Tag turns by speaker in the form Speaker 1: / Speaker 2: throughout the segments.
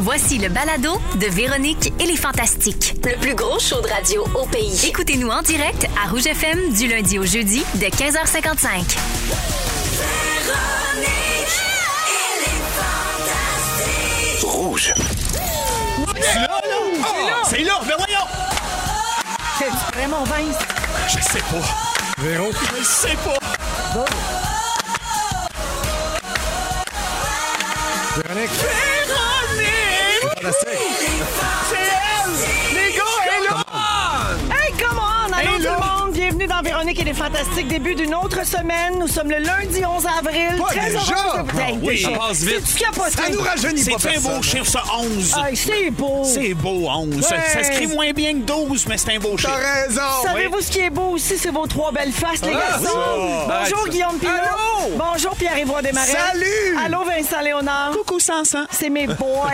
Speaker 1: Voici le balado de Véronique et les Fantastiques.
Speaker 2: Le plus gros show de radio au pays.
Speaker 1: Écoutez-nous en direct à Rouge FM du lundi au jeudi de 15h55.
Speaker 3: Rouge.
Speaker 4: C'est là, là! C'est là! Mais voyons!
Speaker 5: C'est vraiment Vince.
Speaker 4: Je sais pas.
Speaker 6: Véro.
Speaker 4: Je sais pas.
Speaker 6: Véronique.
Speaker 4: Véronique!
Speaker 6: Fantastique.
Speaker 4: C'est elle! Les gars, elle est là!
Speaker 5: Hey, come on! Allô
Speaker 4: Hey,
Speaker 5: tout
Speaker 4: là.
Speaker 5: le monde! Bienvenue dans Véronique et les Fantastiques. Début d'une autre semaine. Nous sommes le lundi 11 avril.
Speaker 6: Pas
Speaker 5: Très
Speaker 6: déjà?
Speaker 5: heureux de vous
Speaker 6: Ah
Speaker 5: Hey,
Speaker 4: oui.
Speaker 5: déjà.
Speaker 4: Ça passe vite.
Speaker 5: C'est-tu capoté?
Speaker 6: Ça nous rajeunit pas.
Speaker 4: C'est un beau
Speaker 6: personne.
Speaker 4: chiffre, ça, 11.
Speaker 5: Hey, c'est beau!
Speaker 4: C'est beau, 11. Ça- Ça se crie moins bien que 12, mais c'est un beau
Speaker 6: T'as
Speaker 4: chiffre.
Speaker 6: raison.
Speaker 5: Savez-vous ce qui est beau aussi? C'est vos trois belles faces, les
Speaker 6: Ah,
Speaker 5: garçons!
Speaker 6: ça.
Speaker 5: Bonjour,
Speaker 6: Hey,
Speaker 5: Guillaume Pinot!
Speaker 6: Allô?
Speaker 5: Bonjour, Pierre-Yvois Desmarais!
Speaker 6: Salut.
Speaker 5: Allô, Vincent Léonard!
Speaker 4: Coucou, Sansan.
Speaker 5: C'est mes boys!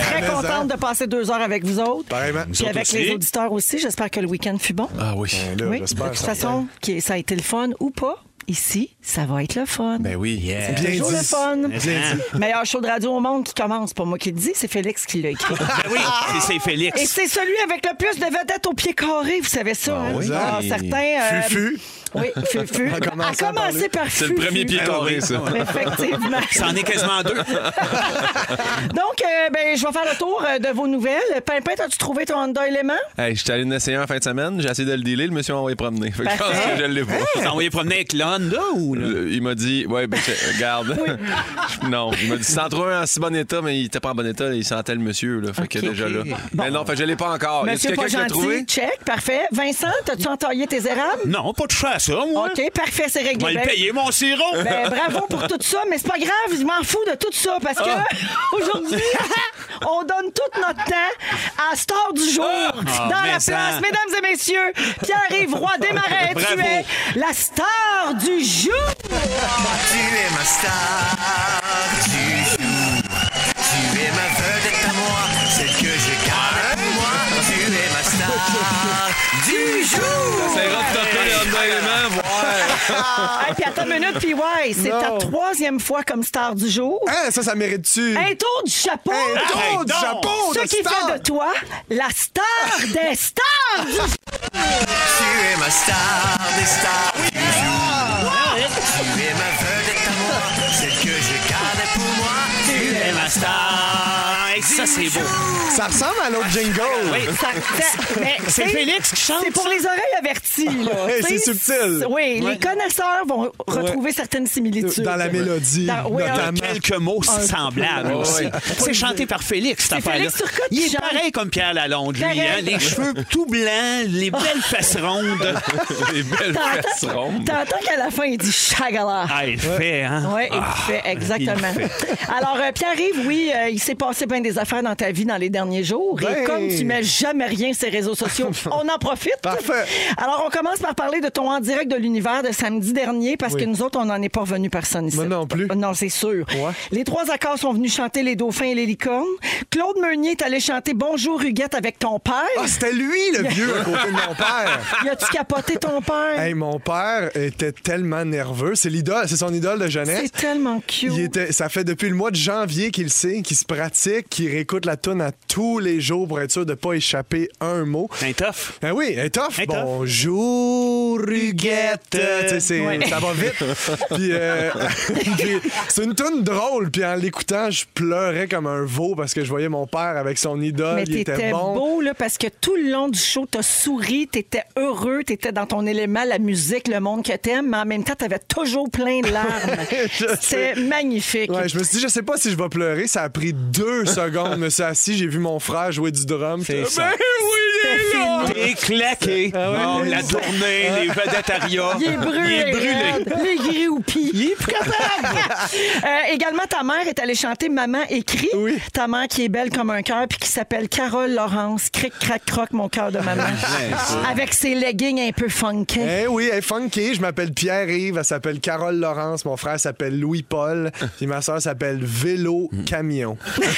Speaker 5: Très
Speaker 6: mais
Speaker 5: contente de passer deux heures avec vous autres.
Speaker 3: Ben,
Speaker 6: Pareillement.
Speaker 5: Puis avec
Speaker 4: aussi.
Speaker 5: les auditeurs aussi. J'espère que le week-end fut bon.
Speaker 4: Ah oui.
Speaker 6: Ben là,
Speaker 5: oui, de
Speaker 6: j'espère
Speaker 5: toute
Speaker 6: certain.
Speaker 5: façon, qui- ça a été le fun ou pas, ici, ça va être le fun.
Speaker 6: Ben oui.
Speaker 4: Yeah.
Speaker 6: Bien
Speaker 5: Toujours le
Speaker 6: dit.
Speaker 5: fun.
Speaker 4: Bien dit.
Speaker 5: Meilleur show de radio au monde qui commence, pas moi qui le dis, c'est Félix qui l'a écrit.
Speaker 4: Ben oui, c'est- c'est
Speaker 5: Ah! Et
Speaker 4: Félix.
Speaker 5: c'est celui avec le plus de vedettes au pied carré, vous savez ça. hein?
Speaker 6: oui.
Speaker 5: Ah,
Speaker 6: Et
Speaker 5: certains. euh,
Speaker 6: Fufu.
Speaker 5: Oui, Fufu.
Speaker 6: En commençant
Speaker 5: À commencer par
Speaker 7: C'est le
Speaker 5: Fufu.
Speaker 7: premier
Speaker 4: Ben
Speaker 7: pied carré, ça.
Speaker 5: Effectivement.
Speaker 4: C'en est quasiment deux.
Speaker 5: Donc, euh, ben, je vais faire le tour euh, de vos nouvelles. Pimpin, as-tu trouvé ton Honda Element?
Speaker 7: Hey, j'étais allé en essayer en fin de semaine, j'ai essayé de le dealer, le monsieur m'a envoyé promener. Fait que je pense
Speaker 5: Parfait. Hein?
Speaker 7: que je l'ai pas.
Speaker 4: T'as envoyé promener avec l'Honda ou... là?
Speaker 7: Le- Il m'a dit, ouais, ben, je- regarde. non, il m'a dit, c'est trouves un en si bon état, mais il était pas en bon état, il sentait le monsieur, là. Fait que
Speaker 5: Ok.
Speaker 7: déjà là.
Speaker 5: Bon.
Speaker 7: Mais non, fait que je l'ai pas encore. Y a
Speaker 5: Monsieur
Speaker 7: quelqu'un
Speaker 5: pas
Speaker 7: qui l'a
Speaker 5: gentil,
Speaker 7: trouvé?
Speaker 5: check, parfait. Vincent, as-tu entaillé tes érables?
Speaker 4: Non, pas de chat à ça, moi.
Speaker 5: OK, parfait, c'est
Speaker 4: Je vais
Speaker 5: réglé.
Speaker 4: le payer, mon sirop.
Speaker 5: Ben, bravo pour tout ça, mais c'est pas grave, je m'en fous de tout ça parce que aujourd'hui, on donne tout notre temps à Star du jour
Speaker 4: Ah,
Speaker 5: dans
Speaker 4: mais
Speaker 5: la place.
Speaker 4: ça.
Speaker 5: Mesdames et messieurs, Pierre-Yves Roy Desmarais, tu
Speaker 4: Bravo.
Speaker 5: es la star du jour.
Speaker 3: Tu es ma star du jour. Tu es ma vedette à moi, celle que je garde à moi. Tu es ma star du jour.
Speaker 7: C'est rare de hein? taper le Honda Element, voir.
Speaker 5: Hey, puis attends une minute, puis ouais, c'est ta
Speaker 6: Non.
Speaker 5: troisième fois comme star du jour.
Speaker 6: Hein, ça, ça mérite-tu?
Speaker 5: Un tour du chapeau.
Speaker 6: Un tour
Speaker 4: Arrête
Speaker 6: du
Speaker 4: donc.
Speaker 6: chapeau
Speaker 5: oh! Ce
Speaker 6: de
Speaker 5: qui
Speaker 6: star.
Speaker 5: fait de toi la star des stars du
Speaker 3: Tu es ma star des stars du jour. Tu es ma vedette à moi, celle que je garde pour moi. Tu es ma
Speaker 4: star. Hey, ça, c'est beau.
Speaker 6: Ça ressemble à l'autre jingle.
Speaker 4: Oui.
Speaker 5: Ça- ça- mais
Speaker 4: C'est
Speaker 5: tu sais,
Speaker 4: Félix qui chante,
Speaker 5: C'est pour
Speaker 4: ça?
Speaker 5: les oreilles averties. là.
Speaker 6: Ouais,
Speaker 5: Tu sais,
Speaker 6: c'est subtil.
Speaker 5: c'est- Oui, les connaisseurs vont retrouver certaines similitudes.
Speaker 6: Dans la mélodie,
Speaker 5: Dans- oui,
Speaker 4: Il y a
Speaker 6: notamment.
Speaker 4: quelques mots semblables aussi. C'est chanté par Félix, cette affaire-là.
Speaker 5: Félix Turcotte
Speaker 4: Il
Speaker 5: qui
Speaker 4: est
Speaker 5: chante.
Speaker 4: pareil comme Pierre Lalonde, lui.
Speaker 5: Pareil. Ah.
Speaker 4: hein. Les cheveux tout blancs, les belles fesses rondes.
Speaker 7: Les belles
Speaker 5: T'entends-
Speaker 7: fesses rondes.
Speaker 5: T'entends qu'à la fin, il dit Chagala.
Speaker 4: Ah, il fait, hein?
Speaker 5: Oui, il
Speaker 6: Ah.
Speaker 5: le fait, exactement. Alors, euh, Pierre-Yves, oui, euh, il s'est passé bien des affaires dans ta vie dans les derniers jours. Et
Speaker 6: Ben.
Speaker 5: comme tu mets jamais rien sur les réseaux sociaux, on en profite.
Speaker 6: Parfait.
Speaker 5: Alors, on commence par parler de ton en direct de l'univers de samedi dernier, parce que nous autres, on n'en est pas revenu personne ici. Euh,
Speaker 6: Moi non plus.
Speaker 5: Non, c'est sûr.
Speaker 6: Ouais.
Speaker 5: Les trois accords sont venus chanter Les Dauphins et les Licornes. Claude Meunier est allé chanter Bonjour Huguette avec ton père.
Speaker 6: Ah, c'était lui, le vieux, à côté de mon père.
Speaker 5: Y a-tu capoté ton père?
Speaker 6: Hey, mon père était tellement nerveux. C'est l'idole, c'est son idole de jeunesse.
Speaker 5: c'est tellement cute.
Speaker 6: hein? Il était, ça fait depuis le mois de janvier qu'il sait, qu'il se pratique, qu'il réécoute la toune à tous les jours pour être sûr de ne pas échapper un mot.
Speaker 4: C'est tough.
Speaker 6: Ben oui, elle est tough.
Speaker 4: Elle est tough.
Speaker 6: Bonjour, Huguette. Tu sais, c'est- Ça va vite. Puis, euh, puis c'est une toune drôle. Puis en l'écoutant, je pleurais comme un veau parce que je voyais mon père avec son idole.
Speaker 5: Mais
Speaker 6: Ah, il
Speaker 5: t'étais
Speaker 6: était bon.
Speaker 5: beau, là, parce que tout le long du show, t'as souri, t'étais heureux, t'étais dans ton élément, la musique, le monde que t'aimes, mais en même temps, t'avais toujours plein de larmes. C'était magnifique.
Speaker 6: Ouais, je me suis dit, je sais pas si je vais pleurer. Ça a pris deux secondes. Je me suis assis, j'ai vu mon frère jouer du drum.
Speaker 4: C'est
Speaker 6: Ben
Speaker 5: Eh
Speaker 4: ça.
Speaker 6: oui, il est
Speaker 5: C'était
Speaker 6: là.
Speaker 5: fini.
Speaker 4: T'es claqué.
Speaker 5: Ah
Speaker 4: Bon,
Speaker 6: ouais.
Speaker 4: la tournée, les vedettariats.
Speaker 5: Il est brûlé.
Speaker 4: Il est brûlé.
Speaker 5: raide. Les groupies. Il est également, ta mère est allée chanter Maman écrit.
Speaker 6: Oui.
Speaker 5: Ta mère qui est belle comme un cœur puis qui s'appelle Carole Laurence. Cric, crac, croc, mon cœur de maman. Avec ses leggings un peu funky.
Speaker 6: Eh oui, elle est funky. Je m'appelle Pierre-Yves, elle s'appelle Carole Laurence, mon frère s'appelle Louis-Paul, puis ma soeur s'appelle Vélo Camion.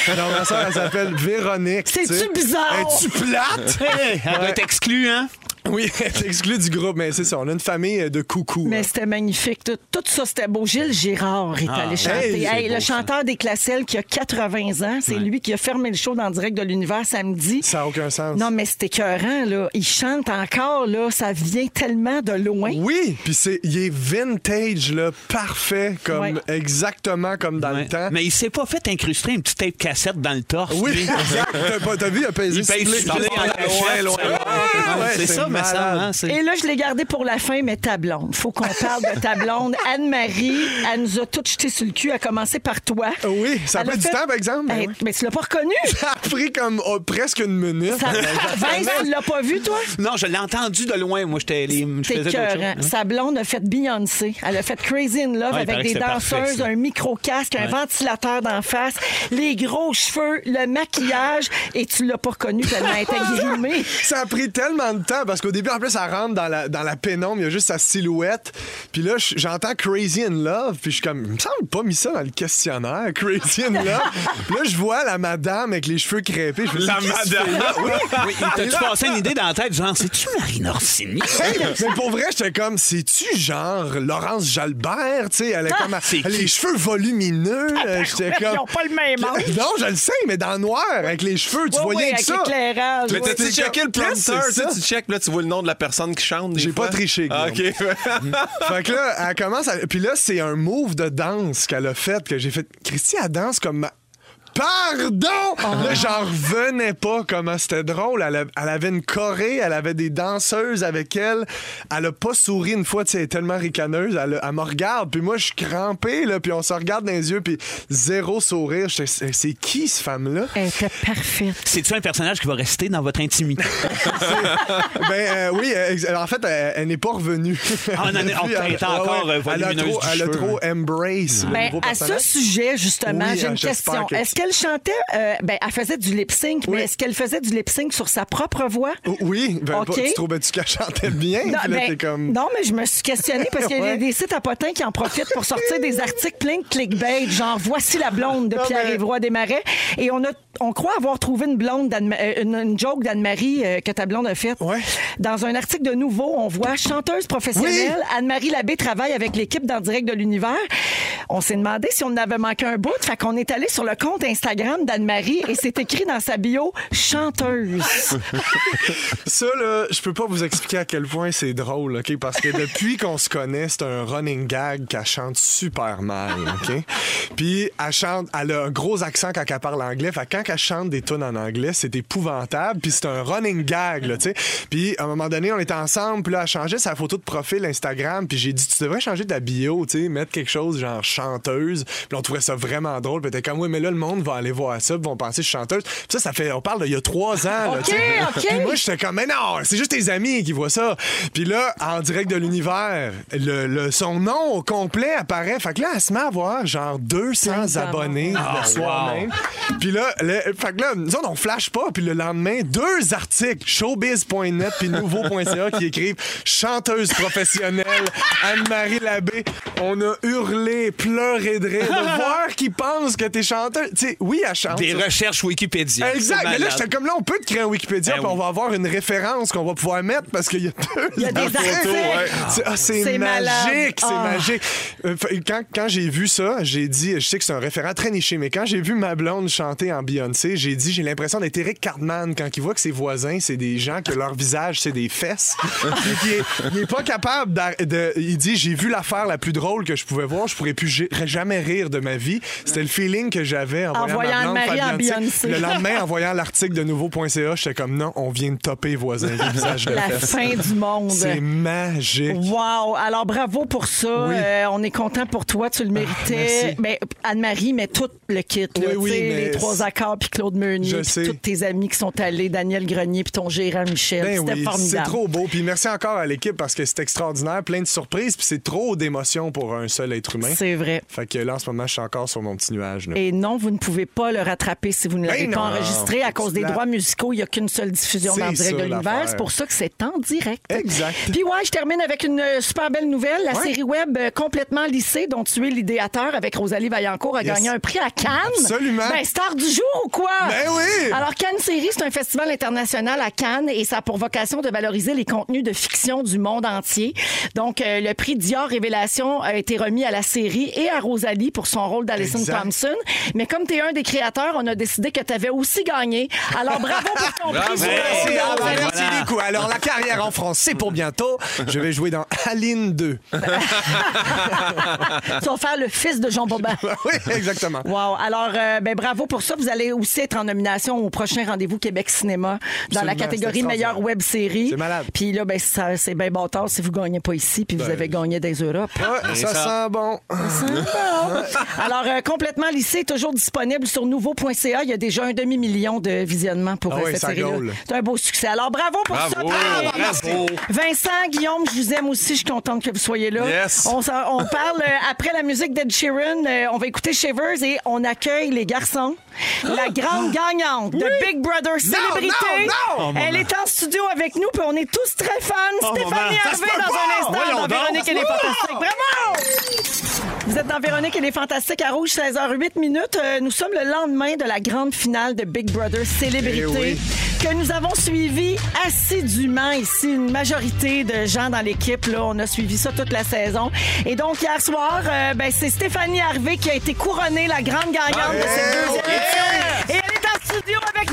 Speaker 6: non, ma soeur, elle s'appelle Véronique.
Speaker 5: C'est-tu
Speaker 6: tu sais.
Speaker 5: bizarre?
Speaker 6: Es-tu plate?
Speaker 4: Hey, Elle doit être exclue, hein?
Speaker 6: Oui, t'es exclu du groupe, mais c'est ça. On a une famille euh, de coucou.
Speaker 5: Mais c'était magnifique. Tout, tout ça, c'était beau. Gilles Girard
Speaker 6: Ah,
Speaker 5: est allé chanter.
Speaker 6: hey,
Speaker 5: Hey, le chanteur des Classelles qui a 80 ans, c'est lui qui a fermé le show dans Direct de l'Univers samedi.
Speaker 6: Ça n'a aucun sens.
Speaker 5: Non, mais c'était écœurant, là. Il chante encore, là. Ça vient tellement de loin.
Speaker 6: Oui, puis c'est il est vintage là, parfait comme
Speaker 5: Ouais.
Speaker 6: exactement comme dans
Speaker 4: Ouais.
Speaker 6: le temps.
Speaker 4: Mais il s'est pas fait incruster une petite tape cassette dans le torse.
Speaker 6: Oui,
Speaker 4: lui.
Speaker 6: exact. T'as pas- T'as vu, il a pesé
Speaker 4: Il paye
Speaker 6: split.
Speaker 4: sur le en cachette,
Speaker 6: Loin, loin,
Speaker 4: ça.
Speaker 6: loin.
Speaker 4: Ah,
Speaker 6: Ouais,
Speaker 4: C'est ça, mais
Speaker 6: malade.
Speaker 4: ça, hein, c'est-
Speaker 5: Et là, je l'ai gardé pour la fin, mais ta blonde. Faut qu'on parle de ta blonde. Anne-Marie, elle nous a toutes jeté sur le cul, à commencer par toi.
Speaker 6: Oui, ça
Speaker 5: Elle
Speaker 6: a pris
Speaker 5: a
Speaker 6: du
Speaker 5: fait-
Speaker 6: temps, par exemple. mais
Speaker 5: Hey,
Speaker 6: oui.
Speaker 5: Mais tu l'as pas reconnu?
Speaker 6: Ça a pris comme oh, presque une minute.
Speaker 5: Ça... Vince, tu l'as pas vu, toi?
Speaker 4: Non, je l'ai entendu de loin. Moi, j'étais allé- je
Speaker 5: T'es
Speaker 4: faisais d'autres choses.
Speaker 5: écœurant. Sa blonde a fait Beyoncé. Elle a fait Crazy in Love
Speaker 4: Ouais, il paraît
Speaker 5: avec
Speaker 4: que
Speaker 5: des
Speaker 4: c'est parfait,
Speaker 5: danseuses,
Speaker 4: ça.
Speaker 5: un micro-casque, un ventilateur d'en face, les gros cheveux, le maquillage, et tu l'as pas reconnu tellement elle était grimée.
Speaker 6: Ça a pris tellement de temps parce qu'au début, en plus, ça rentre dans la, dans la pénombre, il y a juste sa silhouette. Puis là, je- j'entends Crazy in Love, puis je suis comme, il me semble pas mis ça dans le questionnaire, Crazy in Love. puis là, je vois la madame avec les cheveux crépés. Je me dis,
Speaker 7: La
Speaker 6: Qu'est-ce que tu
Speaker 7: madame.
Speaker 6: fais là? Oui.
Speaker 4: Oui, il t'a-tu passé une idée dans la tête, genre, c'est-tu Marine Orsini?
Speaker 6: Mais pour vrai, j'étais comme, c'est-tu genre Laurence Jalbert, tu sais, elle
Speaker 5: Ah!
Speaker 6: a comme
Speaker 4: c'est
Speaker 6: elle a les cheveux volumineux, euh, j'étais
Speaker 5: ben Ils
Speaker 6: comme
Speaker 5: ont pas le même âge.
Speaker 6: Non, je le sais, mais dans le noir avec les cheveux, tu
Speaker 5: Oui,
Speaker 6: voyais
Speaker 5: oui,
Speaker 6: que
Speaker 5: avec
Speaker 6: ça.
Speaker 5: l'éclairage.
Speaker 7: Mais
Speaker 5: oui.
Speaker 7: t'as-tu
Speaker 6: c'est
Speaker 7: checké
Speaker 6: comme-
Speaker 7: le planter?
Speaker 6: c'est
Speaker 7: Tu sais,
Speaker 6: ça.
Speaker 7: tu checkes, là, tu vois le nom de la personne qui chante. des
Speaker 6: J'ai
Speaker 7: fois.
Speaker 6: pas triché,
Speaker 7: Ah, OK.
Speaker 6: Fait que là, elle commence à... Puis là, c'est un move de danse qu'elle a fait, que j'ai fait. Christy, elle danse comme ma- Pardon! Là, j'en revenais pas comment c'était drôle. Elle, a- elle avait une choré, elle avait des danseuses avec elle. Elle a pas souri une fois, tu sais, elle est tellement ricaneuse. Elle, a- elle me regarde, puis moi, je suis crampé, là, puis on se regarde dans les yeux, puis zéro sourire. J'étais, C'est c'est qui, cette femme-là?
Speaker 5: Elle était parfaite.
Speaker 4: C'est-tu un personnage qui va rester dans votre intimité?
Speaker 6: ben euh, oui, euh, ex- en fait, elle, elle n'est pas revenue.
Speaker 4: Ah, on en est- on
Speaker 6: Depuis,
Speaker 4: est encore, euh,
Speaker 6: elle a
Speaker 4: volumineuse
Speaker 6: trop,
Speaker 4: du
Speaker 6: elle a
Speaker 4: cheveu. hein.
Speaker 6: trop embrace le
Speaker 5: Ben,
Speaker 6: nouveau
Speaker 5: à ce
Speaker 6: personnage.
Speaker 5: sujet, justement,
Speaker 6: Oui,
Speaker 5: j'ai une
Speaker 6: euh, j'espère
Speaker 5: question.
Speaker 6: que-
Speaker 5: Est-ce qu'elle chantait, euh, ben, elle faisait du lip sync, mais est-ce qu'elle faisait du lip sync sur sa propre voix?
Speaker 6: O- Oui, ben,
Speaker 5: OK.
Speaker 6: pas- tu trouvais-tu qu'elle chantait bien?
Speaker 5: Non,
Speaker 6: Puis là,
Speaker 5: ben,
Speaker 6: t'es comme...
Speaker 5: non, mais je me suis questionnée parce qu'il y a
Speaker 6: Ouais.
Speaker 5: des sites à potins qui en profitent pour sortir des articles pleins de clickbait, genre voici la blonde de
Speaker 6: Non,
Speaker 5: Pierre
Speaker 6: mais-
Speaker 5: Évroy Desmarais. Et on, a, on croit avoir trouvé une blonde, d'Anne- euh, une, une joke d'Anne-Marie euh, que ta blonde a faite.
Speaker 6: Ouais.
Speaker 5: Dans un article de Nouveau, on voit chanteuse professionnelle, Anne-Marie Labbé travaille avec l'équipe dans Direct de l'Univers. On s'est demandé si on avait manqué un bout, fait qu'on est allé sur le compte Instagram d'Anne-Marie et c'est écrit dans sa bio chanteuse.
Speaker 6: Ça, là, je peux pas vous expliquer à quel point c'est drôle, OK? Parce que depuis qu'on se connaît, c'est un running gag qu'elle chante super mal, OK? Puis elle chante, elle a un gros accent quand elle parle anglais. Fait que quand elle chante des tunes en anglais, c'est épouvantable. Puis c'est un running gag, là, tu sais. Puis à un moment donné, on était ensemble, puis là, elle changeait sa photo de profil Instagram. Puis j'ai dit, tu devrais changer ta bio, tu sais, mettre quelque chose genre chanteuse. Puis on trouvait ça vraiment drôle. Puis elle était comme, oui, mais là, le monde va aller voir ça, puis vont penser que je suis chanteuse. Puis ça, ça fait, on parle d'il y a trois ans, là,
Speaker 5: OK,
Speaker 6: tu sais.
Speaker 5: OK.
Speaker 6: Puis moi, moi, j'étais comme, mais non, c'est juste tes amis qui voient ça. Puis là, en direct de l'univers, le, le- son nom au complet apparaît. Fait que là, elle se met à avoir genre 200 abonnés le soir
Speaker 4: wow.
Speaker 6: même. Puis là, le- fait que là, nous autres, on flash pas. Puis le lendemain, deux articles, showbiz.net puis nouveau.ca qui écrivent chanteuse professionnelle, Anne-Marie Labbé. On a hurlé, pleuré de rire, de voir qui pense que t'es chanteuse. Tu sais, oui, elle chante.
Speaker 4: Des
Speaker 6: ça.
Speaker 4: recherches Wikipédia. C'est
Speaker 6: Exact. Mais là,
Speaker 4: malade.
Speaker 6: j'étais comme là, on peut te créer un Wikipédia,
Speaker 4: Ben
Speaker 6: puis
Speaker 4: oui.
Speaker 6: on va avoir une référence qu'on va pouvoir mettre parce qu'il y a deux.
Speaker 5: y a des
Speaker 6: articles.
Speaker 5: articles.
Speaker 6: Ouais. C'est- ah,
Speaker 5: C'est
Speaker 6: C'est
Speaker 5: malade.
Speaker 6: magique, c'est
Speaker 5: Ah.
Speaker 6: magique. Euh, fait- Quand, quand j'ai vu ça, j'ai dit, je sais que c'est un référent très niché, mais quand j'ai vu ma blonde chanter en Beyoncé, j'ai dit, j'ai l'impression d'être Eric Cartman quand il voit que ses voisins, c'est des gens que leur visage, c'est des fesses. Et qu'il est- il est pas capable d'ar- de. Il dit, j'ai vu l'affaire la plus drôle que je pouvais voir, je pourrais plus j- jamais rire de ma vie. C'était le feeling que j'avais en
Speaker 5: En
Speaker 6: voyant,
Speaker 5: voyant
Speaker 6: ma blonde
Speaker 5: Anne-Marie
Speaker 6: faire
Speaker 5: en Beyoncé.
Speaker 6: Le lendemain, en voyant l'article de nouveau.ca, j'étais comme non, on vient de topper voisin le visage de
Speaker 5: la
Speaker 6: fesses.
Speaker 5: fin du monde.
Speaker 6: C'est magique.
Speaker 5: Wow! Alors, bravo pour ça.
Speaker 6: Oui. Ah,
Speaker 5: Euh, on est content pour toi. Tu le méritais.
Speaker 6: merci.
Speaker 5: Ben, Anne-Marie, mais tout le kit. là,
Speaker 6: Oui, oui,
Speaker 5: tu sais,
Speaker 6: mais
Speaker 5: les trois
Speaker 6: c'est-
Speaker 5: accords, puis Claude
Speaker 6: Je
Speaker 5: Meunier,
Speaker 6: sais.
Speaker 5: puis tous tes amis qui sont allés, Daniel Grenier, puis ton gérant Michel.
Speaker 6: Ben
Speaker 5: C'était
Speaker 6: oui, c'est
Speaker 5: formidable.
Speaker 6: trop beau. Puis merci encore à l'équipe parce que c'est extraordinaire, plein de surprises, puis c'est trop d'émotions pour un seul être humain.
Speaker 5: C'est vrai.
Speaker 6: Fait que là, en ce moment, je suis encore sur mon petit nuage. là.
Speaker 5: Et non, vous ne pouvez pas le rattraper si vous ne l'avez
Speaker 6: Ben
Speaker 5: pas
Speaker 6: non.
Speaker 5: enregistré à cause des
Speaker 6: Plate.
Speaker 5: droits musicaux. Il n'y a qu'une seule diffusion
Speaker 6: C'est
Speaker 5: dans le direct
Speaker 6: ça,
Speaker 5: de l'univers.
Speaker 6: l'affaire.
Speaker 5: C'est pour ça que c'est en direct.
Speaker 6: Exact.
Speaker 5: Puis ouais, je termine avec une euh, super belle nouvelle. La
Speaker 6: Ouais.
Speaker 5: série web euh, complètement lissée dont tu es l'idéateur avec Rosalie Vaillancourt a
Speaker 6: Yes.
Speaker 5: gagné un prix à Cannes.
Speaker 6: Absolument.
Speaker 5: Ben, star du jour ou quoi?
Speaker 6: Ben oui!
Speaker 5: Alors, Cannes Série, c'est un festival international à Cannes et ça a pour vocation de valoriser les contenus de fiction du monde entier. Donc, euh, le prix Dior Révélation a été remis à la série et à Rosalie pour son rôle d'Alison
Speaker 6: Exact.
Speaker 5: Thompson. Mais comme tu es un des créateurs, on a décidé que tu avais aussi gagné. Alors, bravo pour ton
Speaker 7: Bravo.
Speaker 5: prix. sur le
Speaker 6: Merci,
Speaker 5: rôle
Speaker 6: alors,
Speaker 5: d'Rosalie.
Speaker 6: merci beaucoup. Alors, la carrière en France, c'est pour bientôt. Je vais jouer dans Aline 2.
Speaker 5: Tu vas faire le fils de Jean Bobin.
Speaker 6: oui, exactement.
Speaker 5: Wow. Alors, euh, ben, bravo pour ça. Vous allez aussi être en nomination au prochain rendez-vous Québec Cinéma dans
Speaker 6: Absolument,
Speaker 5: la catégorie
Speaker 6: c'est
Speaker 5: meilleure
Speaker 6: extraordinaire.
Speaker 5: web série.
Speaker 6: C'est malade. Ben,
Speaker 5: Puis là, ben, ça, c'est bien bâtard si vous gagnez pas ici, puis vous avez gagné des Europes.
Speaker 6: Ouais, ça,
Speaker 7: ça.
Speaker 6: sent bon.
Speaker 5: Alors, euh, complètement lissé, toujours disponible sur nouveau.ca. Il y a déjà un demi-million de visionnements pour
Speaker 6: Ah
Speaker 5: euh,
Speaker 6: oui,
Speaker 5: cette
Speaker 6: ça
Speaker 5: série-là.
Speaker 6: gaule.
Speaker 5: C'est un beau succès. Alors, bravo pour ça.
Speaker 7: Bravo.
Speaker 5: Bravo.
Speaker 7: Bravo.
Speaker 5: Vincent, Guillaume, je vous aime aussi. Je suis contente que vous soyez là.
Speaker 7: Yes.
Speaker 5: On, s'en- on parle euh, après la musique d'Ed Sheeran. euh, on va écouter Shivers et on accueille les garçons.
Speaker 6: Ah!
Speaker 5: La grande gagnante de Big Brother Célébrité.
Speaker 6: non, Oh, non!
Speaker 5: Elle est en studio avec nous, puis on est tous très fans. Stéphanie
Speaker 6: Oh, Ça
Speaker 5: Hervé
Speaker 6: se peut pas!
Speaker 5: dans un instant
Speaker 6: Voyons
Speaker 5: dans
Speaker 6: donc.
Speaker 5: Véronique et les Fantastiques. Bravo! Vous êtes dans Véronique et les Fantastiques à Rouge, 16h08 minutes. Euh, nous sommes le lendemain de la grande finale de Big Brother Célébrité
Speaker 6: Eh oui.
Speaker 5: que nous avons suivi assidûment ici. Une majorité de gens dans l'équipe, là, on a suivi ça toute la saison. Et donc, hier soir, euh, ben, c'est Stéphanie Harvey qui a été couronnée la grande gagnante de cette
Speaker 6: yeah!
Speaker 5: deuxième édition. Et elle est en studio avec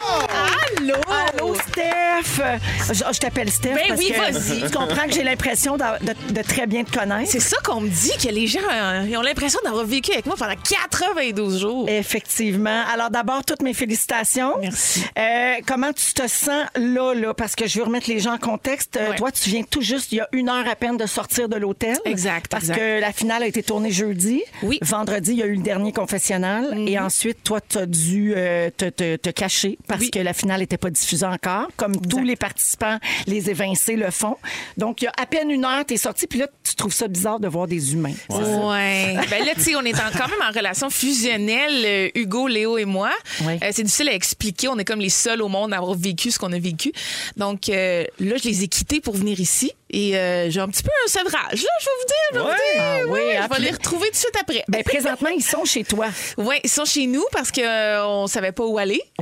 Speaker 5: nous. Allô! Allô, Steph! Je, je t'appelle Steph.
Speaker 8: Ben
Speaker 5: parce
Speaker 8: oui,
Speaker 5: que
Speaker 8: vas-y.
Speaker 5: Tu comprends que j'ai l'impression d'a- de, de très bien te connaître.
Speaker 8: C'est ça qu'on me dit, que les gens euh, ils ont l'impression d'avoir vécu avec moi pendant 92 jours.
Speaker 5: Effectivement. Alors d'abord, toutes mes félicitations.
Speaker 8: Merci.
Speaker 5: Euh, comment tu te sens là, là? Parce que je veux remettre les gens en contexte. Euh,
Speaker 8: Ouais.
Speaker 5: Toi, tu viens tout juste, il y a une heure à peine de sortir de l'hôtel.
Speaker 8: Exact,
Speaker 5: Parce
Speaker 8: exact.
Speaker 5: que la finale a été tournée jeudi.
Speaker 8: Oui. Mhm.
Speaker 5: Vendredi, il y a eu le dernier confessionnal. Et ensuite, toi, tu as dû euh, te, te- te cacher parce
Speaker 8: Oui.
Speaker 5: que la finale n'était pas diffusée encore, comme tous les participants, les évincés le font. Donc, il y a à peine une heure, tu es sorti. Puis là, tu trouves ça bizarre de voir des humains.
Speaker 8: Ouais. ben là, tu sais, on est en- quand même en relation fusionnelle, euh, Hugo, Léo et moi.
Speaker 5: Oui.
Speaker 8: Euh, c'est difficile à expliquer. On est comme les seuls au monde à avoir vécu ce qu'on a vécu. Donc euh, là, je les ai quittés pour venir ici. Et euh, j'ai un petit peu un sevrage, là, je vais vous dire. Je vais vous dire.
Speaker 5: Ah oui,
Speaker 8: Ouais,
Speaker 5: hein,
Speaker 8: je vais
Speaker 5: puis-
Speaker 8: les retrouver tout de suite après.
Speaker 5: Ben, présentement, ils sont chez toi.
Speaker 8: Oui, ils sont chez nous parce qu'on on savait pas où aller.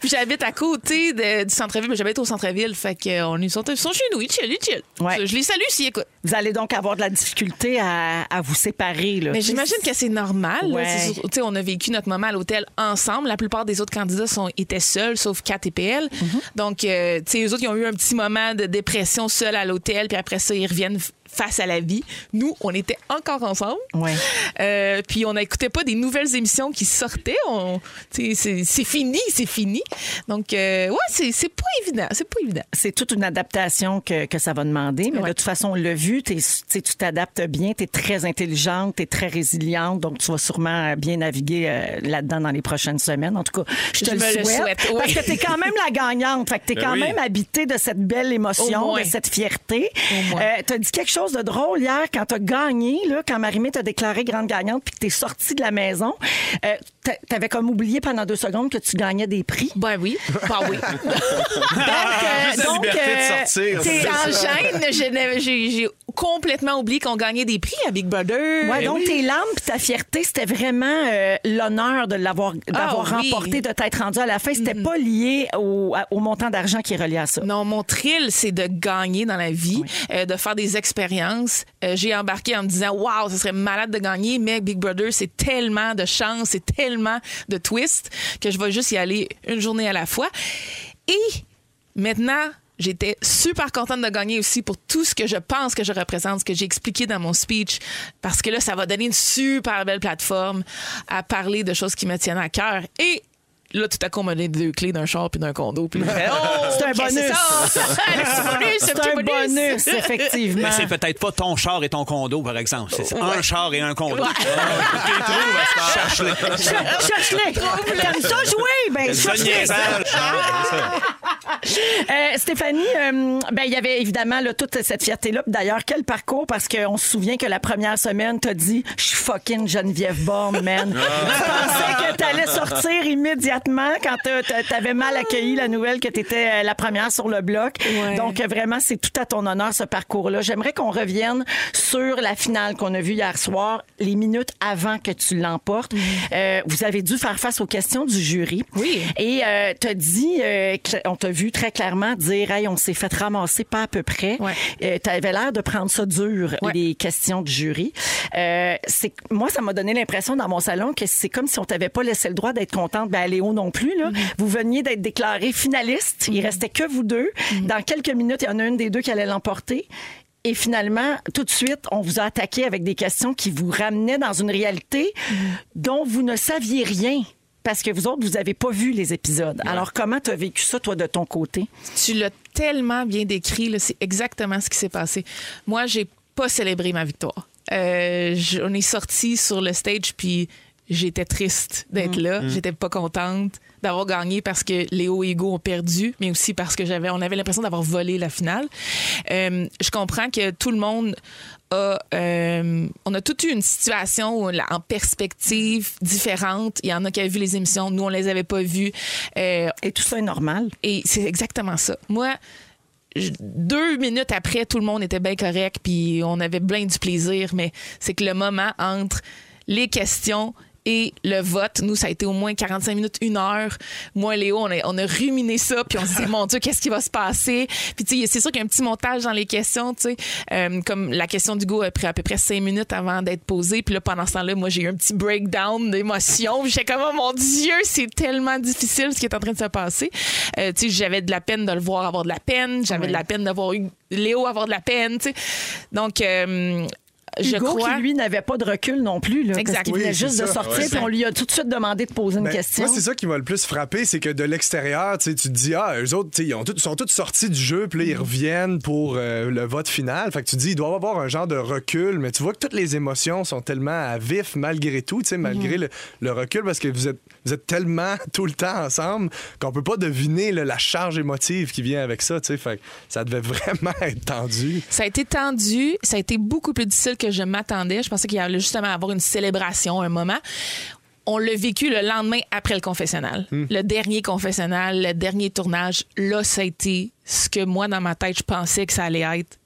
Speaker 8: Puis j'habite à côté de- du centre-ville, mais j'habite au centre-ville. Fait qu'on ils sont, ils sont chez nous, ils chill, ils chill.
Speaker 5: Ouais.
Speaker 8: Je les salue s'ils écoutent.
Speaker 5: Vous allez donc avoir de la difficulté à, à vous séparer. Là.
Speaker 8: Mais j'imagine que c'est normal. là.
Speaker 5: Ouais.
Speaker 8: C'est sur- tu sais, on a vécu notre moment à l'hôtel ensemble. La plupart des autres candidats sont, étaient seuls, sauf Kat et PL. Donc, euh, tu sais, eux autres, ils ont eu un petit moment de dépression seuls à l'hôtel, puis après ça, ils reviennent f- face à la vie. Nous, on était encore ensemble.
Speaker 5: Ouais.
Speaker 8: Euh, puis on n'écoutait pas des nouvelles émissions qui sortaient. On, tu sais, c'est c'est fini, c'est fini. Donc, euh, ouais, c'est c'est pas évident. C'est pas évident.
Speaker 5: C'est toute une adaptation que, que ça va demander, mais
Speaker 8: Ouais.
Speaker 5: de toute façon, on l'a vu, t'es- tu sais, tu t'adaptes bien, tu es très intelligente, tu es très résiliente, donc tu vas sûrement euh, bien naviguer euh, là-dedans dans les prochaines semaines. En tout cas, je te
Speaker 8: Je
Speaker 5: le
Speaker 8: me le
Speaker 5: souhaite.
Speaker 8: souhaite, oui.
Speaker 5: Parce que tu es quand même la gagnante, fait que tu es
Speaker 7: Ben
Speaker 5: quand
Speaker 7: oui.
Speaker 5: même habitée de cette belle
Speaker 8: Au
Speaker 5: émotion,
Speaker 8: moins.
Speaker 5: de cette fierté.
Speaker 8: Au moins.
Speaker 5: tu as dit quelque chose de drôle hier quand tu as gagné, là, quand Marimé t'a déclaré grande gagnante puis que tu es sortie de la maison. tu avais comme oublié pendant deux secondes que tu gagnais des prix.
Speaker 8: Ben oui. Ben oui.
Speaker 5: Donc, euh,
Speaker 7: Juste la
Speaker 5: donc,
Speaker 7: liberté de
Speaker 5: euh,
Speaker 7: sortir.
Speaker 8: C'est
Speaker 7: C'est
Speaker 8: en
Speaker 7: ça.
Speaker 8: gêne. Je n'avais- J'ai j'ai complètement oublié qu'on gagnait des prix à Big Brother.
Speaker 5: Ouais,
Speaker 8: Ben
Speaker 5: donc
Speaker 8: oui.
Speaker 5: tes larmes pis ta fierté, c'était vraiment euh, l'honneur de l'avoir d'avoir
Speaker 8: Ah oui.
Speaker 5: remporté, de t'être rendu à la fin. C'était pas lié au, à- au montant d'argent qui est relié à ça.
Speaker 8: Non, mon thrill, c'est de gagner dans la vie, euh, de faire des expériences. Euh, J'ai embarqué en me disant, waouh, ce serait malade de gagner, mais Big Brother, c'est tellement de chance, c'est tellement de twists que je vais juste y aller une journée à la fois. Et maintenant, j'étais super contente de gagner aussi pour tout ce que je pense que je représente, ce que j'ai expliqué dans mon speech, parce que là, ça va donner une super belle plateforme à parler de choses qui me tiennent à cœur. Et Là, tout à coup, on m'a donné deux clés d'un char puis d'un condo. Puis là, j'ai fait, oh,
Speaker 5: C'est un
Speaker 8: ok,
Speaker 5: bonus.
Speaker 8: C'est ça.
Speaker 5: C'est
Speaker 8: Le petit bonus, le petit
Speaker 5: un bonus, effectivement.
Speaker 4: Mais c'est peut-être pas ton char et ton condo, par exemple. C'est un char et un condo.
Speaker 5: Cher- Cherche-les. T'aimes ça Ben, jouer? Ben,
Speaker 7: C'est
Speaker 5: cherche-les.
Speaker 7: niaisage, hein, c'est ça.
Speaker 5: Euh, Stéphanie, euh, ben, il y avait évidemment là, toute cette fierté-là. Puis D'ailleurs, quel parcours, parce qu'on se souvient que la première semaine, t'as dit « Je suis fucking Geneviève Borne, man. » Tu pensais que t'allais sortir immédiatement quand t'as- t'as- t'avais mal accueilli la nouvelle que t'étais euh, la première sur le bloc. Donc, euh, vraiment, c'est tout à ton honneur, ce parcours-là. J'aimerais qu'on revienne sur la finale qu'on a vue hier soir, les minutes avant que tu l'emportes. Euh, vous avez dû faire face aux questions du jury.
Speaker 8: Oui.
Speaker 5: Et euh, t'as dit, euh, cl- on t'a vu très clairement dire, hey, on s'est fait ramasser pas à peu près.
Speaker 8: Ouais.
Speaker 5: Euh, t'avais l'air de prendre ça dur,
Speaker 8: Ouais.
Speaker 5: les questions du jury. Euh, c'est moi, ça m'a donné l'impression dans mon salon que c'est comme si on t'avait pas laissé le droit d'être contente ben Léo non plus là. Vous veniez d'être déclaré finaliste. Il restait que vous deux. Dans quelques minutes, il y en a une des deux qui allait l'emporter. Et finalement, tout de suite, on vous a attaqué avec des questions qui vous ramenaient dans une réalité dont vous ne saviez rien. Parce que vous autres, vous n'avez pas vu les épisodes. Alors, comment tu as vécu ça, toi, de ton côté?
Speaker 8: Tu l'as tellement bien décrit, là, c'est exactement ce qui s'est passé. Moi, j'ai pas célébré ma victoire. Euh, je- on est sorti sur le stage, puis j'étais triste d'être là. J'étais pas contente d'avoir gagné parce que Léo et Hugo ont perdu, mais aussi parce que j'avais, on avait l'impression d'avoir volé la finale. Euh, je comprends que tout le monde a, euh, on a toute eu une situation là, en perspective différente. Il y en a qui avaient vu les émissions, nous on les avait pas vues. Euh,
Speaker 5: Et tout ça est normal.
Speaker 8: et c'est exactement ça. Moi, je- deux minutes après, tout le monde était bien correct, puis on avait plein du plaisir, mais c'est que le moment entre les questions et le vote, nous, ça a été au moins 45 minutes, une heure. Moi, Léo, on a, on a ruminé ça, puis on s'est dit, mon Dieu, qu'est-ce qui va se passer? Puis, tu sais, c'est sûr qu'il y a un petit montage dans les questions, tu sais. Euh, comme la question d'Hugo a pris à peu près cinq minutes avant d'être posée. Puis là, pendant ce temps-là, moi, j'ai eu un petit breakdown d'émotion. Puis J'étais comme, oh mon Dieu, c'est tellement difficile ce qui est en train de se passer. Euh, tu sais, j'avais de la peine de le voir avoir de la peine. J'avais de la peine d'avoir eu Léo avoir de la peine, tu sais. Donc, euh, je
Speaker 5: Hugo,
Speaker 8: crois.
Speaker 5: qui, lui, n'avait pas de recul non plus, là,
Speaker 8: Exact.
Speaker 5: parce qu'il
Speaker 8: Oui,
Speaker 5: venait
Speaker 6: c'est
Speaker 5: juste de
Speaker 6: ça.
Speaker 5: sortir,
Speaker 6: Ouais.
Speaker 5: puis on lui a tout de suite demandé de poser une
Speaker 6: Ben,
Speaker 5: question.
Speaker 6: Moi, c'est ça qui m'a le plus frappé, c'est que de l'extérieur, tu sais, tu te dis, ah, eux autres, tu sais, ils ont tous- sont tous sortis du jeu, puis là,
Speaker 5: Mm-hmm.
Speaker 6: ils reviennent pour euh, le vote final. Fait que tu te dis, il doit y avoir un genre de recul, mais tu vois que toutes les émotions sont tellement à vif malgré tout,
Speaker 5: Mm-hmm.
Speaker 6: tu sais, malgré le, le recul, parce que vous êtes, vous êtes tellement tout le temps ensemble qu'on peut pas deviner là, la charge émotive qui vient avec ça, tu sais. Fait que ça devait vraiment être tendu.
Speaker 8: Ça a été tendu, ça a été beaucoup plus difficile que je m'attendais. Je pensais qu'il allait justement avoir une célébration, un moment. On l'a vécu le lendemain après le confessionnal. Le dernier confessionnal, le dernier tournage, là, ça a été ce que moi, dans ma tête, je pensais que ça allait être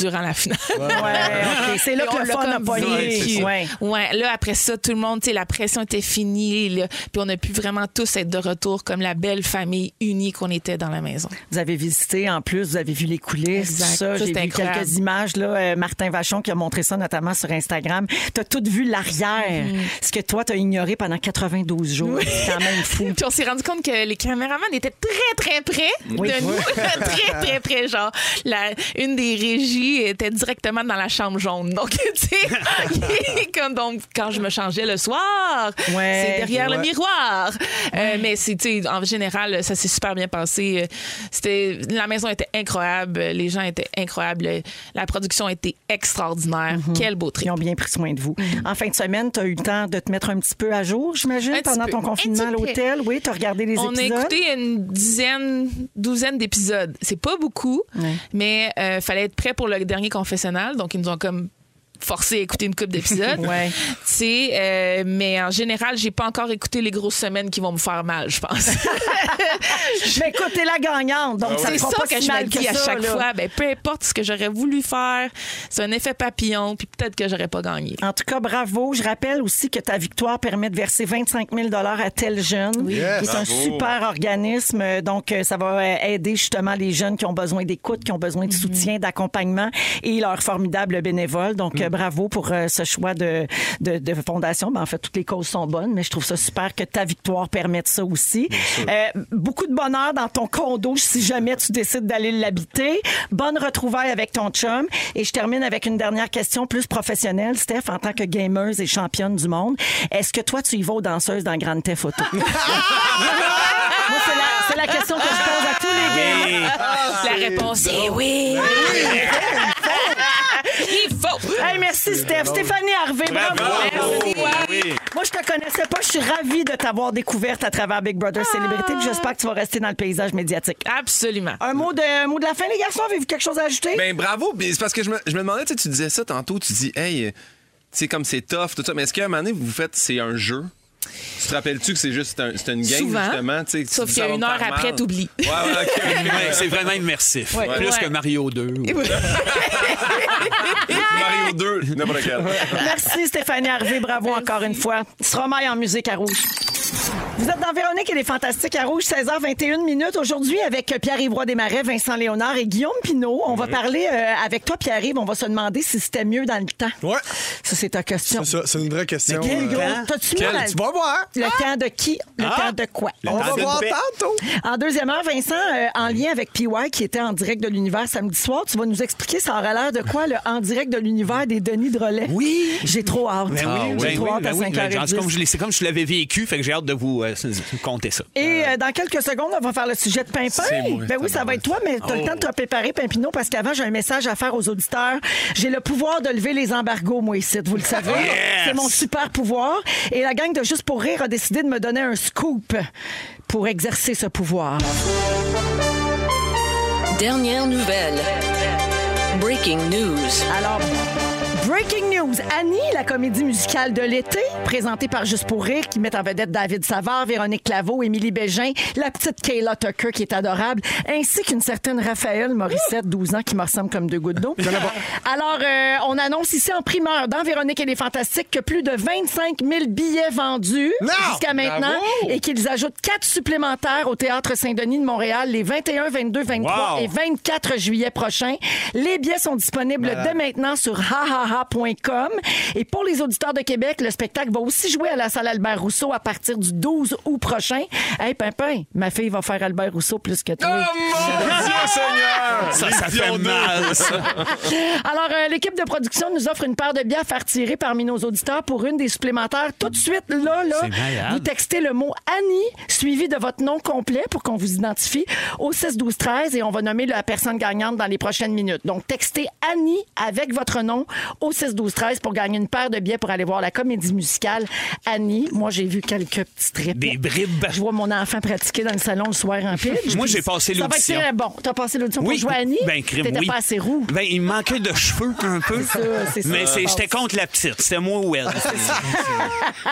Speaker 8: durant la finale.
Speaker 5: Ouais, ok. C'est là
Speaker 8: Et
Speaker 5: que
Speaker 8: on
Speaker 5: le
Speaker 8: l'a
Speaker 5: fun a
Speaker 8: comme
Speaker 5: pogné.
Speaker 8: vécu.
Speaker 5: Ouais.
Speaker 8: Ouais, là, après ça, tout le monde, tu sais, la pression était finie. là. puis on a pu vraiment tous être de retour comme la belle famille unie qu'on était dans la maison.
Speaker 5: Vous avez visité en plus, vous avez vu les coulisses,
Speaker 8: Exact.
Speaker 5: tout ça.
Speaker 8: Ça,
Speaker 5: J'ai vu
Speaker 8: c'est incroyable.
Speaker 5: quelques images là, euh, Martin Vachon qui a montré ça notamment sur Instagram. T'as tout vu l'arrière,
Speaker 8: Mhm.
Speaker 5: ce que toi t'as ignoré pendant 92 jours. C'est quand même fou.
Speaker 8: Puis on s'est rendu compte que les caméramans étaient très, très près de nous. très, très près. Genre, la, une des régies était directement dans la chambre jaune. Donc, tu sais, quand, donc, quand je me changeais le soir,
Speaker 5: Ouais.
Speaker 8: c'est derrière le
Speaker 6: Ouais.
Speaker 8: miroir. Euh, mais c'est, tu sais, en général, ça s'est super bien passé. C'était, la maison était incroyable. Les gens étaient incroyables. La production était extraordinaire.
Speaker 5: Mhm.
Speaker 8: Quel beau trip.
Speaker 5: Ils ont bien pris soin de vous. En fin de semaine, t'as eu le temps de te mettre un petit peu à jour, j'imagine,
Speaker 8: Mhm. Un petit
Speaker 5: pendant
Speaker 8: peu.
Speaker 5: ton
Speaker 8: Un
Speaker 5: confinement à
Speaker 8: petit peu.
Speaker 5: l'hôtel. Oui, t'as regardé les
Speaker 8: On
Speaker 5: épisodes.
Speaker 8: a écouté une dizaine, douzaine d'épisodes. C'est pas beaucoup, mais euh, fallait être prêt pour le dernier confessionnal. Donc, ils nous ont comme forcé à écouter une coupe d'épisodes.
Speaker 5: Ouais.
Speaker 8: Tu sais, euh, mais en général, j'ai pas encore écouté les grosses semaines qui vont me faire mal, je pense.
Speaker 5: Mais écoute, t'es la gagnante, donc ça
Speaker 8: Ah C'est
Speaker 5: ne
Speaker 8: ça
Speaker 5: pas
Speaker 8: que
Speaker 5: si
Speaker 8: je me
Speaker 5: mal
Speaker 8: dis
Speaker 5: que
Speaker 8: à
Speaker 5: ça,
Speaker 8: chaque
Speaker 5: là.
Speaker 8: fois. Ben, peu importe ce que j'aurais voulu faire, c'est un effet papillon, puis peut-être que j'aurais pas gagné.
Speaker 5: En tout cas, bravo. Je rappelle aussi que ta victoire permet de verser 25 000 à tel jeune.
Speaker 6: Yes.
Speaker 5: qui est un
Speaker 7: Bravo.
Speaker 5: super organisme. Euh, Donc, euh, ça va euh, aider justement les jeunes qui ont besoin d'écoute, qui ont besoin de soutien, d'accompagnement et leurs formidables bénévoles. Donc, euh, bravo pour euh, ce choix de, de, de fondation. Ben, en fait, toutes les causes sont bonnes, mais je trouve ça super que ta victoire permette ça aussi. Euh, beaucoup de bonheur dans ton condo si jamais tu décides d'aller l'habiter. Bonne retrouvaille avec ton chum. Et je termine avec une dernière question plus professionnelle, Steph, en tant que gameuse et championne du monde. Est-ce que toi, tu y vas aux danseuses dans Grande Theft Auto? Moi, c'est la, c'est la question que je pose à tous les gars.
Speaker 8: la réponse est oui. Il faut.
Speaker 5: Hey, merci, Steph. Stéphanie Harvey, bravo.
Speaker 8: Merci.
Speaker 7: Oui.
Speaker 5: Moi, je te connaissais pas. Je suis ravie de t'avoir découverte à travers Big Brother Célébrité. puis J'espère que tu vas rester dans le paysage médiatique.
Speaker 8: Absolument.
Speaker 5: Un mot de, un mot de la fin, les garçons. Avez-vous quelque chose à ajouter?
Speaker 7: Ben bravo, puis c'est parce que je me, je me demandais, tu sais, tu disais ça tantôt, tu dis, hey, euh, tu sais, comme c'est tough, tout ça, mais est-ce qu'à un moment donné, vous faites, c'est un jeu? Tu te rappelles-tu que c'est juste un- c'est une game,
Speaker 8: Souvent.
Speaker 7: justement? tu sais, que
Speaker 8: Sauf
Speaker 7: tu dis,
Speaker 8: qu'il y a
Speaker 7: ça va
Speaker 8: une
Speaker 7: me
Speaker 8: heure
Speaker 7: faire
Speaker 8: après,
Speaker 7: mal.
Speaker 8: t'oublies.
Speaker 7: Ouais, ouais, ok.
Speaker 4: Ouais, c'est vraiment immersif.
Speaker 8: Ouais.
Speaker 4: Plus
Speaker 8: Ouais.
Speaker 4: que Mario 2.
Speaker 7: Mario 2, n'importe quel.
Speaker 5: Merci Stéphanie Harvey, bravo encore une fois. Stromae en musique à rouge. Vous êtes dans Véronique et les Fantastiques à Rouge, 16h21 minutes. Aujourd'hui, avec Pierre-Yves Roy Desmarais, Vincent Léonard et Guillaume Pinault, on va parler euh, avec toi, Pierre-Yves. On va se demander si c'était mieux dans le temps.
Speaker 6: Ouais.
Speaker 5: Ça, c'est ta question.
Speaker 6: C'est ça, c'est une vraie question.
Speaker 5: Quel
Speaker 6: euh,
Speaker 5: gros- T'as-tu mis
Speaker 6: quel-
Speaker 5: dans
Speaker 6: Tu vas voir.
Speaker 5: le temps de qui? Le temps de quoi?
Speaker 6: On
Speaker 4: Ah! temps
Speaker 6: va
Speaker 4: d'une
Speaker 6: voir
Speaker 4: paix.
Speaker 6: tantôt.
Speaker 5: En deuxième heure, Vincent, euh, en lien avec PY qui était en direct de l'univers samedi soir, tu vas nous expliquer ça aura l'air de quoi le en direct de l'univers des Denis Drolet.
Speaker 4: Oui.
Speaker 5: J'ai trop hâte.
Speaker 4: Ben
Speaker 5: J'ai
Speaker 4: oui, ben
Speaker 5: trop
Speaker 4: oui,
Speaker 5: hâte
Speaker 4: ben
Speaker 5: à
Speaker 4: oui, ben,
Speaker 5: 5h10.
Speaker 4: c'est comme je l'ai- c'est comme je l'avais vécu, fait que j'ai hâte de vous euh, s- compter ça.
Speaker 5: Et euh, dans quelques secondes, on va faire le sujet de Pimpin. Ben oui, ça va être toi, mais tu as le temps de te préparer, Pimpino, parce qu'avant, j'ai un message à faire aux auditeurs. J'ai le pouvoir de lever les embargos, moi, ici, vous le savez. C'est mon super pouvoir. Et la gang de Juste pour rire a décidé de me donner un scoop pour exercer ce pouvoir.
Speaker 2: Dernière nouvelle. Breaking news.
Speaker 5: Alors, breaking news. Annie, la comédie musicale de l'été, présentée par Juste pour rire, qui met en vedette David Savard, Véronique Claveau, Émilie Bégin, la petite Kayla Tucker, qui est adorable, ainsi qu'une certaine Raphaël Morissette, 12 ans, qui me ressemble comme deux gouttes d'eau. Alors, euh, on annonce ici en primeur dans Véronique et les Fantastiques que plus de 25 000 billets vendus
Speaker 6: Non!
Speaker 5: jusqu'à maintenant et qu'ils ajoutent quatre supplémentaires au Théâtre Saint-Denis de Montréal les 21, 22, 23
Speaker 4: Wow!
Speaker 5: et 24 juillet prochain. Les billets sont disponibles dès maintenant sur hahaha.com. Et pour les auditeurs de Québec, le spectacle va aussi jouer à la salle Albert Rousseau à partir du 12 août prochain. Hey, Pimpin, ma fille va faire Albert Rousseau plus que toi.
Speaker 4: Ça, ça fait mal, ça.
Speaker 5: Alors, euh, l'équipe de production nous offre une paire de billets à faire tirer parmi nos auditeurs pour une des supplémentaires. Tout de suite, là, là,
Speaker 4: C'est malade.
Speaker 5: vous textez le mot Annie suivi de votre nom complet pour qu'on vous identifie au 6-12-13 et on va nommer la personne gagnante dans les prochaines minutes. Donc, textez Annie avec votre nom au 6-12-13 pour gagner une paire de billets pour aller voir la comédie musicale Annie. Moi, j'ai vu quelques petits trips.
Speaker 4: Des bribes.
Speaker 5: Je vois mon enfant pratiquer dans le salon le soir en pile.
Speaker 4: Moi, j'ai passé l'audition.
Speaker 5: Ça va être très bon. T'as passé l'audition pour jouer à Annie?
Speaker 4: Ben, crime,
Speaker 5: T'étais
Speaker 4: oui.
Speaker 5: pas assez roux.
Speaker 4: Ben, il me manquait de cheveux un peu.
Speaker 5: ça, c'est ça.
Speaker 4: Mais c'est-
Speaker 5: Ah.
Speaker 4: j'étais contre la petite. C'était moi ou elle.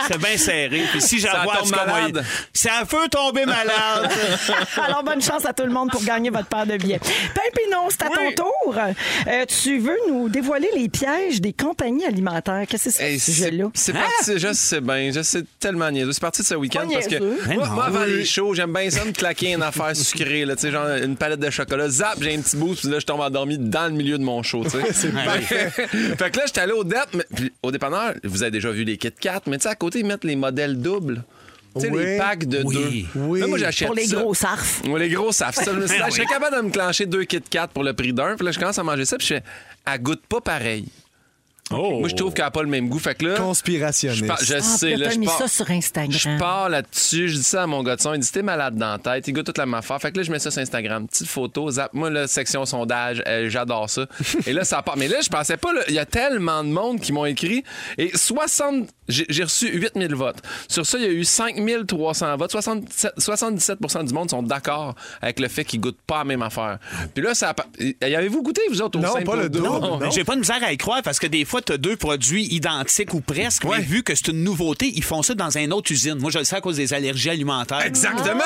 Speaker 4: C'était bien serré. Puis si j'en
Speaker 7: Ça
Speaker 4: vois,
Speaker 7: tombe
Speaker 4: c'est comme
Speaker 7: malade.
Speaker 4: moi, Ça peut tomber malade.
Speaker 5: Alors, bonne chance à tout le monde pour gagner votre paire de billets. Pimpinon, c'est à ton tour. Euh, tu veux nous dévoiler les pièges des compagnies alimentaires. Qu'est-ce que c'est,
Speaker 7: Hey,
Speaker 5: ce
Speaker 7: c'est
Speaker 5: sujet-là? Hein?
Speaker 7: c'est parti, je sais bien, je sais tellement niaiseux. C'est parti de ce week-end
Speaker 5: Pas
Speaker 7: parce que
Speaker 5: niaiseux.
Speaker 7: moi,
Speaker 4: Mais
Speaker 7: moi,
Speaker 4: non.
Speaker 7: avant les shows, j'aime bien ça me claquer une affaire sucrée, là, tu sais, genre une palette de chocolat, zap, j'ai un petit boost, puis là, je tombe endormi dans le milieu de mon show, tu sais. C'est parfait. fait que là, j'étais allé au DEP, mais- puis au dépanneur, vous avez déjà vu les Kit Kat, mais tu sais, à côté, ils mettent les modèles doubles. Tu sais,
Speaker 6: Oui.
Speaker 7: les packs de
Speaker 4: Oui.
Speaker 7: deux.
Speaker 6: Oui.
Speaker 7: Là, moi, j'achète
Speaker 5: Pour les
Speaker 7: ça.
Speaker 5: gros sarfs.
Speaker 7: Moi, les gros savent ça. Je
Speaker 5: Ben
Speaker 7: me suis dit, ah, je serais capable de me clencher deux Kit Kat pour le prix d'un. Puis là, je commence à manger ça. Puis je fais, elle goûte pas pareil. Moi, je trouve qu'elle n'a pas le même goût. Fait que là. Je,
Speaker 6: Conspirationniste.
Speaker 7: pars- je
Speaker 5: Ah,
Speaker 7: sais,
Speaker 5: puis là,
Speaker 7: là,
Speaker 5: t'as
Speaker 7: je
Speaker 5: mis
Speaker 7: pars,
Speaker 5: ça sur Instagram.
Speaker 7: Je pars Ah, là-dessus, je dis ça à mon gars de son, il dit t'es malade dans la tête, il goûte toute la même affaire. Fait que là, je mets ça sur Instagram, petite photo, zap, moi, là, section sondage, euh, j'adore ça. Et là, ça part. Mais là, je pensais pas, là, il y a tellement de monde qui m'ont écrit, et 60, j'ai j'ai reçu 8000 votes. Sur ça, il y a eu 5300 votes, 67, 77 du monde sont d'accord avec le fait qu'ils goûtent pas la même affaire. Puis là, ça a pas- y y avez-vous goûté, vous autres, au
Speaker 6: Non,
Speaker 7: simple
Speaker 6: pas le
Speaker 7: double?
Speaker 6: double, non.
Speaker 4: J'ai pas de misère à y croire parce que des fois, tu as deux produits identiques ou presque, mais vu que c'est une nouveauté, ils font ça dans une autre usine. Moi, je le sais à cause des allergies alimentaires.
Speaker 7: Exactement!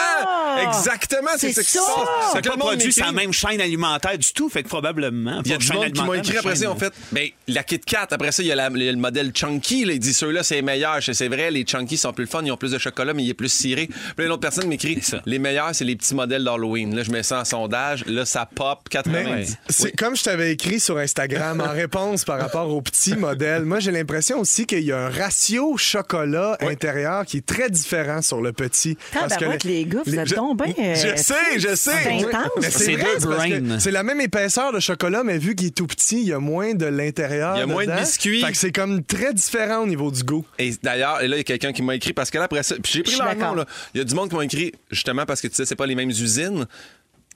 Speaker 7: Exactement! C'est
Speaker 5: C'est
Speaker 7: ce qui se
Speaker 5: ça!
Speaker 7: passe.
Speaker 4: Ça
Speaker 7: Fait
Speaker 4: n'a
Speaker 7: que
Speaker 4: pas
Speaker 7: le monde
Speaker 4: produit
Speaker 7: m'écrit.
Speaker 4: la même chaîne alimentaire du tout, fait que probablement.
Speaker 7: Il y a
Speaker 4: pas
Speaker 7: du
Speaker 4: chaîne
Speaker 7: monde qui m'a
Speaker 4: alimentaire,
Speaker 7: écrit
Speaker 4: mais
Speaker 7: après ça, ils ont
Speaker 4: chaîne-
Speaker 7: fait ben, la Kit Kat, après ça, il y a la- le le modèle Chunky, là, il dit ceux-là, c'est les meilleurs. Je sais, C'est vrai, les Chunky sont plus le fun, ils ont plus de chocolat, mais il est plus ciré. Puis là, une autre personne m'écrit
Speaker 4: ça.
Speaker 7: les meilleurs, c'est les petits modèles d'Halloween. Là, je mets ça en sondage, là, ça pop
Speaker 6: Mais
Speaker 7: 90.
Speaker 4: Ben
Speaker 6: c'est comme je t'avais écrit sur Instagram en réponse par rapport au petit modèle. Moi, j'ai l'impression aussi qu'il y a un ratio chocolat intérieur qui est très différent sur le petit.
Speaker 5: Tabarouette, les gars, vous êtes
Speaker 6: je-
Speaker 5: donc bien, euh,
Speaker 6: je sais, je sais.
Speaker 5: c'est intense.
Speaker 6: Mais
Speaker 4: C'est
Speaker 6: C'est vrai,
Speaker 4: deux
Speaker 6: c'est parce que
Speaker 4: brains.
Speaker 6: c'est la même épaisseur de chocolat, mais vu qu'il est tout petit, il y a moins de l'intérieur.
Speaker 7: Il y a moins de
Speaker 6: dedans.
Speaker 7: biscuits.
Speaker 6: Fait que c'est comme très différent au niveau du goût.
Speaker 7: Et d'ailleurs, et là, il y a quelqu'un qui m'a écrit parce que là, après ça, puis j'ai pris
Speaker 5: Je suis
Speaker 7: leur nom,
Speaker 5: d'accord.
Speaker 7: là. Il y a du monde qui m'a écrit justement parce que tu sais, c'est pas les mêmes usines.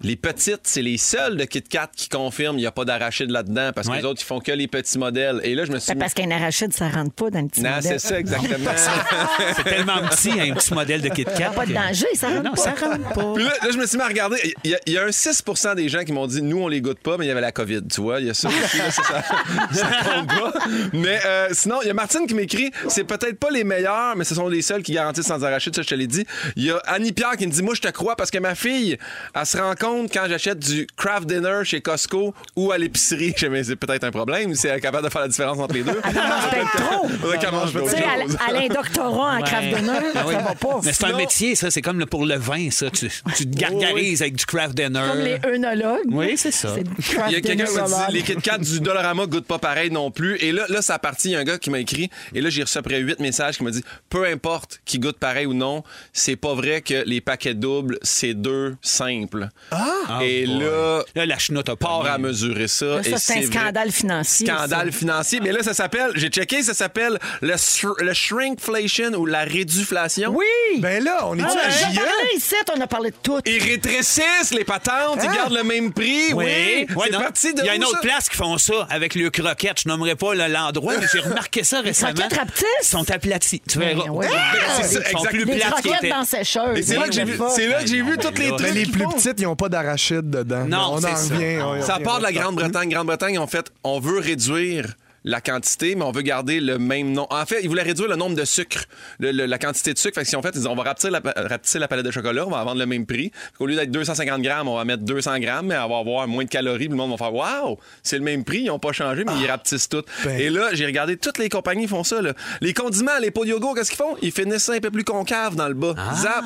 Speaker 7: Les petites, c'est les seules de Kit Kat qui confirment il n'y a pas d'arachide là-dedans parce que
Speaker 4: Ouais.
Speaker 7: les autres, ils font que les petits modèles. Et là, je me suis
Speaker 5: Ben,
Speaker 7: dit.
Speaker 5: parce qu'un arachide, ça rentre pas dans le petit
Speaker 7: Non,
Speaker 5: modèle.
Speaker 7: c'est ça, exactement.
Speaker 4: C'est tellement petit, un petit modèle de Kit Kat.
Speaker 5: Pas de danger, ça rentre
Speaker 4: Non,
Speaker 5: pas.
Speaker 4: ça rentre pas.
Speaker 7: Puis là, là, je me suis mis à regarder. Il y, a- il y a un 6 des gens qui m'ont dit nous, on les goûte pas, mais il y avait la COVID, tu vois. Il y a ça aussi, là, ça, ça, ça compte pas. Mais euh, sinon, il y a Martine qui m'écrit c'est peut-être pas les meilleurs, mais ce sont les seuls qui garantissent sans arachide, ça, je te l'ai dit. Il y a Annie Pierre qui me dit moi, je te crois parce que ma fille, elle se rend compte quand j'achète du craft dinner chez Costco ou à l'épicerie. Je dis, Mais c'est peut-être un problème si elle est capable de faire la différence entre les deux.
Speaker 5: Elle en mange peut-être trop.
Speaker 7: Faudrait qu'elle mange
Speaker 5: Tu
Speaker 7: d'autres
Speaker 5: sais, à
Speaker 7: choses.
Speaker 5: à un doctorat en craft dinner,
Speaker 7: Ah
Speaker 5: ça va pas.
Speaker 4: Ben Mais c'est un
Speaker 7: Sinon-
Speaker 4: métier, ça. C'est comme le- pour le vin, ça. Tu, tu te gargarises avec du craft dinner.
Speaker 5: Comme les œnologues.
Speaker 4: Oui, c'est ça.
Speaker 5: C'est
Speaker 7: Il y a
Speaker 5: craft
Speaker 7: quelqu'un
Speaker 5: dinner
Speaker 7: qui m'a
Speaker 5: sauvage.
Speaker 7: dit les Kit Kat du Dollarama goûtent pas pareil non plus. Et là, là ça a parti. Il y a un gars qui m'a écrit. Et là, j'ai reçu après huit messages qui m'a dit peu importe qui goûte pareil ou non, c'est pas vrai que les paquets doubles, c'est deux simples. Ah! Et
Speaker 4: Oh boy.
Speaker 7: là,
Speaker 4: Là, la chenoute a
Speaker 7: part à
Speaker 4: pas.
Speaker 7: mesurer ça.
Speaker 5: Là, ça,
Speaker 7: et
Speaker 5: c'est un
Speaker 7: vrai.
Speaker 5: scandale financier,
Speaker 7: Scandale financier. Mais là, ça s'appelle, j'ai checké, ça s'appelle le, shr- le shrinkflation ou la réduflation.
Speaker 5: Oui!
Speaker 6: Ben là, on est-tu
Speaker 5: Ah, on
Speaker 6: à
Speaker 5: a
Speaker 7: E.
Speaker 6: JE?
Speaker 5: parlé ici, on a parlé de tout.
Speaker 7: Ils rétrécissent les patentes,
Speaker 5: Ah!
Speaker 7: ils gardent le même prix. Oui,
Speaker 4: Ouais,
Speaker 7: c'est
Speaker 4: non.
Speaker 7: parti de
Speaker 4: Il y a
Speaker 7: où,
Speaker 4: une autre
Speaker 7: ça?
Speaker 4: place qui font ça avec le croquette. Je nommerai pas le- l'endroit, mais j'ai remarqué ça récemment.
Speaker 5: croquettes rapetisses?
Speaker 4: Ils sont aplatis. Tu verras.
Speaker 5: ouais.
Speaker 7: Ah!
Speaker 4: C'est ça, Ils sont
Speaker 7: Exact.
Speaker 4: plus
Speaker 5: Les
Speaker 4: plates qu'ils
Speaker 5: croquettes
Speaker 4: étaient.
Speaker 5: dans la sécheuse. Ah.
Speaker 7: Et c'est là que j'ai vu, c'est là que j'ai vu toutes les
Speaker 4: Mais
Speaker 7: trucs.
Speaker 6: Mais les
Speaker 7: qu'ils
Speaker 6: plus
Speaker 7: font.
Speaker 6: petites, ils n'ont pas d'arachide dedans.
Speaker 4: Non,
Speaker 6: on en
Speaker 4: c'est ça.
Speaker 6: revient. on-
Speaker 7: Ça
Speaker 6: on-
Speaker 7: part de la Grande-Bretagne. Grande-Bretagne, en fait, on veut réduire la quantité, mais on veut garder le même nom. En fait, ils voulaient réduire le nombre de sucre, le- le- la quantité de sucre. Fait que si on fait, ils disent, on va rapetisser la, rapetisser la palette de chocolat, on va en vendre le même prix. Au lieu d'être 250 grammes, on va mettre 200 grammes, mais on va avoir moins de calories. Puis Le monde va faire, waouh, c'est le même prix, ils n'ont pas changé, mais ils rapetissent tout.
Speaker 6: Ben.
Speaker 7: Et là, j'ai regardé, toutes les compagnies font ça. là. Les condiments, les pots de yogourt, qu'est-ce qu'ils font? Ils finissent ça un peu plus concave dans le bas. Zap,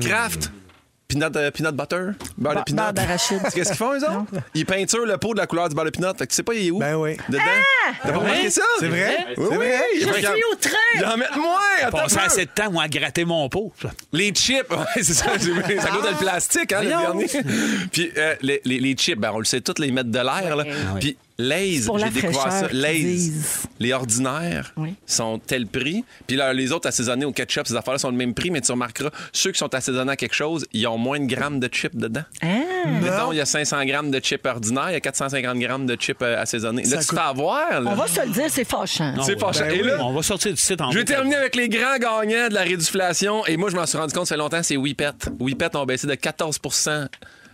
Speaker 7: Kraft, peanut, euh, peanut butter, beurre de
Speaker 5: Ba-
Speaker 7: peanut.
Speaker 5: beurre d'arachide.
Speaker 7: Qu'est-ce qu'ils font, eux autres? Ils peinturent le pot de la couleur du beurre de pinot. Fait que tu sais pas, il est où?
Speaker 6: Ben oui.
Speaker 7: Dedans. T'as pas remarqué ça?
Speaker 6: C'est vrai?
Speaker 7: Oui, oui.
Speaker 6: C'est vrai?
Speaker 7: Ils
Speaker 5: Ah Je
Speaker 7: en-
Speaker 5: suis au train.
Speaker 7: Ils en mettent moins! attends
Speaker 4: Passer
Speaker 7: un peu.
Speaker 4: assez de temps, moi, à gratter mon pot.
Speaker 7: Les chips, ouais, c'est ça, j'ai vu. ça goûte
Speaker 5: Ah!
Speaker 7: le plastique, hein, le dernier. Puis euh, les, les- les chips, ben, on le sait tous, les mettre de l'air. là. Puis Lays,
Speaker 5: pour la
Speaker 7: j'ai découvert ça.
Speaker 5: fraîcheur qu'ils
Speaker 7: Lays,
Speaker 5: disent.
Speaker 7: les ordinaires
Speaker 5: Oui.
Speaker 7: sont tel prix. Puis là, les autres assaisonnés au ketchup, ces affaires-là sont le même prix, mais tu remarqueras, ceux qui sont assaisonnés à quelque chose, ils ont moins de grammes de chips dedans.
Speaker 5: Ah.
Speaker 7: Mettons, il y a 500 grammes de chips ordinaires, il y a 450 grammes de chips euh, assaisonnés. Là,
Speaker 6: Ça
Speaker 7: tu te
Speaker 6: coûte-
Speaker 7: fais avoir. là.
Speaker 5: On va se le dire, c'est fâchant.
Speaker 4: Non,
Speaker 7: C'est
Speaker 4: ouais.
Speaker 7: pas cher.
Speaker 4: Ben
Speaker 7: Et
Speaker 4: oui,
Speaker 7: là-
Speaker 4: on va sortir du site en
Speaker 7: Je vais
Speaker 4: boucle.
Speaker 7: terminer avec les grands gagnants de la réduflation. Et moi, je m'en suis rendu compte, ça fait longtemps, c'est Whippet. Whippet ont baissé de 14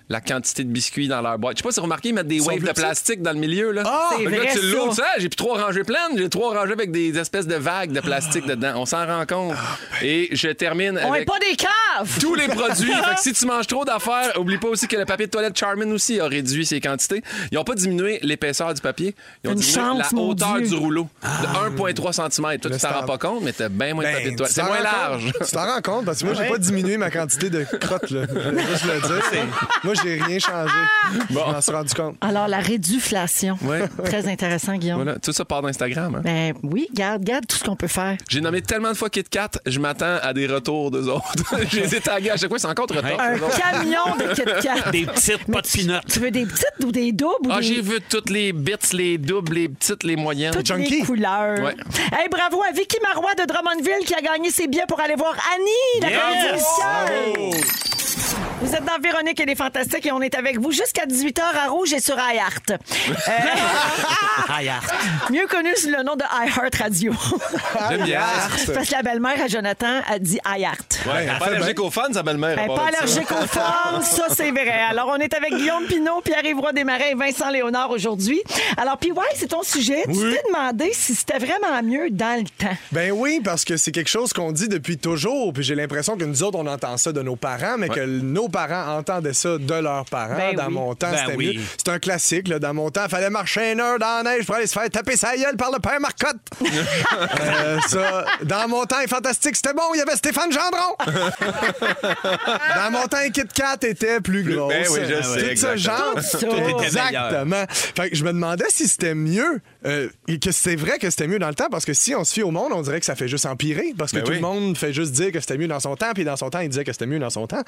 Speaker 7: la quantité de biscuits dans leur boîte. Je sais pas si vous remarquez, ils mettent des waves
Speaker 6: plus
Speaker 7: de
Speaker 6: petits.
Speaker 7: plastique dans le milieu. Là.
Speaker 6: Ah,
Speaker 7: Fait que
Speaker 5: c'est
Speaker 7: là,
Speaker 5: vrai,
Speaker 7: tu l'ouvres,
Speaker 5: ça.
Speaker 7: tu sais, j'ai plus trois rangées pleines, j'ai trois rangées avec des espèces de vagues de plastique dedans. On s'en rend compte. Et je termine
Speaker 5: Ah. ben. On n'est
Speaker 7: avec
Speaker 5: pas des caves!
Speaker 7: tous les produits. Fait que si tu manges trop d'affaires, oublie pas aussi que le papier de toilette Charmin aussi a réduit ses quantités. Ils ont pas diminué l'épaisseur du papier, ils ont
Speaker 5: Une
Speaker 7: diminué
Speaker 5: chance,
Speaker 7: la
Speaker 5: mon
Speaker 7: hauteur
Speaker 5: Dieu.
Speaker 7: du rouleau de 1.3 cm. Toi,
Speaker 6: Le
Speaker 7: tu t'en rends
Speaker 6: stand.
Speaker 7: pas compte, mais t'as bien moins de
Speaker 6: Ben,
Speaker 7: papier de toilette.
Speaker 6: tu
Speaker 7: C'est
Speaker 6: t'en
Speaker 7: moins
Speaker 6: rends
Speaker 7: large.
Speaker 6: compte? Tu t'en rends compte parce que moi, j'ai pas diminué ma quantité de crotte, là. Je vais juste le dire. Moi, j'ai rien changé. Je m'en suis rendu compte.
Speaker 5: Alors, la réduflation.
Speaker 7: Ouais.
Speaker 5: Très intéressant, Guillaume.
Speaker 7: Voilà, tout ça part d'Instagram. hein.
Speaker 5: Ben oui, garde, garde tout ce qu'on peut faire.
Speaker 7: J'ai nommé tellement de fois Kit Kat, je m'attends à des retours d'eux autres. je les ai tagués à chaque fois, c'est encore trop tard.
Speaker 5: Un camion de Kit Kat.
Speaker 4: Des petites,
Speaker 5: Mais
Speaker 4: pas de
Speaker 5: tu-
Speaker 4: peanuts.
Speaker 5: Tu veux des petites ou des doubles? ou
Speaker 7: Ah,
Speaker 5: des-
Speaker 7: j'ai vu toutes les bits, les doubles, les petites, les moyennes.
Speaker 5: toutes les
Speaker 6: Junkie.
Speaker 5: couleurs.
Speaker 7: Ouais.
Speaker 5: Hey, bravo à Vicky Marois de Drummondville qui a gagné ses billets pour aller voir Annie, la comédie musicale. Vous êtes dans Véronique et les Fantastiques et on est avec vous jusqu'à 18h à Rouge et sur iHeart. Euh,
Speaker 4: Aïe, arc.
Speaker 5: mieux connu sous le nom de iHeart Radio.
Speaker 7: J'aime bien.
Speaker 5: Parce que la belle-mère à Jonathan a dit iHeart.
Speaker 7: Ouais, elle est pas
Speaker 6: fait
Speaker 7: allergique aux fans, sa belle-mère. à
Speaker 5: Elle est
Speaker 7: part
Speaker 5: pas
Speaker 7: de ça.
Speaker 5: allergique aux femmes, ça c'est vrai. Alors on est avec Guillaume Pinot, Pierre-Yves Roy Desmarais et Vincent Léonard aujourd'hui. Alors PY, c'est ton sujet. Tu t'es demandé si c'était vraiment mieux dans le temps.
Speaker 6: Ben oui, parce que c'est quelque chose qu'on dit depuis toujours. Puis j'ai l'impression que nous autres, on entend ça de nos parents, mais que nos parents entendaient ça de leurs parents.
Speaker 5: Ben
Speaker 6: dans
Speaker 5: oui.
Speaker 6: mon temps,
Speaker 4: Ben
Speaker 6: c'était
Speaker 4: oui.
Speaker 6: mieux. C'est un classique. Là. Dans mon temps, fallait marcher une heure dans la neige pour aller se faire taper sa gueule par le père Marcotte. Euh, ça, dans mon temps, est fantastique. C'était bon. Il y avait Stéphane Gendron. dans mon temps, Kit Kat était plus grosse.
Speaker 7: Ben oui, je
Speaker 6: Tout
Speaker 7: sais,
Speaker 6: ce
Speaker 7: exactement.
Speaker 6: genre.
Speaker 5: Tout était
Speaker 6: Exactement. Fait que je me demandais si c'était mieux, euh, et que c'est vrai que c'était mieux dans le temps, parce que si on se fie au monde, on dirait que ça fait juste empirer, parce que
Speaker 7: Ben
Speaker 6: tout
Speaker 7: oui.
Speaker 6: le monde fait juste dire que c'était mieux dans son temps, puis dans son temps, il disait que c'était mieux dans son temps.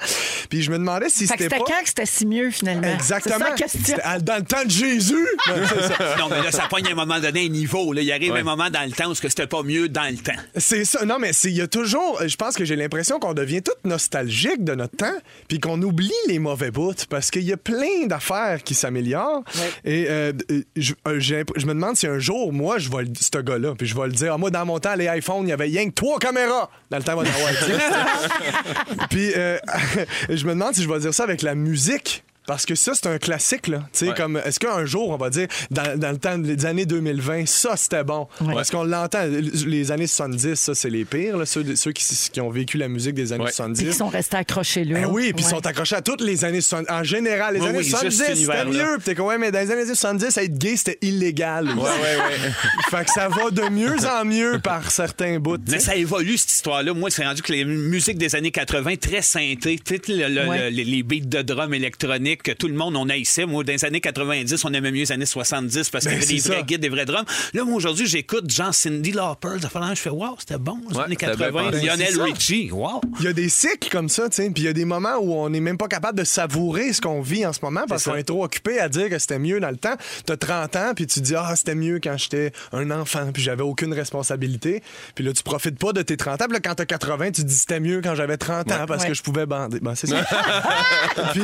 Speaker 6: Puis je je me demandais si
Speaker 5: Fait que
Speaker 6: c'était
Speaker 5: c'était
Speaker 6: pas.
Speaker 5: quand que c'était si mieux, finalement? C'est
Speaker 6: Exactement.
Speaker 5: ça la question.
Speaker 6: C'était à- Dans le temps de Jésus. Non, c'est ça.
Speaker 4: Non, mais là, ça pogne à un moment donné un niveau. Là. Il arrive un moment dans le temps où ce que c'était pas mieux dans le temps.
Speaker 6: C'est ça. Non, mais c'est- il y a toujours. Je pense que j'ai l'impression qu'on devient tout nostalgique de notre temps, puis qu'on oublie les mauvais bouts, parce qu'il y a plein d'affaires qui s'améliorent. Et euh, euh, je, euh, j'ai l'imp- je me demande si un jour, moi, je vais le- ce gars-là, puis je vais le dire. Ah, moi, dans mon temps, les iPhones, il y avait rien que trois caméras. Dans le temps, on va en avoir dix, tu sais. Puis euh, je me demande si je vais dire ça avec la musique. Parce que ça, c'est un classique, là. Tu sais, comme, est-ce qu'un jour, on va dire, dans, dans le temps des années 2020, ça, c'était bon? Parce qu'on l'entend, les années 70, ça, c'est les pires, là, ceux, ceux qui, qui ont vécu la musique des années
Speaker 7: Ouais.
Speaker 5: Puis qui
Speaker 6: 70.
Speaker 5: sont restés accrochés là.
Speaker 6: Ben oui, puis ils
Speaker 5: Ouais.
Speaker 6: sont accrochés à toutes les années 70. En général, les
Speaker 4: Oui,
Speaker 6: années
Speaker 4: oui, juste
Speaker 6: 70,
Speaker 4: cet
Speaker 6: c'était
Speaker 4: univers-là.
Speaker 6: mieux. Puis t'es comme, ouais, mais dans les années 70, être gay, c'était illégal.
Speaker 7: Ouais, ouais, ouais.
Speaker 6: fait que ça va de mieux en mieux par certains bouts. tu sais.
Speaker 4: Mais ça évolue, cette histoire-là. Moi, c'est rendu que les musiques des années 80, très synthées, tu sais, le- le-
Speaker 5: Ouais.
Speaker 4: le- les, les beats de drum électroniques que tout le monde, on haïssait. Moi, dans les années 90, on aimait mieux les années 70 parce qu'il y
Speaker 6: Ben,
Speaker 4: avait des
Speaker 6: c'est
Speaker 4: vrais
Speaker 6: ça.
Speaker 4: guides, des vrais drums. Là, moi, aujourd'hui, j'écoute Jean Cindy Lauper. Ça fait longtemps que Je fais « Wow, c'était bon, les
Speaker 7: Ouais,
Speaker 4: années
Speaker 7: t'as bien
Speaker 4: 80. »
Speaker 7: pensé.
Speaker 6: C'est
Speaker 4: Lionel
Speaker 6: ça.
Speaker 4: Richie, wow.
Speaker 6: Il y a des cycles comme ça, tu sais. Puis il y a des moments où on n'est même pas capable de savourer ce qu'on vit en ce moment parce qu'on est trop occupé à dire que c'était mieux dans le temps. T'as 30 ans, puis tu dis, ah, c'était mieux quand j'étais un enfant, puis j'avais aucune responsabilité. Puis là, tu profites pas de tes 30 ans. Puis là, quand t'as 80, tu dis, c'était mieux quand j'avais 30 ans parce
Speaker 5: Ouais.
Speaker 6: que je pouvais bander. Ben, c'est ça. puis,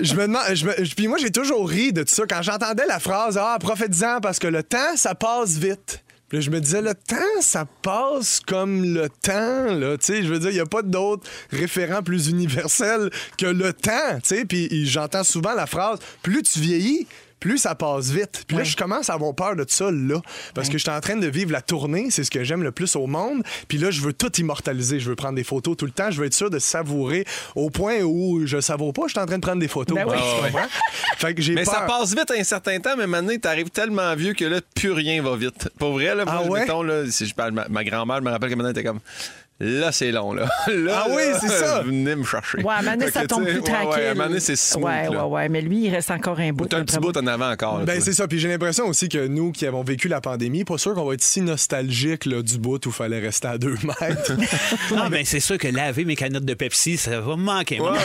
Speaker 6: je me demande, je me- puis moi, j'ai toujours ri de tout ça. Quand j'entendais la phrase, ah, profites-en parce que le temps, ça passe vite. Puis là, je me disais, le temps, ça passe comme le temps, là. Tu sais, je veux dire, il n'y a pas d'autre référent plus universel que le temps, tu sais. Puis il- j'entends souvent la phrase, plus tu vieillis, plus ça passe vite. Puis là, je commence à avoir peur de ça, là. Parce que je suis en train de vivre la tournée, c'est ce que j'aime le plus au monde. Puis là, je veux tout immortaliser. Je veux prendre des photos tout le temps. Je veux être sûr de savourer au point où je savoure pas, je suis en train de prendre des photos.
Speaker 5: Ben oui.
Speaker 6: Tu comprends? fait que j'ai
Speaker 7: Mais
Speaker 6: peur.
Speaker 7: ça passe vite un certain temps, mais maintenant, t'arrives tellement vieux que là, plus rien va vite. Pour vrai, là, moi,
Speaker 6: Ah
Speaker 7: je-
Speaker 6: ouais?
Speaker 7: mettons, là, si je parle, ma, ma grand-mère me rappelle que maintenant, elle était comme. Là, c'est long, là. Là,
Speaker 6: Ah oui,
Speaker 7: là,
Speaker 6: c'est ça.
Speaker 7: Venez me chercher.
Speaker 5: Ouais, à Mané,
Speaker 7: Fait
Speaker 5: ça
Speaker 7: que,
Speaker 5: tombe
Speaker 7: tu sais,
Speaker 5: plus
Speaker 7: ouais,
Speaker 5: tranquille.
Speaker 7: Ouais, à Mané, c'est smooth.
Speaker 5: Ouais, ouais,
Speaker 7: là.
Speaker 5: ouais. Mais lui, il reste encore un bout.
Speaker 7: T'as un petit
Speaker 5: d'après
Speaker 7: bout en avant encore. là,
Speaker 6: Ben,
Speaker 7: tu
Speaker 6: c'est ça. Puis j'ai l'impression aussi que nous qui avons vécu la pandémie, pas sûr qu'on va être si nostalgique là, du bout où fallait rester à deux mètres.
Speaker 4: Ah, ben, c'est sûr que laver mes canettes de Pepsi, ça va me manquer. moi.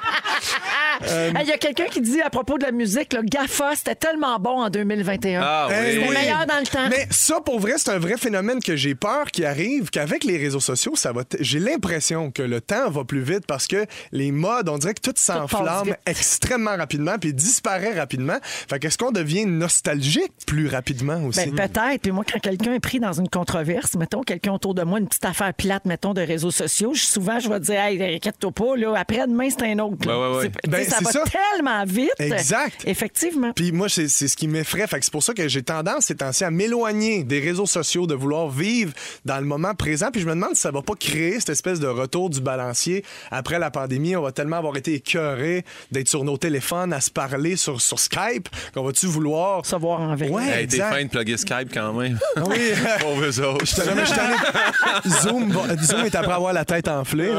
Speaker 5: moi. Hey, Il y a quelqu'un qui dit à propos de la musique, le GAFA, c'était tellement bon en 2021.
Speaker 7: Ah oui.
Speaker 6: Eh
Speaker 5: C'était meilleur dans le temps.
Speaker 6: Mais ça, pour vrai, c'est un vrai phénomène que j'ai peur qui arrive, qu'avec les réseaux sociaux, ça va. t- J'ai l'impression que le temps va plus vite parce que les modes, on dirait que tout s'enflamme
Speaker 5: vite.
Speaker 6: extrêmement rapidement puis disparaît rapidement. Fait qu'est-ce qu'on devient nostalgique plus rapidement aussi?
Speaker 5: Ben, peut-être. Puis moi, quand quelqu'un est pris dans une controverse, mettons, quelqu'un autour de moi, une petite affaire plate, mettons, de réseaux sociaux, je- souvent, je vais dire, hey, inquiète-toi pas, là, après-demain, c'est un autre. là.
Speaker 7: Ouais, ouais, ouais.
Speaker 5: C'est-
Speaker 6: Ben,
Speaker 5: tu sais, ça
Speaker 6: c'est
Speaker 5: va
Speaker 6: ça.
Speaker 5: tellement vite.
Speaker 6: Exact.
Speaker 5: Effectivement.
Speaker 6: Puis moi, c'est c'est ce qui m'effraie. Fait que c'est pour ça que j'ai tendance ces temps-ci à m'éloigner des réseaux sociaux, de vouloir vivre dans le moment présent. Puis je me demande si ça va pas créer cette espèce de retour du balancier. Après la pandémie, on va tellement avoir été écœurés d'être sur nos téléphones, à se parler sur, sur Skype, qu'on va-tu vouloir...
Speaker 5: Se voir en vrai.
Speaker 6: Ouais,
Speaker 7: Hey, t'es
Speaker 6: exact. Ah,
Speaker 7: fin de plugger Skype quand même.
Speaker 6: Oui.
Speaker 7: Pauvres autres.
Speaker 6: Je te remets, je t'en ai- Zoom, va- Zoom est après avoir la tête enflée.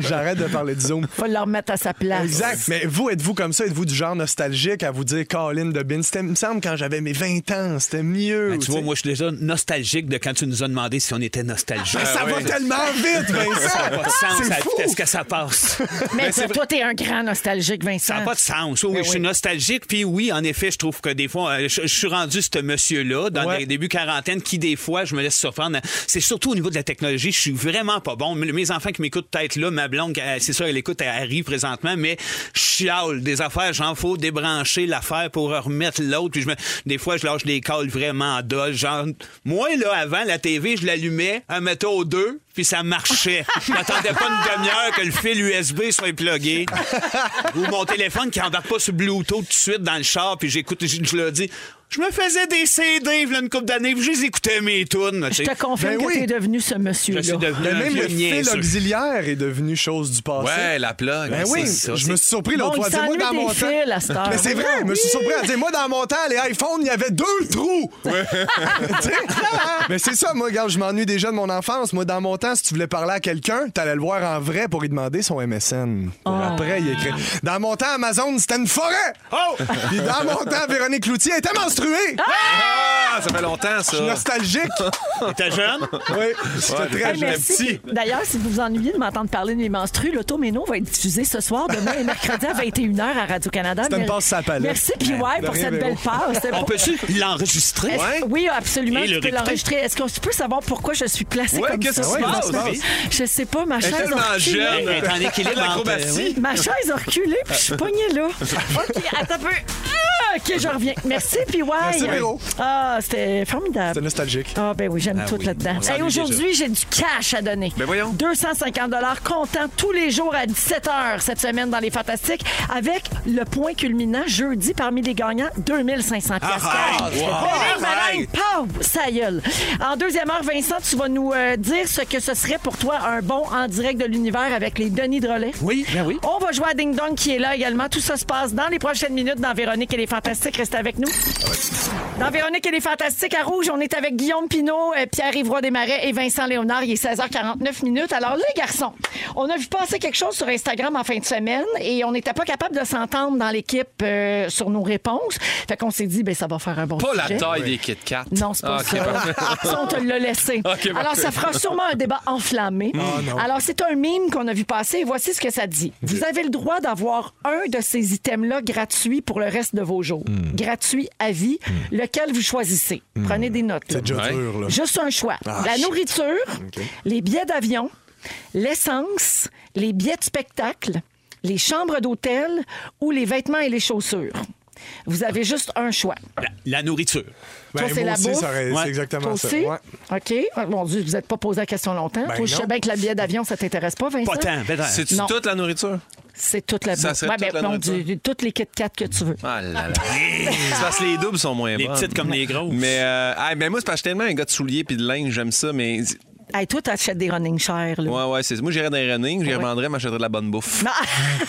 Speaker 6: J'arrête de parler de Zoom.
Speaker 5: Faut le remettre à sa place.
Speaker 6: Exact. Mais vous, êtes-vous comme ça? Êtes-vous du genre nostalgique à vous dire, Colin de Bin, c'était, il me semble, quand j'avais mes 20 ans, c'était mieux.
Speaker 4: Ben,
Speaker 6: ou
Speaker 4: tu vois, moi, je suis déjà nostalgique de quand tu nous as demandé si on était nostalgique.
Speaker 6: Mais Ben, Ah, ça va
Speaker 7: oui.
Speaker 6: tellement vite,
Speaker 4: euh, Ça n'a pas de sens.
Speaker 6: Vincent!
Speaker 4: à
Speaker 6: C'est
Speaker 4: la
Speaker 6: fou!
Speaker 4: vitesse que ça passe.
Speaker 6: Ben,
Speaker 5: Mais toi, toi, t'es un grand nostalgique, Vincent.
Speaker 4: Ça n'a pas de sens. Oui,
Speaker 5: Mais
Speaker 4: je
Speaker 5: oui.
Speaker 4: suis nostalgique. Puis oui, en effet, je trouve que des fois, euh, je, je suis rendu ce monsieur-là, dans
Speaker 6: Ouais.
Speaker 4: les débuts quarantaine, qui des fois, je me laisse surprendre. C'est surtout au niveau de la technologie, je suis vraiment pas bon. Mes- Mes enfants qui m'écoutent peut-être là, ma blonde, euh, c'est sûr, elle écoute, elle rit présentement, mais je chiale des affaires. J'en faut débrancher l'affaire pour remettre l'autre. Puis je me- des fois, je lâche des calls vraiment dol. Genre, moi, là, avant, la TV, je l'allumais, un mettait au deux, puis ça marchait. Je m'attendais pas une demi-heure que le fil USB soit plugué ou mon téléphone qui embarque pas sur Bluetooth tout de suite dans le char, puis j'écoute, je, je le dis. Je me faisais des CD v'là une couple d'années, puis je les écoutais mes tunes. tu
Speaker 5: Je
Speaker 4: sais.
Speaker 5: te confirme
Speaker 6: Ben
Speaker 5: que
Speaker 6: oui.
Speaker 5: t'es devenu ce monsieur-là.
Speaker 4: Je suis devenu
Speaker 6: Mais
Speaker 4: un
Speaker 6: même
Speaker 4: vieux
Speaker 6: le fil
Speaker 4: niaiseux.
Speaker 6: auxiliaire est devenu chose du passé.
Speaker 7: Ouais, la plug.
Speaker 6: Ben oui,
Speaker 4: c'est ça,
Speaker 6: je
Speaker 4: c'est-
Speaker 6: me suis surpris
Speaker 5: Bon,
Speaker 6: l'autre
Speaker 5: il
Speaker 6: fois. Dis-moi
Speaker 5: s'ennuie
Speaker 6: dans
Speaker 5: des
Speaker 6: mon
Speaker 5: fils à cette
Speaker 6: temps.
Speaker 5: heure. Ben
Speaker 6: Mais c'est vrai, je me suis surpris à dire, moi, dans mon temps, les iPhones, il y avait deux trous. Tu sais? Mais c'est ça, moi, regarde, je m'ennuie déjà de mon enfance. Moi, dans mon temps, si tu voulais parler à quelqu'un, t'allais le voir en vrai pour lui demander son MSN.
Speaker 5: Oh.
Speaker 6: Après, il écrit. Dans mon temps, Amazon, c'était une forêt. Oh! Puis dans mon temps, Véronique Loutier était menstruée.
Speaker 7: Ah, ça fait longtemps,
Speaker 6: Je suis
Speaker 7: ça.
Speaker 6: nostalgique.
Speaker 4: T'étais jeune?
Speaker 6: oui, c'était
Speaker 7: Ouais,
Speaker 6: très
Speaker 5: Hey,
Speaker 6: jeune.
Speaker 5: merci. D'ailleurs, si vous vous ennuyez de m'entendre parler de mes menstrues, le Méno va être diffusé ce soir, demain et mercredi à 21h à Radio-Canada.
Speaker 6: C'était une
Speaker 5: Mer-
Speaker 6: passe sur la palette.
Speaker 5: Merci, PY,
Speaker 6: de
Speaker 5: pour
Speaker 6: rien,
Speaker 5: cette
Speaker 6: Véro.
Speaker 5: belle passe.
Speaker 4: On peut-tu l'enregistrer?
Speaker 5: Est-ce-
Speaker 7: Ouais.
Speaker 5: Oui, absolument.
Speaker 4: Et
Speaker 5: tu
Speaker 4: le
Speaker 5: peux
Speaker 4: réécouter.
Speaker 5: l'enregistrer. Est-ce qu'on peut savoir pourquoi je suis placée
Speaker 7: Ouais,
Speaker 5: comme
Speaker 7: qu'est-ce
Speaker 5: ça?
Speaker 7: qui
Speaker 6: se passe,
Speaker 4: Vivi?
Speaker 5: Je sais pas, ma chaise
Speaker 7: tellement
Speaker 5: a reculé.
Speaker 7: jeune.
Speaker 4: Elle est en équilibre entre...
Speaker 7: L'acrobatie.
Speaker 4: oui.
Speaker 5: Ma chaise a reculé, puis je suis pognée là. OK, attends un peu. Ah, OK, je reviens. Merci, PY.
Speaker 6: Merci, Véro.
Speaker 5: Ah, c'était formidable.
Speaker 6: C'était nostalgique.
Speaker 5: Ah ben oui, j'aime
Speaker 4: Ah
Speaker 5: tout
Speaker 4: oui,
Speaker 5: là-dedans.
Speaker 4: on s'ennuie
Speaker 5: Hey, aujourd'hui, j'ai du cash à donner.
Speaker 7: Ben voyons.
Speaker 5: 250 dollars comptant tous les jours à 17h cette semaine dans les fantastiques avec le point culminant jeudi parmi les gagnants 2500 pièces.
Speaker 4: Arrête!
Speaker 5: cash.
Speaker 4: Wow!
Speaker 5: Ben, ben, ben,
Speaker 4: Arrête!
Speaker 5: pow, ça gueule. En deuxième heure, Vincent, tu vas nous euh, dire ce que ce serait pour toi un bon en direct de l'univers avec les Denis Drolet.
Speaker 4: Oui, ben oui.
Speaker 5: On va jouer à Ding Dong qui est là également. Tout ça se passe dans les prochaines minutes dans Véronique et les Fantastiques. Restez avec nous. Dans Véronique et les Fantastiques à Rouge, on est avec Guillaume Pinault, euh, Pierre-Yvroy Desmarais et Vincent Léonard. Il est 16h49 minutes. Alors, les garçons, on a vu passer quelque chose sur Instagram en fin de semaine et on n'était pas capable de s'entendre dans l'équipe euh, sur nos réponses. Fait qu'on s'est dit, ben ça va faire un bon
Speaker 7: Pas la
Speaker 5: sujet.
Speaker 7: taille des Kit Kat.
Speaker 5: Non, c'est pas
Speaker 6: Ah,
Speaker 7: Ok,
Speaker 5: ça.
Speaker 7: parfait.
Speaker 5: Ça, on te l'a laissé.
Speaker 7: Ok,
Speaker 5: Alors,
Speaker 7: parfait.
Speaker 5: ça fera sûrement un débat enflammé.
Speaker 6: Ah,
Speaker 5: Alors, c'est un mime qu'on a vu passer et voici ce que ça dit. Vous avez le droit d'avoir un de ces items-là gratuit pour le reste de vos jours.
Speaker 6: Hmm.
Speaker 5: Gratuit à vie, lequel vous choisissez. Prenez des notes. là.
Speaker 6: C'est déjà
Speaker 7: Ouais.
Speaker 6: dur, là. Ah,
Speaker 5: Juste un choix. la nourriture, les billets d'avion, l'essence, les billets de spectacle, les chambres d'hôtel ou les vêtements et les chaussures. Vous avez juste un choix.
Speaker 4: euh, La, la nourriture.
Speaker 6: Ben,
Speaker 5: Toi, c'est
Speaker 6: moi
Speaker 5: la
Speaker 6: aussi,
Speaker 5: bouffe.
Speaker 6: ça aurait-
Speaker 4: Ouais.
Speaker 6: c'est exactement
Speaker 5: Toi
Speaker 6: ça.
Speaker 5: aussi?
Speaker 6: Ouais.
Speaker 5: OK. Ah, Mon Dieu, vous n'êtes pas posé la question longtemps.
Speaker 6: Ben
Speaker 5: Toi, je
Speaker 6: non.
Speaker 5: sais bien que la billet d'avion, ça t'intéresse pas, Vincent.
Speaker 4: Pas tant, ben tant.
Speaker 7: C'est-tu
Speaker 5: Non.
Speaker 7: toute la nourriture?
Speaker 5: C'est toute la
Speaker 7: Ça
Speaker 5: bouffe.
Speaker 7: serait
Speaker 5: Ouais,
Speaker 7: toute
Speaker 5: ben,
Speaker 7: la
Speaker 5: non,
Speaker 7: nourriture.
Speaker 5: du- toutes les Kit Kat que tu veux.
Speaker 7: Ah là là. C'est parce que les doubles sont moins
Speaker 4: Les
Speaker 7: bonnes.
Speaker 4: petites comme les grosses.
Speaker 7: Mais, euh, ah, ben moi, c'est parce que je suis tellement un gars de souliers puis de linge, j'aime ça, mais.
Speaker 5: Hey, toi, tu achètes des running chairs. là.
Speaker 7: Ouais, ouais, c'est Moi, j'irais dans les running, j'y
Speaker 5: Ouais.
Speaker 7: revendrais, m'achèterais de la bonne bouffe.
Speaker 5: Non.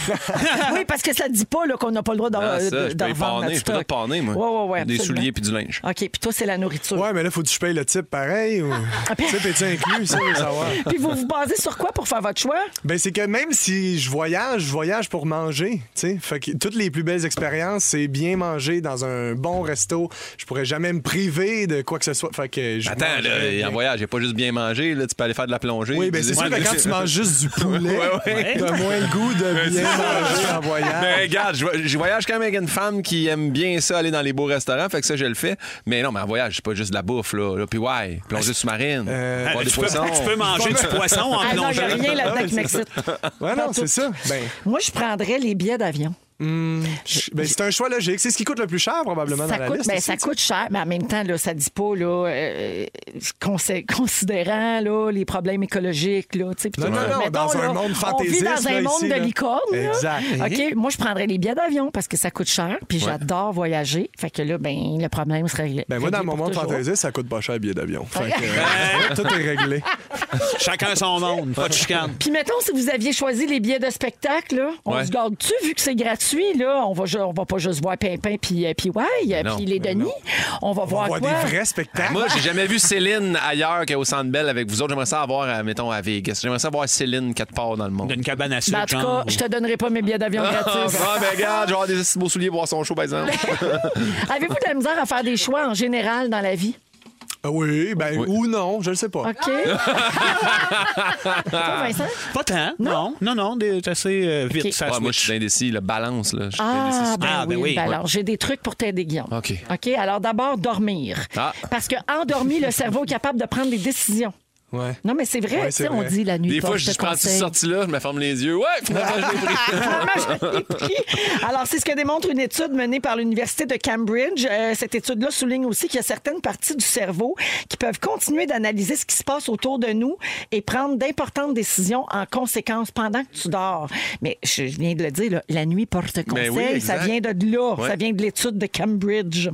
Speaker 5: oui, parce que ça ne dit pas là, qu'on n'a pas le droit d'en
Speaker 7: Ah, ça,
Speaker 5: euh, de-
Speaker 7: je
Speaker 5: d'en
Speaker 7: peux y
Speaker 5: revendre
Speaker 7: panner,
Speaker 5: notre
Speaker 7: je peux
Speaker 5: stock.
Speaker 7: tout panner, moi.
Speaker 5: Ouais, ouais, ouais,
Speaker 7: Des
Speaker 5: absolument.
Speaker 7: souliers puis du linge.
Speaker 5: OK, puis toi, c'est la nourriture.
Speaker 6: Ouais, mais là, faut que tu payes le type pareil. Ou...
Speaker 5: Ah,
Speaker 6: type est inclus, ça, je veux savoir.
Speaker 5: Puis vous vous basez sur quoi pour faire votre choix?
Speaker 6: Ben, c'est que même si je voyage, je voyage pour manger. tu sais. Fait que toutes les plus belles expériences, c'est bien manger dans un bon resto. Je pourrais jamais me priver de quoi que ce soit. Fait que je
Speaker 7: Attends,
Speaker 6: mangerais
Speaker 7: là,
Speaker 6: bien.
Speaker 7: en voyage, j'ai pas juste bien mangé, là, tu peux aller faire de la plongée.
Speaker 6: Oui, ben c'est sûr
Speaker 7: Ouais,
Speaker 6: que quand tu manges juste du poulet,
Speaker 7: ouais.
Speaker 6: t'as moins le goût de bien manger en
Speaker 7: Ben,
Speaker 6: voyage.
Speaker 7: regarde, je vo- je voyage quand même avec une femme qui aime bien ça, aller dans les beaux restaurants, fait que ça, je le fais. Mais non, mais en voyage, c'est pas juste de la bouffe, là. là puis ouais, plongée sous-marine,
Speaker 6: Euh,
Speaker 7: boire des
Speaker 4: tu, peux,
Speaker 7: poissons.
Speaker 4: tu peux manger du poisson en
Speaker 5: Ah non, il n'y a
Speaker 4: plongeant.
Speaker 5: rien là-dedans qui m'excite.
Speaker 6: Ouais, non, c'est ça. Ben,
Speaker 5: Moi, je prendrais les billets d'avion.
Speaker 6: je- ben, c'est un choix logique. C'est ce qui coûte le plus cher, probablement,
Speaker 5: Ça
Speaker 6: dans
Speaker 5: coûte,
Speaker 6: la liste.
Speaker 5: ben,
Speaker 6: aussi,
Speaker 5: ça
Speaker 6: tu sais.
Speaker 5: coûte cher, mais en même temps, là, ça dit pas, là, euh, consi- considérant là, les problèmes écologiques. Là, tu sais, puis
Speaker 6: Non,
Speaker 5: tout
Speaker 6: non,
Speaker 5: ça.
Speaker 6: non, dans un monde fantaisiste,
Speaker 5: On vit dans un
Speaker 6: là,
Speaker 5: monde
Speaker 6: ici,
Speaker 5: de
Speaker 6: là.
Speaker 5: licorne. là.
Speaker 6: Exact.
Speaker 5: OK, moi, je prendrais les billets d'avion parce que ça coûte cher, puis j'adore voyager. Fait que là, ben, le problème serait réglé.
Speaker 6: Ben, moi, dans
Speaker 5: réglé
Speaker 6: mon
Speaker 5: pour
Speaker 6: monde
Speaker 5: toujours.
Speaker 6: fantaisiste, ça coûte pas cher, billet d'avion. Fait que, euh, tout est réglé.
Speaker 4: Chacun son monde, pas de chicane.
Speaker 5: Puis mettons, si vous aviez choisi les billets de spectacle, là, on
Speaker 7: Ouais.
Speaker 5: se garde-tu, vu que c'est gratuit, là, on va, ju- on va pas juste voir Pimpin puis euh, puis ouais, euh,
Speaker 7: Ben non,
Speaker 5: puis les Denis. On va voir
Speaker 6: On voit
Speaker 5: quoi?
Speaker 6: des vrais spectacles.
Speaker 7: Moi, j'ai jamais vu Céline ailleurs qu'au Centre Bell avec vous autres. J'aimerais ça avoir, euh, mettons, à Vegas. J'aimerais ça voir Céline quatre parts dans le monde.
Speaker 4: D'une cabane à
Speaker 5: Ben,
Speaker 4: sucre,
Speaker 5: en tout
Speaker 4: genre.
Speaker 5: cas, je te donnerai pas mes billets d'avion gratis.
Speaker 7: Ah, ben regarde, genre des beaux souliers, boire son show, par exemple.
Speaker 5: Avez-vous de la misère à faire des choix en général dans la vie?
Speaker 6: Ah Oui, ben, ou non, je le sais pas.
Speaker 5: OK.
Speaker 7: Ah.
Speaker 5: Toi, Vincent?
Speaker 4: Pas tant, non. Non, non, des- c'est assez euh, vite.
Speaker 5: Ok.
Speaker 4: Ça
Speaker 7: Ah, moi, je
Speaker 4: switch.
Speaker 7: suis indécis, le balance, là. Je suis
Speaker 5: Ah,
Speaker 7: indécis.
Speaker 5: ben,
Speaker 4: Ah, ben
Speaker 5: oui.
Speaker 4: oui.
Speaker 5: Ben
Speaker 4: Ouais.
Speaker 5: alors, j'ai des trucs pour t'aider, Guillaume.
Speaker 7: OK.
Speaker 5: OK. Alors, d'abord, dormir.
Speaker 7: Ah.
Speaker 5: Parce que endormi, le cerveau est capable de prendre des décisions.
Speaker 6: Ouais.
Speaker 5: Non, mais c'est vrai,
Speaker 6: Ouais,
Speaker 5: tu sais,
Speaker 6: c'est
Speaker 5: on
Speaker 6: vrai.
Speaker 5: dit la nuit.
Speaker 7: Des
Speaker 5: toi,
Speaker 7: fois, je,
Speaker 5: te
Speaker 7: je prends cette
Speaker 5: conseille.
Speaker 7: sortie-là, je me ferme les yeux. Ouais, finalement, je l'ai pris.
Speaker 5: Vraiment, je l'ai pris. Alors, c'est ce que démontre une étude menée par l'Université de Cambridge. Euh, cette étude-là souligne aussi qu'il y a certaines parties du cerveau qui peuvent continuer d'analyser ce qui se passe autour de nous et prendre d'importantes décisions en conséquence pendant que tu dors. Mais je viens de le dire, là, la nuit porte conseil.
Speaker 7: Ben oui,
Speaker 5: ça
Speaker 7: exact.
Speaker 5: vient de là.
Speaker 7: Ouais.
Speaker 5: Ça vient de l'étude de Cambridge.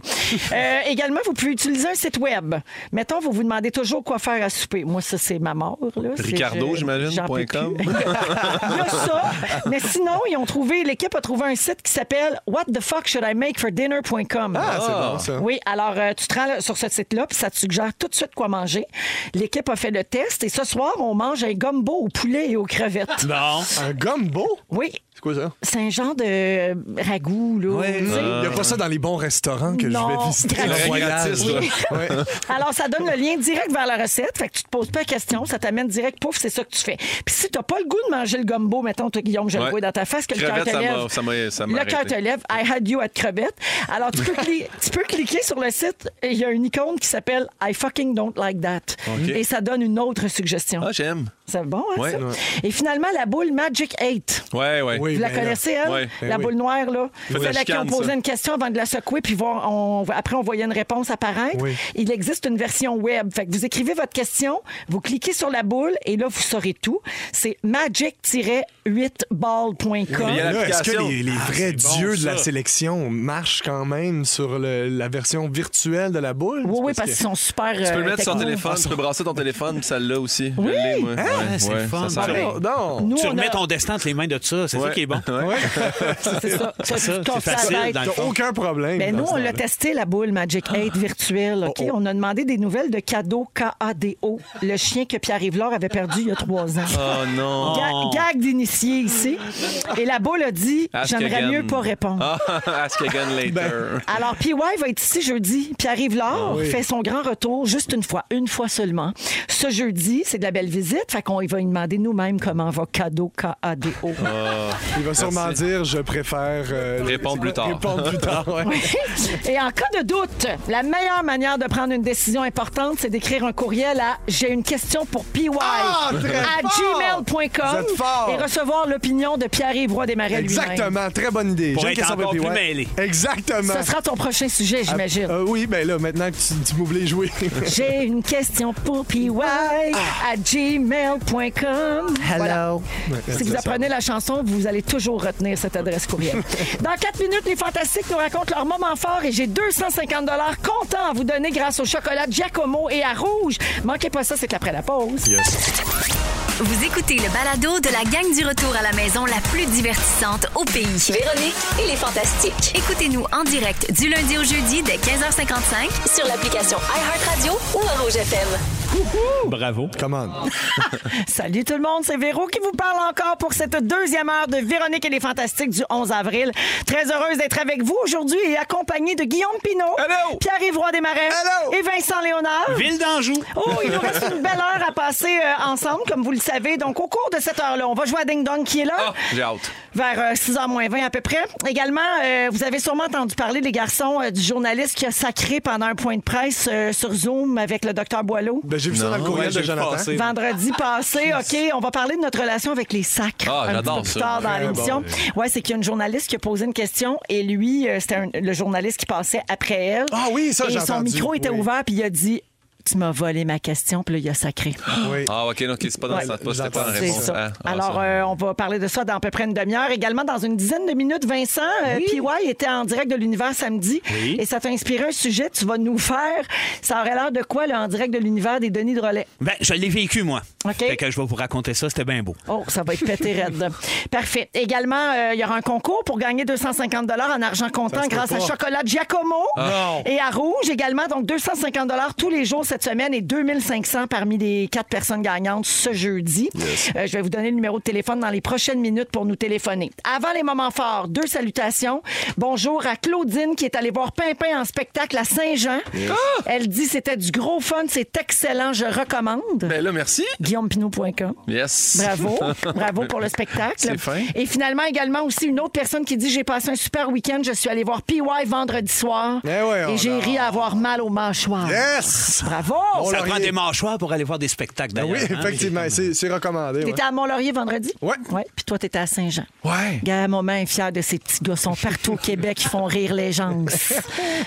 Speaker 5: Euh, également, vous pouvez utiliser un site web. Mettons, vous vous demandez toujours quoi faire à souper. Moi, ça, c'est ma mort. là. C'est-
Speaker 7: Ricardo,
Speaker 5: je-
Speaker 7: j'imagine,
Speaker 5: j'en peux
Speaker 7: point com.
Speaker 5: plus. Il y a ça. Mais sinon, ils ont trouvé, l'équipe a trouvé un site qui s'appelle What the fuck should I make for dinner.com.
Speaker 6: Ah, c'est bon, ça.
Speaker 5: Oui, alors euh, tu te rends là- sur ce site-là, puis ça te suggère tout de suite quoi manger. L'équipe a fait le test et ce soir, on mange un gumbo au poulet et aux crevettes.
Speaker 4: Bon.
Speaker 6: Un gumbo?
Speaker 5: Oui.
Speaker 6: quoi ça? Hmm.
Speaker 5: C'est un genre de ragoût, là.
Speaker 4: Ouais.
Speaker 5: tu sais.
Speaker 6: Il n'y a pas ça dans les bons restaurants que je
Speaker 5: Euh. Non.
Speaker 6: vais visiter.
Speaker 5: Gratuit.
Speaker 6: Le voyage,
Speaker 4: Gratuit.
Speaker 6: là. Ouais.
Speaker 5: Alors, ça donne le lien direct vers la recette. Fait que tu te poses pas la question, ça t'amène direct, pouf, c'est ça que tu fais. Puis si t'as pas le goût de manger le gumbo, mettons, toi, Guillaume, je le
Speaker 7: Ouais.
Speaker 5: vois dans ta face, que le cœur
Speaker 7: Crevette,
Speaker 5: te
Speaker 7: ça
Speaker 5: lève.
Speaker 7: m'a- ça m'a- ça m'a
Speaker 5: le cœur te
Speaker 7: arrêté.
Speaker 5: lève. I had you at crevette. Alors, tu peux, cli- tu peux cliquer sur le site et il y a une icône qui s'appelle I fucking don't like that. Et ça donne une autre suggestion.
Speaker 7: Ah, j'aime.
Speaker 5: C'est bon, hein,
Speaker 7: Ouais.
Speaker 5: ça? Et finalement, la boule Magic 8.
Speaker 7: Ouais, ouais.
Speaker 6: Oui,
Speaker 5: Vous la
Speaker 6: mais là-
Speaker 5: connaissez, elle?
Speaker 7: Ouais.
Speaker 5: La
Speaker 6: Eh oui.
Speaker 5: boule noire, là.
Speaker 7: Faut
Speaker 5: Celle
Speaker 7: la
Speaker 5: à qui on
Speaker 7: chicane,
Speaker 5: posait
Speaker 7: ça.
Speaker 5: une question avant de la secouer, puis voir, on, après, on voyait une réponse apparaître.
Speaker 6: Oui.
Speaker 5: Il existe une version web. Fait que vous écrivez votre question, vous cliquez sur la boule, et là, vous saurez tout. C'est magic-8ball.com.
Speaker 7: Il y a
Speaker 6: Là, est-ce que
Speaker 7: l'application.
Speaker 6: les, les
Speaker 7: Ah,
Speaker 6: vrais
Speaker 7: c'est bon,
Speaker 6: dieux de
Speaker 7: ça.
Speaker 6: la sélection marchent quand même sur le- la version virtuelle de la boule?
Speaker 5: Oui, oui, parce qu'ils sont super.
Speaker 7: Tu peux
Speaker 5: euh,
Speaker 7: le mettre sur ton
Speaker 5: techno.
Speaker 7: téléphone, tu peux brasser ton téléphone, puis celle-là aussi. Oui,
Speaker 4: Ah, c'est le fun.
Speaker 6: Ah, non, non.
Speaker 5: Nous,
Speaker 4: tu
Speaker 5: on
Speaker 4: remets
Speaker 5: a-
Speaker 4: ton destin entre les mains de ça. C'est ça qui est bon.
Speaker 5: C'est ça. Toi, tu
Speaker 4: ça,
Speaker 5: te
Speaker 4: c'est
Speaker 5: casses la
Speaker 4: facile
Speaker 5: tête.
Speaker 4: dans le
Speaker 6: T'as aucun problème.
Speaker 5: Ben,
Speaker 6: dans
Speaker 5: nous,
Speaker 6: ce
Speaker 5: on l'a
Speaker 6: temps-là. Ah.
Speaker 5: testé, la boule Magic 8 virtuelle. OK?
Speaker 6: Oh, oh.
Speaker 5: On a demandé des nouvelles de cadeau KADO, le chien que Pierre Yvelore avait perdu il y a trois ans.
Speaker 7: Oh non.
Speaker 5: Ga- gag d'initié ici. Et la boule a dit
Speaker 7: Ask
Speaker 5: J'aimerais
Speaker 7: again.
Speaker 5: mieux pas répondre. Ben.
Speaker 7: Ah, ask again later.
Speaker 5: Alors, PY va être ici jeudi. Pierre-Yves
Speaker 6: Ah
Speaker 5: Laure fait son grand retour juste une fois, une fois seulement. Ce jeudi, c'est de la belle visite. Fait qu'on va lui demander nous-mêmes comment va cadeau KADO.
Speaker 6: Ah. Il va sûrement dire je préfère euh,
Speaker 7: Répondre plus tard.
Speaker 6: Répondre plus tard, ouais.
Speaker 5: Et en cas de doute, la meilleure manière de prendre une décision importante, c'est d'écrire un courriel à j'ai une question pour PY
Speaker 6: Ah, très
Speaker 5: à
Speaker 6: fort!
Speaker 5: gmail.com
Speaker 6: Vous êtes fort!
Speaker 5: et recevoir l'opinion de Pierre-Yves Roy Desmarais lui-même.
Speaker 6: Exactement, très bonne idée.
Speaker 4: Pour
Speaker 6: J'ai une
Speaker 4: être
Speaker 6: question
Speaker 4: encore
Speaker 6: pour
Speaker 4: plus
Speaker 6: PY.
Speaker 4: mêlé.
Speaker 6: Exactement.
Speaker 5: Ce sera ton prochain sujet, j'imagine.
Speaker 6: Ah, ah, oui, ben là, maintenant que tu, tu m'ouvres les jouets.
Speaker 5: J'ai une question pour PY à gmail.com. Voilà. Si vous apprenez la chanson, vous allez toujours retenir cette adresse courriel. Dans 4 minutes, les Fantastiques nous racontent leur moment fort et j'ai 250 comptant à vous donner grâce au chocolat Giacomo et à Rouge. Manquez pas ça, c'est après la pause.
Speaker 1: Vous écoutez le balado de la gang du retour à la maison la plus divertissante au pays.
Speaker 2: Véronique et les Fantastiques.
Speaker 1: Écoutez-nous en direct du lundi au jeudi dès 15h55
Speaker 2: Sur l'application iHeartRadio ou à Rouge FM.
Speaker 4: Bravo.
Speaker 6: Comment?
Speaker 5: Salut tout le monde, c'est Véro qui vous parle encore pour cette deuxième heure de Véronique et les Fantastiques du 11 avril. Très heureuse d'être avec vous aujourd'hui et accompagnée de Guillaume Pinot,
Speaker 7: Hello!
Speaker 5: Pierre-Yves Roy Desmarais
Speaker 6: Hello!
Speaker 5: et Vincent Léonard.
Speaker 4: Ville d'Anjou.
Speaker 5: Oh, il nous reste une belle heure à passer euh, ensemble, comme vous le savez. Donc, au cours de cette heure-là, on va jouer à Ding Dong qui est là.
Speaker 7: Ah, j'ai hâte.
Speaker 5: Vers euh, 6h moins 20 à peu près. Également, euh, vous avez sûrement entendu parler, les garçons, euh, du journaliste qui a sacré pendant un point de presse euh, sur Zoom avec le docteur Boileau.
Speaker 6: Ben, j'ai vu ça dans le courriel
Speaker 4: Ouais,
Speaker 6: de
Speaker 4: j'ai
Speaker 6: Jonathan.
Speaker 4: passé.
Speaker 5: Vendredi passé, OK, on va parler de notre relation avec les sacs.
Speaker 7: Ah,
Speaker 5: un
Speaker 7: j'adore
Speaker 5: petit peu
Speaker 7: ça.
Speaker 5: plus tard dans
Speaker 6: Très
Speaker 5: l'émission. Ouais, c'est qu'il y a une journaliste qui a posé une question et lui, euh, c'était un- le journaliste qui passait après elle.
Speaker 6: Ah oui, ça,
Speaker 5: Et
Speaker 6: j'ai
Speaker 5: son
Speaker 6: entendu,
Speaker 5: micro était
Speaker 6: oui.
Speaker 5: ouvert puis il a dit Tu m'as volé ma question, puis là, il a sacré.
Speaker 6: Oui.
Speaker 7: Ah, ok, donc c'est pas dans
Speaker 5: Ouais,
Speaker 7: le sens, c'était pas dans la
Speaker 5: C'est
Speaker 7: réponse.
Speaker 5: ça.
Speaker 7: Ah, ah,
Speaker 5: Alors,
Speaker 7: ça.
Speaker 5: euh, on va parler de ça dans à peu près une demi-heure. Également, dans une dizaine de minutes, Vincent, euh, PY était en direct de l'univers samedi. Et ça t'a inspiré un sujet, tu vas nous faire. Ça aurait l'air de quoi, là, en direct de l'univers des Denis de Relais?
Speaker 4: Ben, je l'ai vécu, moi.
Speaker 5: OK.
Speaker 4: Fait que je vais vous raconter ça, c'était bien beau.
Speaker 5: Oh, ça va être pété raide. Parfait. Également, euh, il y aura un concours pour gagner 250 en argent comptant grâce à Chocolat Giacomo et à Rouge également. Donc, 250 tous les jours cette semaine et 2500 parmi les quatre personnes gagnantes ce jeudi. Euh, je vais vous donner le numéro de téléphone dans les prochaines minutes pour nous téléphoner. Avant les moments forts, deux salutations. Bonjour à Claudine qui est allée voir Pimpin en spectacle à Saint-Jean. Elle dit c'était du gros fun, c'est excellent, je recommande.
Speaker 7: Ben là, merci.
Speaker 5: GuillaumePinot.com.
Speaker 7: Yes.
Speaker 5: Bravo, bravo pour le spectacle.
Speaker 7: C'est fin.
Speaker 5: Et finalement également aussi une autre personne qui dit j'ai passé un super week-end, je suis allée voir PY vendredi soir
Speaker 6: Eh ouais, on
Speaker 5: et j'ai
Speaker 6: a-
Speaker 5: ri à avoir mal aux mâchoires.
Speaker 6: Yes!
Speaker 5: Bravo.
Speaker 6: Bon,
Speaker 4: Ça
Speaker 6: laurier.
Speaker 4: prend des mâchoires pour aller voir des spectacles,
Speaker 6: Ben
Speaker 4: d'ailleurs.
Speaker 6: oui,
Speaker 4: hein.
Speaker 6: effectivement, c'est c'est recommandé. ouais.
Speaker 5: T'étais à Mont-Laurier vendredi?
Speaker 6: Ouais.
Speaker 5: Ouais. Puis toi, t'étais à Saint-Jean.
Speaker 6: Ouais.
Speaker 5: Gars, maman est fière de ces petits gars. Ils sont partout au Québec. Ils font rire les gens.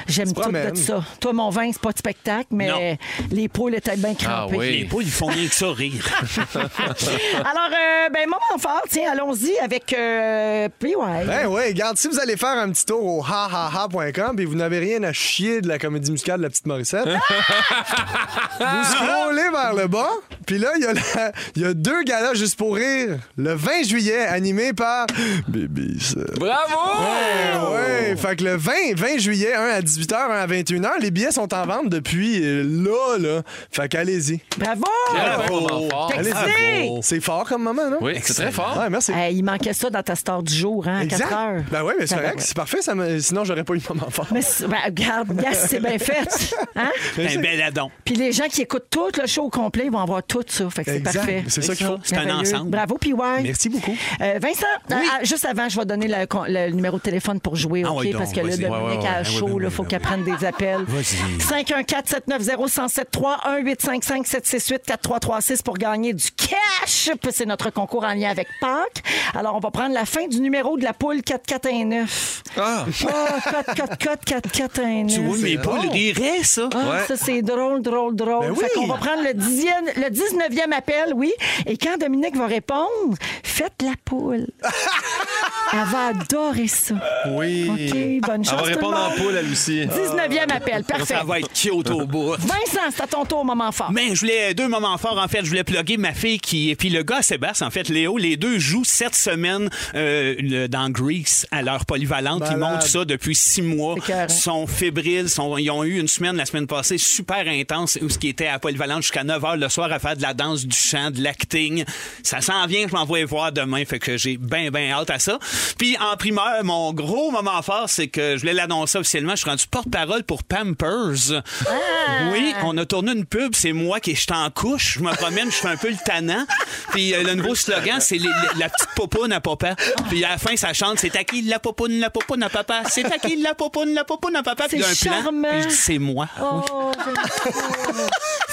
Speaker 5: J'aime tout de
Speaker 6: promènes.
Speaker 5: ça. Toi, mon vin, c'est pas de spectacle, mais les poules étaient bien crampées.
Speaker 7: oui.
Speaker 4: Les poules, ils font rien que ça rire.
Speaker 5: Alors, euh, ben, moment fort, tiens, allons-y avec euh, PY.
Speaker 6: Ben ouais, regarde, si vous allez faire un petit tour au hahaha.com et vous n'avez rien à chier de la comédie musicale de la petite Morissette, vous scrollez vers le bas, Puis là, il y, a la- il y a deux galas juste pour rire le 20 juillet, animés par Baby ça.
Speaker 7: Bravo!
Speaker 6: Ouais, fait que le 20, 20 juillet, un à 18h, un à 21h, les billets sont en vente depuis euh, là, là. Fait qu'allez-y.
Speaker 5: Bravo!
Speaker 7: Bravo, moment fort. Ah,
Speaker 5: Textez!
Speaker 6: C'est fort comme moment, non?
Speaker 7: Oui, c'est très fort.
Speaker 6: Ouais, merci.
Speaker 5: Hey, il manquait ça dans ta star du jour, hein, à 4 heures.
Speaker 6: Ben oui, mais c'est
Speaker 5: Ça va,
Speaker 6: correct, c'est parfait, ça me- sinon j'aurais pas eu de moment fort.
Speaker 5: Mais c'est- ben, regarde, yes, c'est bien fait. Hein?
Speaker 4: C'est un bel addon.
Speaker 5: Puis les gens qui écoutent tout le show au complet, ils vont avoir tout ça. Fait que c'est
Speaker 6: Exact,
Speaker 5: parfait.
Speaker 6: C'est ça qu'il faut.
Speaker 4: C'est un
Speaker 5: Merveilleux.
Speaker 4: ensemble.
Speaker 5: Bravo, PY.
Speaker 6: Merci beaucoup.
Speaker 5: Euh, Vincent, ah, juste avant, je vais donner le, con- le numéro de téléphone pour jouer,
Speaker 4: Ah
Speaker 5: OK?
Speaker 4: oui, donc,
Speaker 5: parce que là,
Speaker 4: vas-y.
Speaker 5: Dominique
Speaker 4: Ouais, ouais, ouais.
Speaker 5: a
Speaker 4: Ah oui,
Speaker 5: chaud,
Speaker 4: ben
Speaker 5: il
Speaker 4: oui,
Speaker 5: faut
Speaker 4: ben
Speaker 5: qu'elle
Speaker 4: oui.
Speaker 5: prenne des appels. 514-790-1073-1855-768-4336 pour gagner du cash. Puis C'est notre concours en lien avec Pâques. Alors, on va prendre la fin du numéro de la poule 4419.
Speaker 7: Ah.
Speaker 5: Oh, cote, cote, cote, 4419.
Speaker 4: Tu vois, mes poules riraient, ça.
Speaker 5: Ah,
Speaker 7: Ouais.
Speaker 5: Ça, c'est drôle, drôle, drôle.
Speaker 6: Ben
Speaker 5: Fait
Speaker 6: oui.
Speaker 5: qu'on va prendre le, dixième, le 19e appel, oui. Et quand Dominique va répondre, faites la poule. Elle va adorer ça.
Speaker 7: Oui.
Speaker 5: OK, bonne chance.
Speaker 7: On va répondre
Speaker 5: tout le
Speaker 7: en
Speaker 5: monde.
Speaker 7: poule à Lucie.
Speaker 5: 19e appel, parfait.
Speaker 4: Ça va être cute au bout.
Speaker 5: Vincent, c'est à ton tour, moment fort.
Speaker 4: Mais je voulais deux moments forts, en fait. Je voulais plugger ma fille qui. Et puis le gars, Sébastien, en fait, Léo, les deux jouent cette semaine euh, le- dans Grease à leur polyvalente. Ils
Speaker 6: Malade.
Speaker 4: montent ça depuis six mois.
Speaker 5: C'est écœurant.
Speaker 4: Ils sont fébriles. sont- ils ont eu une semaine la semaine passée super intense où ce qui était à la polyvalente jusqu'à 9 h le soir à faire de la danse, du chant, de l'acting. Ça s'en vient, je m'en vais voir demain. Fait que j'ai bien, bien hâte à ça. Puis en primeur, mon gros moment fort, c'est que je voulais l'annoncer officiellement. Je suis rendu porte-parole pour Pampers.
Speaker 5: Ah!
Speaker 4: Oui, on a tourné une pub, c'est moi qui suis en couche, je me promène, je fais un peu le tannant. Puis euh, le nouveau slogan, c'est les- les- la petite popoune à papa. Puis à la fin, ça chante, c'est à qui la popoune, la popoune à papa. C'est à qui la popoune, la popoune à papa. Puis il y a un
Speaker 5: C'est
Speaker 4: plan,
Speaker 5: charmant.
Speaker 4: puis je dis, c'est moi.
Speaker 5: Oh, j'aime ça.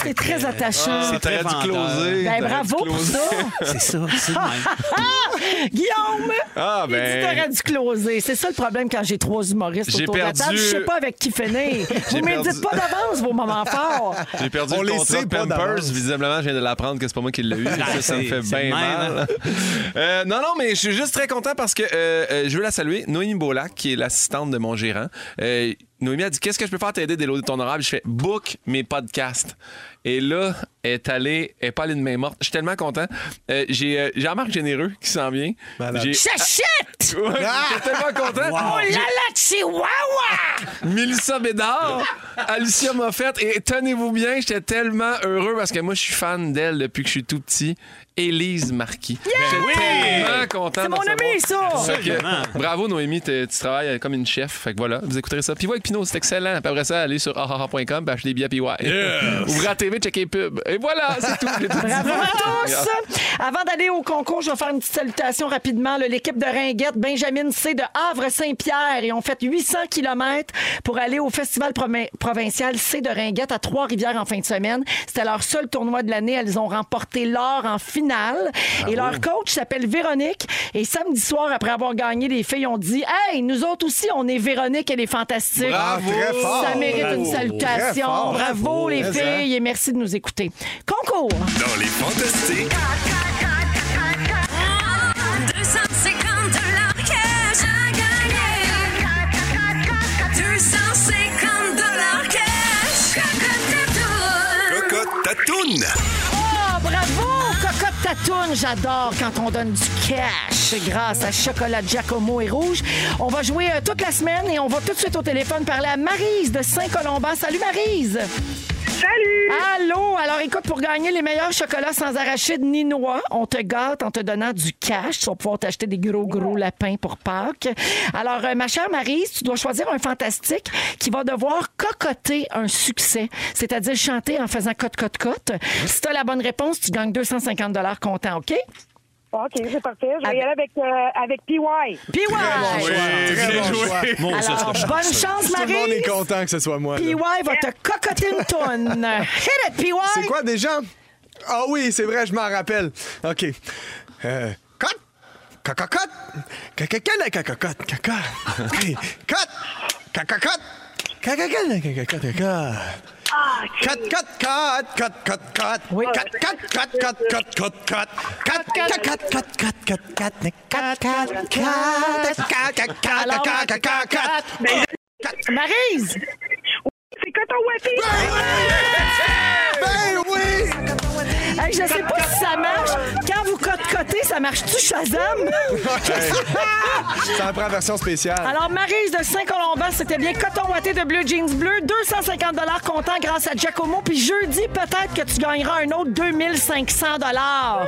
Speaker 5: c'est très attachant.
Speaker 4: C'est très
Speaker 7: T'aurais dû
Speaker 4: vendeur.
Speaker 7: closer.
Speaker 5: Ah. Ben,
Speaker 7: T'aurais dû
Speaker 5: bravo pour
Speaker 7: closer.
Speaker 5: ça.
Speaker 4: C'est ça, c'est le même.
Speaker 5: Guillaume!
Speaker 7: Ah, ben.
Speaker 5: Il dit, t'aurais dû closer. C'est ça le problème quand j'ai trois humoristes
Speaker 7: J'ai
Speaker 5: autour de
Speaker 7: perdu-
Speaker 5: la table. Je sais pas avec qui finir. Vous
Speaker 7: J'ai
Speaker 5: ne
Speaker 7: perdu-
Speaker 5: dites pas d'avance vos moments forts.
Speaker 7: J'ai perdu
Speaker 6: On
Speaker 7: le
Speaker 6: les
Speaker 7: contrat
Speaker 6: sait
Speaker 7: de
Speaker 6: pas
Speaker 7: Pampers.
Speaker 6: d'avance. Ben,
Speaker 7: Visiblement, je viens de l'apprendre que c'est pas moi qui l'ai eu. ça, ça me
Speaker 4: c'est-
Speaker 7: fait
Speaker 4: c'est
Speaker 7: bien
Speaker 4: le même,
Speaker 7: mal.
Speaker 6: hein.
Speaker 7: Euh, non, non, mais je suis juste très content parce que euh, euh, je veux la saluer. Noémie Bolac, qui est l'assistante de mon gérant. Euh, Noémie a dit Qu'est-ce que je peux faire t'aider dès l'eau de ton horaire Puis Je fais Book mes podcasts. Et là, elle est allée, elle est pas allée de main morte. Je suis tellement content. Euh, j'ai euh, Jean-Marc Généreux qui s'en vient.
Speaker 6: Malade.
Speaker 7: J'ai-
Speaker 5: Chachette!
Speaker 7: Ouais, J'étais tellement content.
Speaker 5: Oh là
Speaker 7: J'ai-
Speaker 5: là, Chihuahua!
Speaker 7: Mélissa Bédard, Alicia Moffett. Et tenez-vous bien, j'étais tellement heureux parce que moi, je suis fan d'elle depuis que je suis tout petit. Élise Marquis. J'étais
Speaker 4: Oui!
Speaker 7: tellement content.
Speaker 5: C'est
Speaker 7: de
Speaker 5: mon
Speaker 7: savoir-
Speaker 5: ami, ça!
Speaker 7: Fait que, bravo Noémie, t'es- tu travailles comme une chef. Fait que voilà, vous écouterez ça. Puis ouais, avec Pinot, c'est excellent. Puis après ça, allez sur ahaha.com, puis achetez des billets PY. Ouvrez la TV, checkez les pubs. Et voilà, c'est tout. J'ai tout dit.
Speaker 5: Bravo à tous! Avant d'aller au concours, je vais faire une petite salutation rapidement. là. L'équipe de Ringuette, Benjamin C. de Havre-Saint-Pierre, et ont fait 800 km pour aller au Festival promé- provincial C de Ringuette à Trois-Rivières en fin de semaine. C'était leur seul tournoi de l'année. Elles ont remporté l'or en finale.
Speaker 6: Ah
Speaker 5: et leur coach s'appelle Véronique. Et samedi soir, après avoir gagné, les filles ont dit Hey, nous autres aussi, on est Véronique, elle est fantastique.
Speaker 6: Ah, très fort.
Speaker 5: Ça mérite
Speaker 6: Bravo.
Speaker 5: une
Speaker 6: Très
Speaker 5: salutation.
Speaker 6: fort.
Speaker 5: Bravo, les
Speaker 6: Mais,
Speaker 5: filles, et merci de nous écouter. Concours!
Speaker 3: Dans les fantastiques.
Speaker 9: 250 que j'ai gagné. 250 que j'ai gagné.
Speaker 3: Cocotte Tatoune.
Speaker 5: Oh, bravo! Cocotte Tatoune, j'adore quand on donne du cash grâce à Chocolat Giacomo et Rouge. On va jouer euh, toute la semaine et on va tout de suite au téléphone parler à Marise de Saint-Colomban. Salut Marise! Salut! Allô! Alors écoute, pour gagner les meilleurs chocolats sans arachide ni noix, on te gâte en te donnant du cash. Tu vas pouvoir t'acheter des gros,
Speaker 10: Oh.
Speaker 5: gros lapins pour Pâques. Alors, euh, ma chère Marise, tu dois choisir un fantastique qui va devoir cocoter un succès, c'est-à-dire chanter en faisant cote, cote, cote. Si tu as la bonne réponse, tu gagnes 250 comptant, OK?
Speaker 10: OK, c'est parfait. Je vais y aller avec, euh, avec PY.
Speaker 5: Puis ouais!
Speaker 6: Très bon choix.
Speaker 4: Mon, ça,
Speaker 5: Alors,
Speaker 4: c'est
Speaker 5: bonne chance,
Speaker 6: Tout le monde est
Speaker 5: Marise!
Speaker 6: content que ce soit moi. là.
Speaker 5: PY va te cocoter une tonne. Hit it, PY!
Speaker 6: C'est quoi déjà? Ah oui, c'est vrai, je m'en rappelle. OK. Euh, cote, cacacote, cacacote, cacacote, caca, Hey, cote, cacacote, cacacote, cacacote, caca. Cut, cut, cut, cut, cut, cut.
Speaker 5: Oui.
Speaker 6: Cut, cut, cut, cut, cut, cut, cut. Cut, cut, cut, cut, cut, cut, cut. Cut, cut, cut, cut, cut, cut,
Speaker 5: Alors,
Speaker 6: cut, cut, cut, cut.
Speaker 5: Marise!
Speaker 10: C'est Coton Watté.
Speaker 6: Ben oui!
Speaker 5: Hey, Hey, je sais pas si ça marche. Quand vous côte-côtez, ça marche-tu, Shazam?
Speaker 6: Ça en prend version spéciale.
Speaker 5: Alors, Marise de Saint-Colomban, c'était bien coton ouaté de bleu jeans bleu, 250 comptant grâce à Giacomo. Puis jeudi, peut-être que tu gagneras un autre 2500
Speaker 10: Oh my God!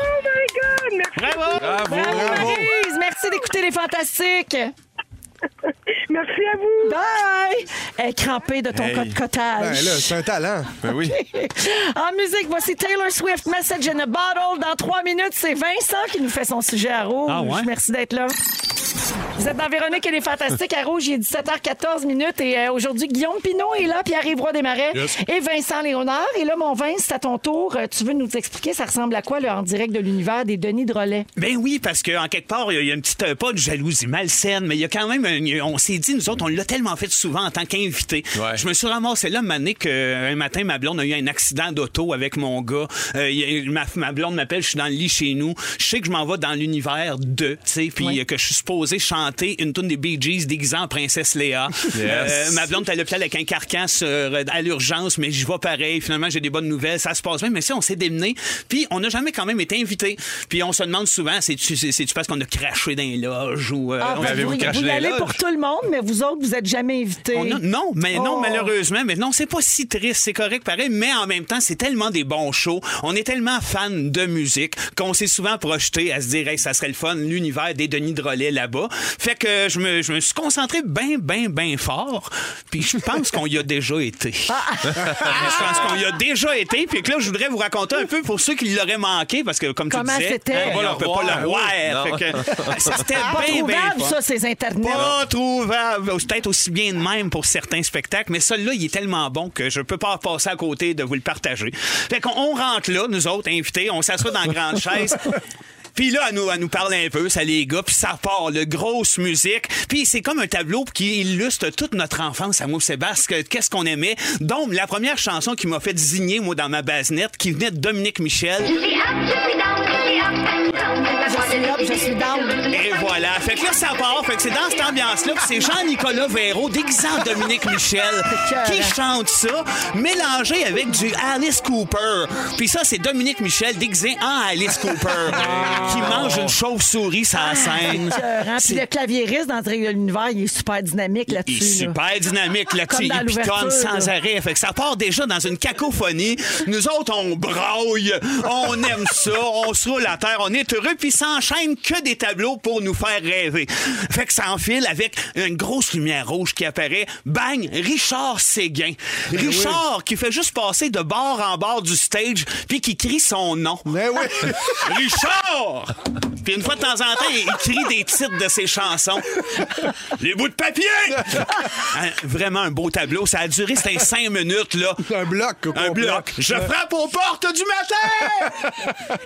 Speaker 10: Merci,
Speaker 4: Bravo!
Speaker 5: Bravo, Maryse. Merci d'écouter les fantastiques.
Speaker 10: merci à vous!
Speaker 5: Bye! Elle est crampée de ton
Speaker 7: Hey.
Speaker 6: Ben
Speaker 5: cote-cotage.
Speaker 6: là, c'est un talent.
Speaker 7: Ben oui.
Speaker 5: en musique, voici Taylor Swift, Message in a Bottle. Dans trois minutes, c'est Vincent qui nous fait son sujet à Rouge.
Speaker 4: Ah ouais?
Speaker 5: Merci d'être là. Vous êtes dans Véronique et les Fantastiques à Rouge. Il est 17h14 minutes et euh, aujourd'hui, Guillaume Pinot est là, Pierre-Yves Roy Desmarais et Vincent Léonard. Et là, mon Vince, c'est à ton tour. Euh, Tu veux nous expliquer ça ressemble à quoi, le en direct de l'univers des Denis Drolet?
Speaker 4: Ben oui, parce que en quelque part, il y a- il y a une petite euh, pas de jalousie malsaine, mais il y a quand même un- on s'est dit nous autres, on l'a tellement fait souvent en tant qu'invité.
Speaker 7: Ouais.
Speaker 4: Je me suis ramassé là mané que euh, un matin ma blonde a eu un accident d'auto avec mon gars. Euh, il y a- ma, ma blonde m'appelle, je suis dans le lit chez nous. Je sais que je m'en vais dans l'univers de, tu sais, puis euh, que je suis supposé chanter une tune des Bee Gees déguisant en princesse Léa. Euh,
Speaker 7: Yes.
Speaker 4: ma blonde est à l'hôpital avec un carcan sur- euh, à l'urgence, mais j'y vais pareil. Finalement, j'ai des bonnes nouvelles, ça se passe bien. Mais si on s'est démené, puis on n'a jamais quand même été invité. Puis on se demande souvent, c'est-tu c'est- c'est-tu parce qu'on a craché dans les loges ou... euh,
Speaker 5: Ah,
Speaker 4: on-
Speaker 5: vous,
Speaker 7: avez-vous
Speaker 5: vous
Speaker 7: craché
Speaker 5: y
Speaker 7: dans les
Speaker 5: allez
Speaker 7: loges?
Speaker 5: pour tout le monde, mais vous autres, vous n'êtes jamais invités.
Speaker 4: on a- non, mais non,
Speaker 5: Oh.
Speaker 4: malheureusement, mais non, c'est pas si triste, c'est correct, pareil, mais en même temps, c'est tellement des bons shows, on est tellement fans de musique qu'on s'est souvent projeté à se dire, hey, ça serait le fun, l'univers des Denis Drolet là-bas. Fait que je me, je me suis concentré bien, bien, bien fort, puis je pense qu'on y a déjà été.
Speaker 5: Ah.
Speaker 4: je pense qu'on y a déjà été, puis que là, je voudrais vous raconter un peu pour ceux qui l'auraient manqué, parce que comme
Speaker 5: Comment
Speaker 4: tu disais,
Speaker 5: c'était?
Speaker 4: on peut pas le voir. Fait que C'était
Speaker 5: Pas
Speaker 4: bien, bien
Speaker 5: trouvable,
Speaker 4: fort.
Speaker 5: ça, ces internets.
Speaker 4: ben, Pas trouvable. C'est Peut-être aussi bien de même pour certains spectacles, mais celui-là, il est tellement bon que je peux pas passer à côté de vous le partager. Fait qu'on on rentre là, nous autres, invités, on s'assoit dans la grande chaise. Puis là, elle nous, elle nous parle un peu, ça les gars, puis ça part, le grosse musique. Puis c'est comme un tableau qui illustre toute notre enfance à moi, Sébastien, que- qu'est-ce qu'on aimait. Donc, la première chanson qui m'a fait désigner, moi, dans ma basinette, qui venait de Dominique Michel.
Speaker 5: Je suis up, je suis down.
Speaker 4: Et voilà. Fait que là, ça part. Fait que c'est dans cette ambiance-là. Puis c'est Jean-Nicolas Véraud, déguisé en Dominique Michel, qui chante ça, mélangé avec du Alice Cooper. Puis ça, c'est Dominique Michel, déguisé en Alice Cooper, qui mange une chauve-souris sur la scène.
Speaker 5: Écœurant. Puis
Speaker 4: C'est-
Speaker 5: le clavieriste dans Direct de l'univers, il est super dynamique là-dessus.
Speaker 4: il est
Speaker 5: là.
Speaker 4: super dynamique là-dessus.
Speaker 5: Comme dans
Speaker 4: Il pitonne
Speaker 5: l'ouverture,
Speaker 4: sans
Speaker 5: là.
Speaker 4: arrêt. Fait que ça part déjà dans une cacophonie. Nous autres, on braille, on aime ça, on se roule à terre, on est heureux, puis ça enchaîne que des tableaux pour nous faire rêver. Fait que ça enfile avec une grosse lumière rouge qui apparaît. Bang! Richard Séguin. Richard qui fait juste passer de bord en bord du stage, puis qui crie son nom.
Speaker 6: Ben oui.
Speaker 4: Richard! Puis une fois de temps en temps, il crie des titres de ses chansons. Les bouts de papier! Hein, vraiment un beau tableau. Ça a duré, c'était cinq minutes, là.
Speaker 6: Un bloc, au
Speaker 4: Un
Speaker 6: complet.
Speaker 4: bloc. Je frappe aux portes du matin!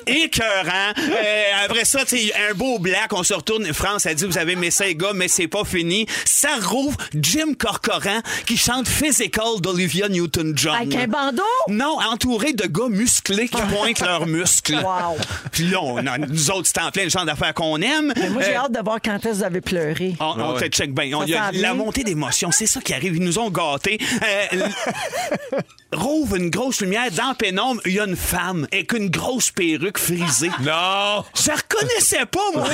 Speaker 4: Écœurant. Euh, après ça, tu sais, un beau black. On se retourne. France a dit, vous avez mes cinq gars, mais c'est pas fini. Ça rouvre Jim Corcoran qui chante Physical d'Olivia Newton-John.
Speaker 5: Avec un bandeau?
Speaker 4: Non, entouré de gars musclés qui pointent leurs muscles.
Speaker 5: Wow.
Speaker 4: Puis là, on a- nous autres, c'est en plein le genre d'affaires qu'on aime.
Speaker 5: Mais Moi, j'ai
Speaker 4: Euh,
Speaker 5: hâte de voir quand est-ce que vous avez pleuré.
Speaker 4: on, on te check bien. On-
Speaker 5: Ça
Speaker 4: y a la
Speaker 5: s'en vient.
Speaker 4: montée d'émotion, c'est ça qui arrive. Ils nous ont gâtés. Euh, l- rouvre une grosse lumière. Dans la pénombre, il y a une femme avec une grosse perruque frisée.
Speaker 7: Non!
Speaker 4: Je la reconnaissais pas, moi.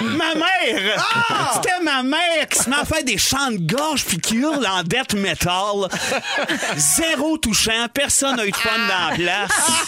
Speaker 4: ma mère. C'était ma mère qui se met à faire des chants de gorge puis qui hurle en death metal. Zéro touchant. Personne n'a eu de fun dans la place.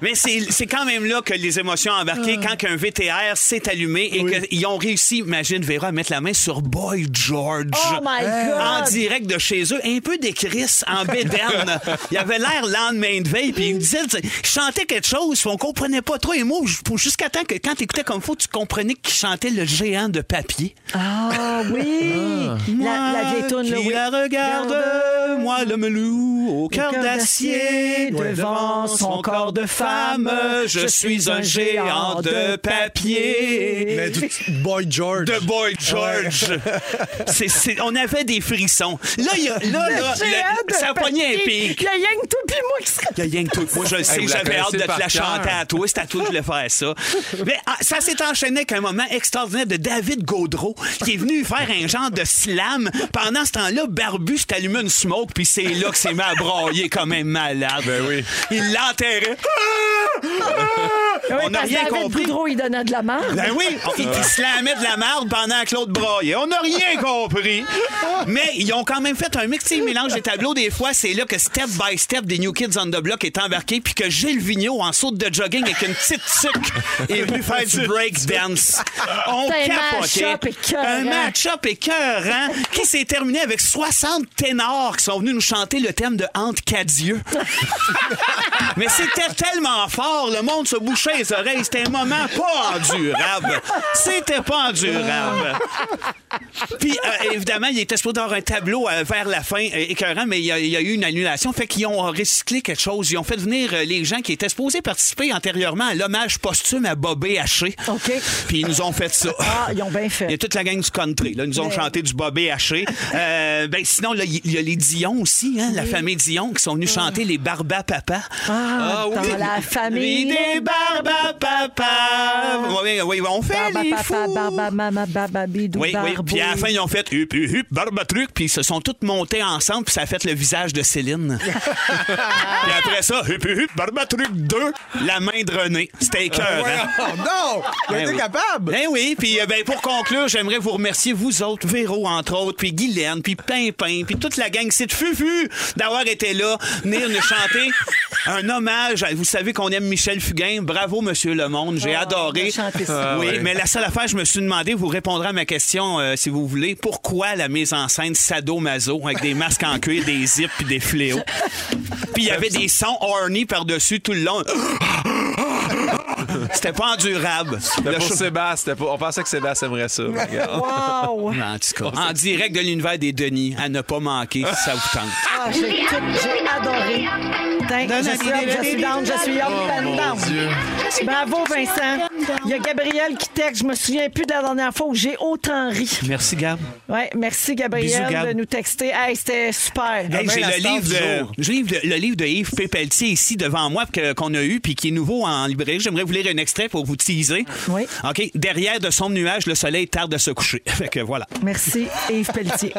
Speaker 4: Mais c'est c'est quand même là que les émotions embarquées quand un VTR s'est allumé et qu'ils ont réussi, imagine Véra, à mettre la main sur Boy George.
Speaker 5: Oh my
Speaker 4: En
Speaker 5: God!
Speaker 4: direct de chez eux, un peu décrisse, en bédaine. Il avait l'air lendemain de veille, puis il me disait, tu sais, il chantait quelque chose, puis on comprenait pas trop les mots, pour- jusqu'à temps que quand t'écoutais comme faut, tu comprenais qu'il chantait le géant de papier.
Speaker 5: Ah oui! La, la vieille toune, là,
Speaker 4: qui
Speaker 5: oui.
Speaker 4: la regarde, moi l'homme loup, au cœur
Speaker 5: cœur
Speaker 4: d'acier,
Speaker 5: d'acier,
Speaker 4: devant son corps de femme, je suis un géant de papier.
Speaker 6: Mais tout- Boy George.
Speaker 4: De Boy George. C'est- c'est- on avait des frissons. Là, il y a- là, là,
Speaker 5: J'ai hâte
Speaker 4: le-
Speaker 5: de
Speaker 4: ça a pogné un
Speaker 5: papier.
Speaker 4: pic.
Speaker 5: Le yang tout puis moi qui serait...
Speaker 4: Il y a rien que toi. Moi, je le sais,
Speaker 7: vous la
Speaker 4: j'avais hâte de te la
Speaker 7: connaissez par cœur.
Speaker 4: chanter à toi. C'est à toi que je voulais faire ça. Mais ah, ça s'est enchaîné avec un moment extraordinaire de David Gaudreau, qui est venu faire un genre de slam. Pendant ce temps-là, Barbu s'est allumé une smoke, puis c'est là que c'est mis à brailler comme un malade.
Speaker 7: Ben oui.
Speaker 4: Il l'enterrait. Ah!
Speaker 5: Oui,
Speaker 4: On n'a
Speaker 5: parce que
Speaker 4: rien
Speaker 5: David
Speaker 4: compris.
Speaker 5: Boudreau, il donnait de la marde.
Speaker 4: Ben oui, on- ils ils se la mettent de la marde pendant que l'autre braillait. On n'a rien compris. Mais ils ont quand même fait un mix petit mélange des tableaux. Des fois, c'est là que step by step des New Kids on the Block est embarqué puis que Gilles Vigneault, en saute de jogging avec une petite sucre, est venu faire du breakdance. On
Speaker 5: C'est un match-up
Speaker 4: capotait.
Speaker 5: écœurant.
Speaker 4: Un match-up écœurant qui s'est terminé avec 60 ténors qui sont venus nous chanter le thème de Hante Cadieux. Mais c'était tellement fort, le monde se bouchait les oreilles. C'était un moment pas endurable. C'était pas endurable. Puis, euh, évidemment, il était supposé avoir un tableau euh, vers la fin, euh, écœurant, mais il y, a- il y a eu une annulation. Fait qu'ils ont recyclé quelque chose. Ils ont fait venir euh, les gens qui étaient supposés participer antérieurement à l'hommage posthume à Bobé Haché.
Speaker 5: OK.
Speaker 4: Puis ils nous ont fait ça.
Speaker 5: Ah, ils ont bien fait.
Speaker 4: Il y a toute la gang du country. Là, ils nous ont chanté du Bobby Haché. Euh, ben, sinon, là, il il y a les Dion aussi, hein, la famille Dion, qui sont venus chanter les Barba Papa.
Speaker 5: Ah, dans la famille
Speaker 4: Des Barba Papa. Oui, oui, on fait
Speaker 5: Barba
Speaker 4: les
Speaker 5: papa,
Speaker 4: fous.
Speaker 5: barba mama, barba bidou,
Speaker 4: Oui, oui.
Speaker 5: barbou.
Speaker 4: Puis à la fin, ils ont fait hup, hup, hup, barba truc, puis ils se sont tous montés ensemble, puis ça a fait le visage de Céline. puis après ça, hup, hup, hup, barba truc 2, la main de René. C'était écœurant.
Speaker 6: Oh non! Il
Speaker 4: Ben
Speaker 6: était
Speaker 4: oui.
Speaker 6: capable!
Speaker 4: Ben oui, puis euh, ben, pour conclure, j'aimerais vous remercier, vous autres, Véro, entre autres, puis Guylaine, puis Pimpin, puis toute la gang, c'est de Fufu, d'avoir été là, venir nous chanter un hommage. à- Vous savez qu'on aime Michel Fugain. Bravo, Monsieur Le Monde. J'ai adoré.
Speaker 5: on Oh, a chanté ça.
Speaker 4: Ah, oui,
Speaker 6: ouais.
Speaker 4: mais la seule affaire, je me suis demandé, vous répondrez à ma question euh, si vous voulez, pourquoi la mise en scène sadomaso avec des masques en cuir, des zips puis des fléaux? Puis il y avait des sons horny par-dessus tout le long. C'était pas endurable. Le
Speaker 7: C'était pour
Speaker 4: show-
Speaker 7: Sébastien. c'était pour- On pensait que Sébastien aimerait ça. mais regarde.
Speaker 5: Wow!
Speaker 4: en tout cas, en direct de l'univers des Denis, à ne pas manquer si ça vous tente.
Speaker 5: Ah, j'ai tout- j'ai adoré. Thank- Je suis up, je suis down, je suis up
Speaker 6: Oh,
Speaker 5: and down. Bravo, Vincent. Il y a Gabriel qui texte. Je me souviens plus de la dernière fois où j'ai autant ri.
Speaker 4: Merci, Gab.
Speaker 5: Ouais,
Speaker 4: Bisous,
Speaker 5: merci, Gabriel,
Speaker 4: Gab.
Speaker 5: de nous texter. Hey, c'était super.
Speaker 4: Hey, j'ai
Speaker 6: la
Speaker 4: le
Speaker 6: star
Speaker 4: livre,
Speaker 6: du
Speaker 4: de,
Speaker 6: jour.
Speaker 4: j'ai le livre de- le livre de Yves Pépeltier ici devant moi que- qu'on a eu puis qui est nouveau en librairie. J'aimerais vous lire un extrait pour vous teaser.
Speaker 5: Oui.
Speaker 4: OK. Derrière de son nuage, le soleil tarde à se coucher. Fait que voilà.
Speaker 5: Merci, Yves Pelletier.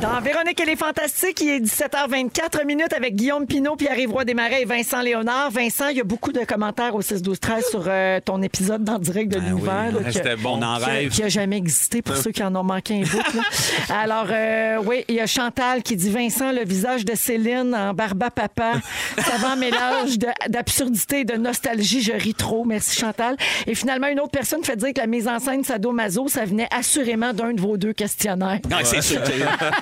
Speaker 5: Dans Véronique et les Fantastiques, il est 17h24 minutes avec Guillaume Pinot, Pierre-Yvroy Desmarais et Vincent Léonard. Vincent, il y a beaucoup de commentaires au 6-12-13 sur euh, ton épisode dans Direct de l'Univers. là, que-
Speaker 7: C'était bon.
Speaker 4: On Ben en
Speaker 5: qui a-
Speaker 4: rêve.
Speaker 5: Qui n'a jamais existé pour ceux qui en ont manqué un bout. là. Alors, euh, oui, il y a Chantal qui dit Vincent, le visage de Céline en barba papa. Savant mélange de- d'absurdité et de nostalgie, je ris trop. Merci Chantal. Et finalement, une autre personne fait dire que la mise en scène Sadomaso, ça venait assurément d'un de vos deux questionnaires.
Speaker 4: Non, c'est sûr.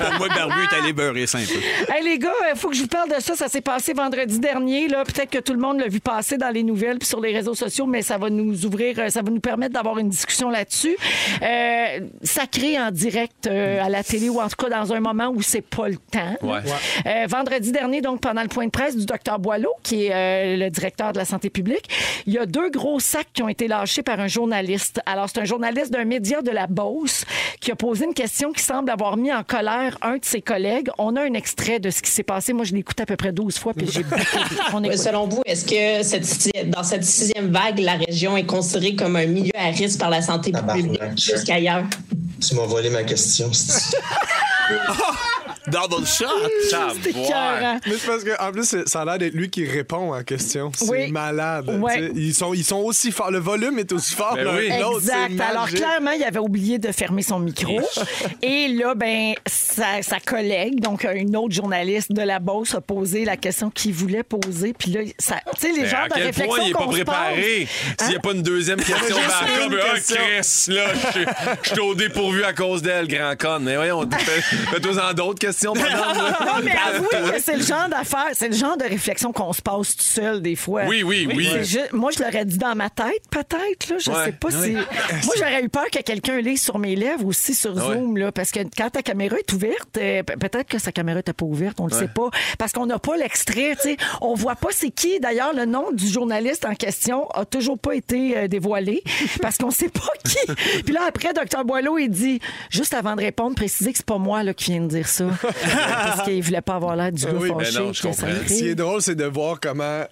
Speaker 4: Pour moi, Barbu est allé beurrer ça un peu.
Speaker 5: Hey, les gars, il faut que je vous parle de ça. Ça s'est passé vendredi dernier. là. Peut-être que tout le monde l'a vu passer dans les nouvelles puis sur les réseaux sociaux, mais ça va nous ouvrir, euh, ça va nous permettre d'avoir une discussion là-dessus. Euh, sacré en direct euh, à la télé ou en tout cas dans un moment où c'est pas le temps. là.
Speaker 7: Ouais.
Speaker 5: Euh, vendredi dernier, donc pendant le point de presse du docteur Boileau, qui est euh, le directeur de la santé publique, il y a deux gros sacs qui ont été lâchés par un journaliste. Alors, c'est un journaliste d'un média de la Beauce qui a posé une question qui semble avoir mis en colère un de ses collègues. On a un extrait de ce qui s'est passé. Moi, je l'ai écouté à peu près 12 fois, puis j'ai beaucoup ri. On écoute.
Speaker 11: Selon vous, est-ce que cette sixi- dans cette sixième vague, la région est considérée comme un milieu à risque par la santé publique
Speaker 3: Tabarnak.
Speaker 11: jusqu'ailleurs?
Speaker 3: Tu m'as volé ma question. c'est-
Speaker 4: Double shot.
Speaker 5: C'était écœurant.
Speaker 6: Mais c'est parce que, en plus, c'est- ça a l'air d'être lui qui répond en question. C'est
Speaker 5: Oui.
Speaker 6: malade.
Speaker 5: Ouais.
Speaker 6: Tu sais, Ils, sont, ils sont aussi forts. Le volume est aussi fort
Speaker 7: Ben
Speaker 6: l'un
Speaker 7: oui.
Speaker 6: que l'autre.
Speaker 5: Exact.
Speaker 6: C'est
Speaker 5: Alors,
Speaker 6: magique.
Speaker 5: clairement, il avait oublié de fermer son micro. Et là, ben, sa, sa collègue, donc une autre journaliste de la Beauce, a posé la question qu'il voulait poser. Puis là, ça, tu sais, les
Speaker 7: Mais
Speaker 5: genres
Speaker 7: à
Speaker 5: de
Speaker 7: quel
Speaker 5: réflexion
Speaker 7: point il est pas
Speaker 5: qu'on se
Speaker 7: préparé?
Speaker 5: pose.
Speaker 7: S'il n'y
Speaker 5: Hein?
Speaker 7: a pas une deuxième question
Speaker 6: Juste
Speaker 7: backup,
Speaker 6: une
Speaker 7: ah,
Speaker 6: question.
Speaker 7: Chris, là, je suis- je suis au dépourvu à cause d'elle, grand con. Mais voyons, t- fais- fais-toi en d'autres questions pendant.
Speaker 5: Non, Ah, mais avouez que c'est le genre d'affaire, c'est le genre de réflexion qu'on se passe tout seul des fois.
Speaker 7: Oui, oui, oui.
Speaker 5: C'est ju- moi, je l'aurais dit dans ma tête, peut-être. Là, je
Speaker 7: Euh, Ouais.
Speaker 5: sais pas si. Moi, j'aurais eu peur que quelqu'un lise sur mes lèvres aussi sur
Speaker 7: Ah ouais.
Speaker 5: Zoom, là, parce que quand ta caméra est ouverte, euh, pe- peut-être que sa caméra n'était pas ouverte, on le sait pas, parce qu'on n'a pas l'extrait. tu sais. On voit pas c'est qui. D'ailleurs, le nom du journaliste en question a toujours pas été euh, dévoilé, parce qu'on sait pas qui. Puis là, après, Dr Boileau, il dit juste avant de répondre, préciser que c'est pas moi là, qui viens de dire ça. Parce qu'il voulait pas avoir l'air du gars
Speaker 6: Oui, mais
Speaker 5: fâché.
Speaker 7: Ah ben non, je
Speaker 5: que ça
Speaker 7: comprends.
Speaker 5: irrite.
Speaker 6: Ce qui est drôle, c'est de voir comment.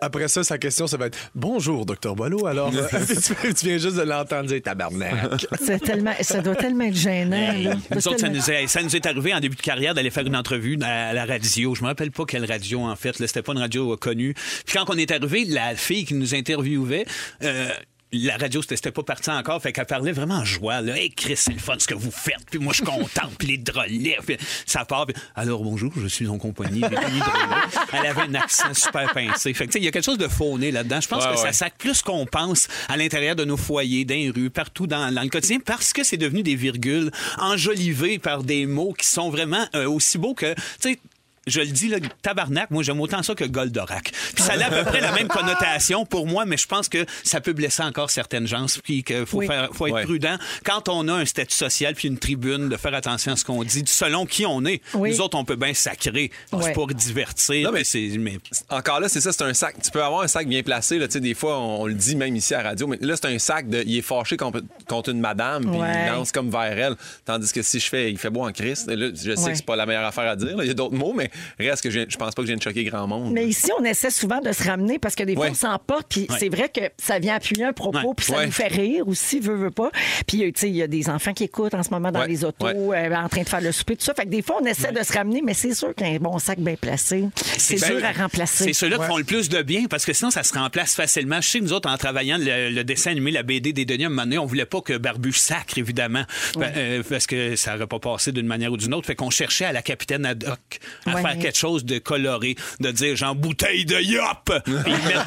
Speaker 6: Après ça, sa question, ça va être Bonjour, docteur Boileau. Alors, tu tu viens juste de l'entendre dire tabarnak.
Speaker 5: C'est tellement, ça doit tellement être gênant.
Speaker 4: Hey,
Speaker 5: là.
Speaker 4: nous
Speaker 5: C'est
Speaker 4: autres, ça
Speaker 5: tellement-
Speaker 4: nous, est, ça nous est arrivé en début de carrière d'aller faire une entrevue à la radio. Je me rappelle pas quelle radio, en fait. là. C'était pas une radio euh, connue. Puis quand on est arrivé, la fille qui nous interviewait... euh, la radio, c'était c'était pas parti encore, fait qu'elle parlait vraiment en joie. Là. Hey, Chris, c'est le fun ce que vous faites, puis moi je suis content, puis les drôlets, puis ça part. puis, Alors bonjour, je suis en compagnie des Denis Drolet. Elle avait un accent super pincé. Fait que, tu sais, il y a quelque chose de fauné là-dedans. Je pense
Speaker 7: Ouais,
Speaker 4: que ça
Speaker 7: ouais.
Speaker 4: sac plus qu'on pense à l'intérieur de nos foyers, dans les rues, partout dans, dans le quotidien, parce que c'est devenu des virgules enjolivées par des mots qui sont vraiment euh, aussi beaux que, tu sais, je le dis, là, tabarnak, moi j'aime autant ça que Goldorak. Puis ça a à peu près la même connotation pour moi, mais je pense que ça peut blesser encore certaines gens. Puis qu'il faut,
Speaker 5: Oui.
Speaker 4: faire- faut être
Speaker 7: Ouais.
Speaker 4: prudent. Quand on a un statut social puis une tribune, de faire attention à ce qu'on dit, selon qui on est.
Speaker 5: Oui.
Speaker 4: Nous autres, on peut bien sacrer.
Speaker 5: Ouais.
Speaker 4: C'est pour divertir.
Speaker 7: Non, mais-
Speaker 4: puis c'est- mais
Speaker 7: Encore là, c'est ça, c'est un sac. Tu peux avoir un sac bien placé. Là, tu sais, des fois, on, on le dit même ici à la radio, mais là, c'est un sac de. Il est fâché contre, contre une madame, puis
Speaker 5: Ouais.
Speaker 7: il danse comme vers elle. Tandis que si je fais. Il fait beau en Christ. là, je sais
Speaker 5: Ouais.
Speaker 7: que c'est pas la meilleure affaire à dire. là, Il y a d'autres mots, mais reste que je, viens- je pense pas que je viens de choquer grand monde.
Speaker 5: Mais ici, on essaie souvent de se ramener parce que des fois,
Speaker 7: Ouais.
Speaker 5: on s'emporte. Puis
Speaker 4: Ouais.
Speaker 5: c'est vrai que ça vient appuyer un propos,
Speaker 4: Ouais.
Speaker 5: puis ça
Speaker 7: Ouais.
Speaker 5: nous fait rire aussi, veut, veut pas. Puis, euh, tu sais, il y a des enfants qui écoutent en ce moment dans
Speaker 7: Ouais.
Speaker 5: les autos,
Speaker 7: Ouais.
Speaker 5: euh, en train de faire le souper, tout ça. Fait que des fois, on essaie de se ramener, mais c'est sûr qu'un bon sac bien placé, c'est
Speaker 4: ben,
Speaker 5: dur à remplacer.
Speaker 4: C'est ceux-là
Speaker 6: Ouais.
Speaker 4: qui font le plus de bien parce que sinon, ça se remplace facilement. Je sais que nous autres, en travaillant le, le dessin animé, la BD des Denis, à un moment donné, on voulait pas que Barbu sacre, évidemment, pa- euh, parce que ça aurait pas passé d'une manière ou d'une autre. Fait qu'on cherchait à la capitaine ad hoc à
Speaker 5: Ouais.
Speaker 4: faire quelque chose de coloré, de dire genre bouteille de yop! Puis ils mettent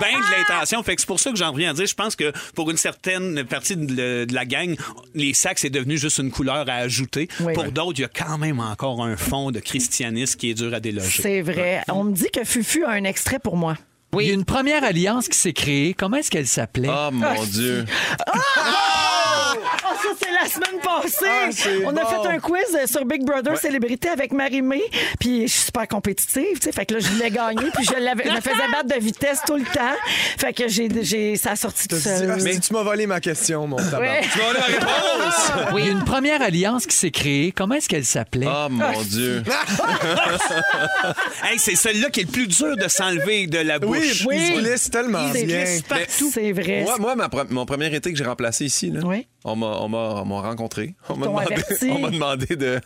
Speaker 4: ben de l'intention. Fait que c'est pour ça que j'en reviens à dire, je pense que pour une certaine partie de, le- de la gang, les sacs, c'est devenu juste une couleur à ajouter.
Speaker 5: Oui.
Speaker 4: Pour
Speaker 5: Ouais.
Speaker 4: d'autres, il y a quand même encore un fond de christianisme qui est dur à déloger.
Speaker 5: C'est vrai. On me dit que Fufu a un extrait pour moi.
Speaker 12: Il y a une première alliance qui s'est créée. Comment est-ce qu'elle s'appelait?
Speaker 7: Oh mon Dieu.
Speaker 5: Ah, ça, c'est la semaine
Speaker 6: Ah,
Speaker 5: passée.
Speaker 6: c'est
Speaker 5: on a
Speaker 6: bon.
Speaker 5: fait un quiz euh, sur Big Brother Célébrité avec Marie-Mé. Puis je suis super compétitive, tu sais. Fait que là, je voulais gagner. Puis je l'avais- je me faisais battre de vitesse tout le temps. Fait que j'ai, j'ai, ça a sorti tout
Speaker 6: T'as dit,
Speaker 5: seul.
Speaker 6: Ah, si tu m'as volé ma question, mon tabac.
Speaker 5: Ouais.
Speaker 7: Tu vas avoir la réponse.
Speaker 12: Oui. Il y a une première alliance qui s'est créée. Comment est-ce qu'elle s'appelait?
Speaker 7: Oh
Speaker 5: Ah,
Speaker 7: mon Dieu.
Speaker 4: Hey, c'est celle-là qui est le plus dur de s'enlever de la
Speaker 6: Oui,
Speaker 4: bouche.
Speaker 5: Oui.
Speaker 6: il se glisse tellement
Speaker 5: C'est
Speaker 6: bien.
Speaker 5: glisse partout. C'est vrai.
Speaker 7: Moi, moi ma pre- mon premier été que j'ai remplacé ici, là,
Speaker 5: Oui.
Speaker 7: on m'a on m'a- on m'a rencontré. On m'a
Speaker 5: t'ont
Speaker 7: demandé,
Speaker 5: averti.
Speaker 7: on m'a demandé de,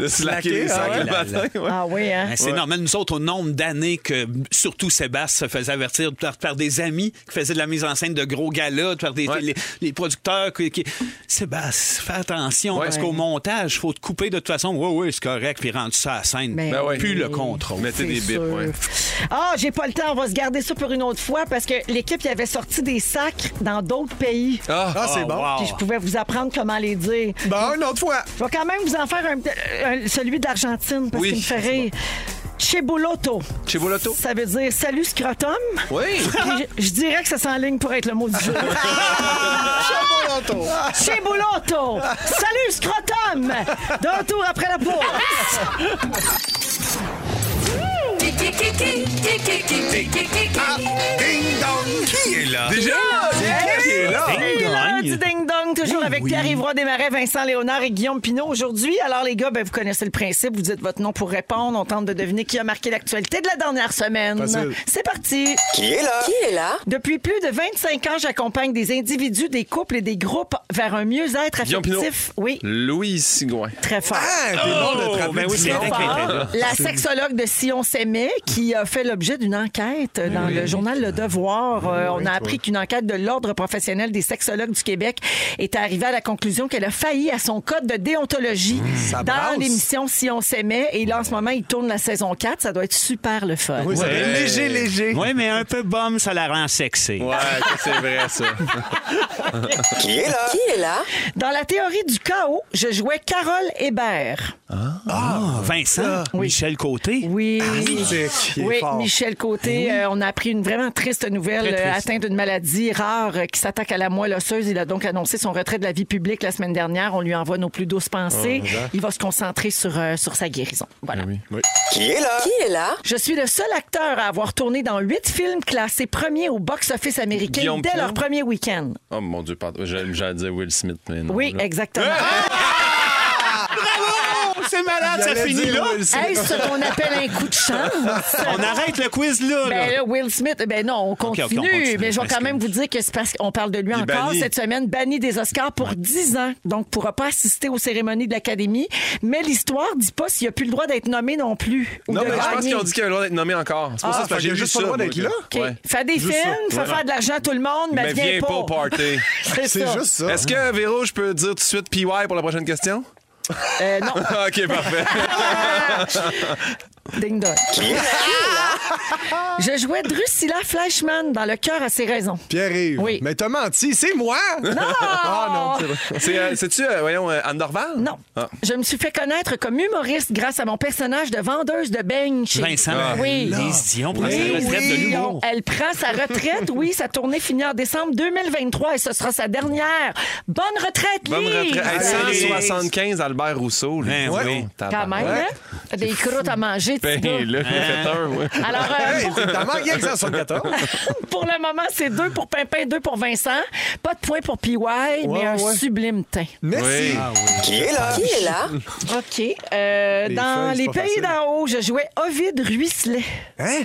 Speaker 7: de slacker les
Speaker 6: ah
Speaker 7: sacs
Speaker 6: ouais?
Speaker 7: le matin. ouais.
Speaker 5: Ah oui, hein?
Speaker 4: Ben, C'est normal, nous autres, au nombre d'années que surtout Sébastien se faisait avertir par, par des amis qui faisaient de la mise en scène de gros galas, par des,
Speaker 7: Ouais.
Speaker 4: les, les producteurs qui, qui- Sébastien, fais attention,
Speaker 7: Ouais.
Speaker 4: parce qu'au montage, faut te couper de toute façon. Oui, oui, c'est correct, puis rendre ça à la scène.
Speaker 5: Mais
Speaker 7: Ben ouais.
Speaker 4: Plus le contrôle.
Speaker 7: Mettez des bips.
Speaker 5: sûr.
Speaker 7: ouais.
Speaker 5: Ah, j'ai pas le temps. On va se garder ça pour une autre fois parce que l'équipe y avait sorti des sacs dans d'autres pays.
Speaker 7: Ah,
Speaker 6: Ah, c'est
Speaker 4: Ah,
Speaker 6: bon.
Speaker 4: wow.
Speaker 5: Puis je pouvais vous apprendre comment les dire.
Speaker 6: Bon, une autre fois.
Speaker 5: Je vais quand même vous en faire un, petit- un- celui de l'Argentine parce
Speaker 7: Oui,
Speaker 5: qu'il me fait
Speaker 7: c'est
Speaker 5: rire. Cheboloto.
Speaker 7: chez Voloto.
Speaker 5: Ça veut dire salut scrotum.
Speaker 7: Oui.
Speaker 5: Puis je, je dirais que ça s'enligne pour être le mot du jour.
Speaker 6: Cheboloto.
Speaker 5: Cheboloto. Salut scrotum. De retour après la pause.
Speaker 3: Ding dong, qui est là?
Speaker 7: Déjà,
Speaker 6: Qui est là?
Speaker 4: Ding
Speaker 5: Et là,
Speaker 4: dong.
Speaker 5: du ding-dong, toujours avec Pierre-Yves Roy Desmarais, Vincent Léonard et Guillaume Pinot aujourd'hui. Alors, les gars, ben, vous connaissez le principe. Vous dites votre nom pour répondre. On tente de deviner qui a marqué l'actualité de la dernière semaine.
Speaker 6: Facile.
Speaker 5: C'est parti.
Speaker 2: Qui est là?
Speaker 5: Depuis plus de 25 ans, j'accompagne des individus, des couples et des groupes vers un mieux-être
Speaker 7: Guillaume Pinot.
Speaker 5: affectif. Oui,
Speaker 7: Louise Sigouin.
Speaker 5: très fort.
Speaker 6: Ah, t'es bon de
Speaker 4: Oh,
Speaker 6: te rappeler
Speaker 4: ben oui,
Speaker 6: du
Speaker 4: c'est
Speaker 6: nom.
Speaker 4: vrai qu'elle était là.
Speaker 5: Ah! La sexologue de Si on s'aimait qui a fait l'objet d'une enquête dans le journal Le Devoir. Euh, on a appris qu'une enquête de l'Ordre professionnel des sexologues du Québec est arrivée à la conclusion qu'elle a failli à son code de déontologie
Speaker 6: Mmh, brasse.
Speaker 5: dans l'émission Si on s'aimait. Et là, en ce moment, il tourne la saison 4. Ça doit être super le fun.
Speaker 6: Oui, ça va être Léger, léger.
Speaker 4: Oui, mais un peu bombe, ça la rend sexy.
Speaker 7: Ouais, ça, c'est vrai, ça.
Speaker 2: Qui est là?
Speaker 5: Dans la théorie du chaos, je jouais Carole Hébert.
Speaker 4: Ah, Vincent, Michel
Speaker 6: Ah,
Speaker 4: Côté.
Speaker 5: Oui.
Speaker 6: Mystique, il est
Speaker 5: Oui,
Speaker 6: fort.
Speaker 5: Michel Côté, euh, on a appris une vraiment triste nouvelle,
Speaker 4: Ben Très triste.
Speaker 5: euh, atteint d'une maladie rare euh, qui s'attaque à la moelle osseuse. Il a donc annoncé son retrait de la vie publique la semaine dernière. On lui envoie nos plus douces pensées.
Speaker 4: Oh,
Speaker 5: Il va se concentrer sur, euh, sur sa guérison.
Speaker 4: Ben
Speaker 5: Voilà.
Speaker 2: Qui est là?
Speaker 5: Je suis le seul acteur à avoir tourné dans huit films classés premiers au box-office américain
Speaker 7: Guillaume
Speaker 5: dès
Speaker 7: Pinot.
Speaker 5: leur premier week-end.
Speaker 7: Oh mon Dieu, pardon.
Speaker 4: Ah!
Speaker 7: J'allais j'allais dire Will Smith, mais non.
Speaker 5: Oui,
Speaker 7: là.
Speaker 5: exactement.
Speaker 4: Bravo, Oh, c'est malade! malade, Ah, ça finit là.
Speaker 5: Est-ce ce qu'on appelle un coup de chance?
Speaker 4: On arrête le quiz là. là.
Speaker 5: Ben là, Will Smith, ben non, on
Speaker 4: OK,
Speaker 5: continue.
Speaker 4: OK, on continue.
Speaker 5: Mais je vais quand même vous dire que c'est parce qu'on parle de lui
Speaker 4: Il est
Speaker 5: encore
Speaker 4: banni.
Speaker 5: cette semaine, banni des Oscars pour 10 ans. Donc, pourra pas assister aux cérémonies de l'Académie. Mais l'histoire dit pas s'il a plus le droit d'être nommé non plus. ou
Speaker 7: Non,
Speaker 5: de
Speaker 7: mais je pense
Speaker 5: gagner.
Speaker 7: qu'ils ont dit qu'il a le droit d'être nommé encore. C'est pour
Speaker 5: Ah,
Speaker 7: ça que
Speaker 5: fait
Speaker 7: j'ai
Speaker 5: que
Speaker 7: juste
Speaker 6: juste pas
Speaker 7: ça.
Speaker 6: le droit d'être
Speaker 7: moi,
Speaker 6: là.
Speaker 7: que-
Speaker 5: OK.
Speaker 7: Ouais.
Speaker 5: Fais des
Speaker 7: Juste ça.
Speaker 5: films, fais
Speaker 7: Ouais.
Speaker 5: faire de l'argent à tout le monde, mais,
Speaker 7: Mais viens pas au party.
Speaker 5: C'est C'est ça. juste ça.
Speaker 7: Est-ce que, Véro, je peux dire tout de suite PY pour la prochaine question?
Speaker 5: Euh, non.
Speaker 7: OK, parfait.
Speaker 5: Ding dong. Je jouais Drusilla Fleischmann dans Le cœur à ses raisons.
Speaker 6: Pierre-Yves.
Speaker 5: Oui.
Speaker 6: Mais t'as menti, c'est moi!
Speaker 5: Non!
Speaker 6: Ah non, c'est
Speaker 7: C'est, euh, C'est-tu, euh, voyons, euh, Anne Dorval?
Speaker 5: Non.
Speaker 7: Ah.
Speaker 5: Je me suis fait connaître comme humoriste grâce à mon personnage de vendeuse de beignes chez... Ah,
Speaker 4: Vincent,
Speaker 5: oui.
Speaker 4: Lise Dion prend
Speaker 5: Oui,
Speaker 4: sa retraite de
Speaker 5: oui.
Speaker 4: l'humour.
Speaker 5: Elle prend sa retraite, oui. Sa tournée finit en décembre 2023 et ce sera sa dernière. Bonne retraite,
Speaker 7: Bonne
Speaker 5: Lise!
Speaker 7: retraite.
Speaker 5: Allez.
Speaker 7: Hey, 175 Albert Rousseau. lui.
Speaker 4: Ben
Speaker 7: Ouais.
Speaker 4: oui.
Speaker 5: Quand
Speaker 7: Tabarnak.
Speaker 5: même, hein? Des croûtes à manger, tu
Speaker 7: Ben
Speaker 5: sais.
Speaker 7: là,
Speaker 4: Hein?
Speaker 7: faites un, ouais.
Speaker 5: Alors, euh,
Speaker 6: Hey, t'as manqué avec 174.
Speaker 5: pour le moment, c'est deux pour Pimpin, deux pour Vincent. Pas de point pour PY, mais un
Speaker 6: ouais.
Speaker 5: sublime teint.
Speaker 6: Merci. Ah,
Speaker 7: Oui.
Speaker 2: Qui est là? Qui est là?
Speaker 5: OK. Euh,
Speaker 6: Les
Speaker 5: dans
Speaker 6: feuilles, c'est
Speaker 5: Les
Speaker 6: pas
Speaker 5: Pays
Speaker 6: facile.
Speaker 5: d'en haut, je jouais Ovid Ruisselet.
Speaker 6: Hein?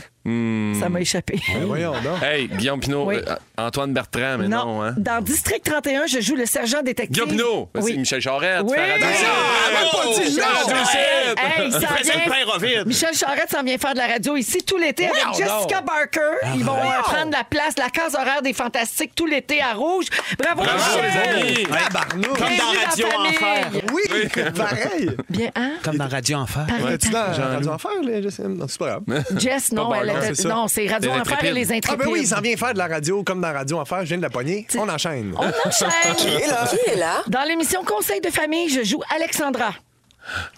Speaker 5: Ça m'a échappé.
Speaker 6: Ben voyons donc.
Speaker 7: Hey, Guillaume Pinot,
Speaker 5: Oui.
Speaker 7: euh, Antoine Bertrand, mais non, hein?
Speaker 13: Ben,
Speaker 5: Dans District 31, je joue le sergent détective.
Speaker 7: Guillaume Pinot! Ben, C'est
Speaker 5: Oui.
Speaker 7: Michel Charette.
Speaker 5: Oui.
Speaker 7: Faire
Speaker 5: Hey!
Speaker 7: attention.
Speaker 13: Ah,
Speaker 7: Ah,
Speaker 13: ben,
Speaker 4: Oh!
Speaker 7: Radio
Speaker 5: Hey,
Speaker 7: Sud.
Speaker 5: hey, ça
Speaker 4: Faisait
Speaker 5: vient-
Speaker 4: le père Ovid.
Speaker 5: Michel Charette s'en vient faire de la radio ici tout l'été avec Jessica Barker.
Speaker 7: Ah,
Speaker 5: Ils vont euh, prendre la place, la case horaire des Fantastiques tout l'été à Rouge. Bravo,
Speaker 4: Ah,
Speaker 7: Bravo,
Speaker 5: Michel!
Speaker 7: les amis.
Speaker 4: Ouais.
Speaker 6: Tabarnouche.
Speaker 4: Comme
Speaker 5: Bienvenue
Speaker 4: dans Radio
Speaker 5: la famille.
Speaker 4: Enfer.
Speaker 6: Ah, Oui, pareil.
Speaker 5: Bien, hein?
Speaker 4: Comme dans Radio Enfer.
Speaker 6: T'es-tu dans Radio Enfer, là? Je sais- Non, c'est pas grave.
Speaker 5: Jess, non,
Speaker 7: Pas
Speaker 5: elle
Speaker 7: Barker,
Speaker 5: était-
Speaker 7: c'est ça.
Speaker 5: Non, c'est Radio
Speaker 7: Les
Speaker 5: Enfer et les
Speaker 7: Intrépides.
Speaker 5: Intrépides.
Speaker 6: Ah ben oui, il s'en vient faire de la radio comme dans Radio Enfer. Je viens de la pogner. On enchaîne.
Speaker 5: On enchaîne.
Speaker 2: Qui est là? Qui est là?
Speaker 5: Dans l'émission Conseil de famille, je joue Alexandra.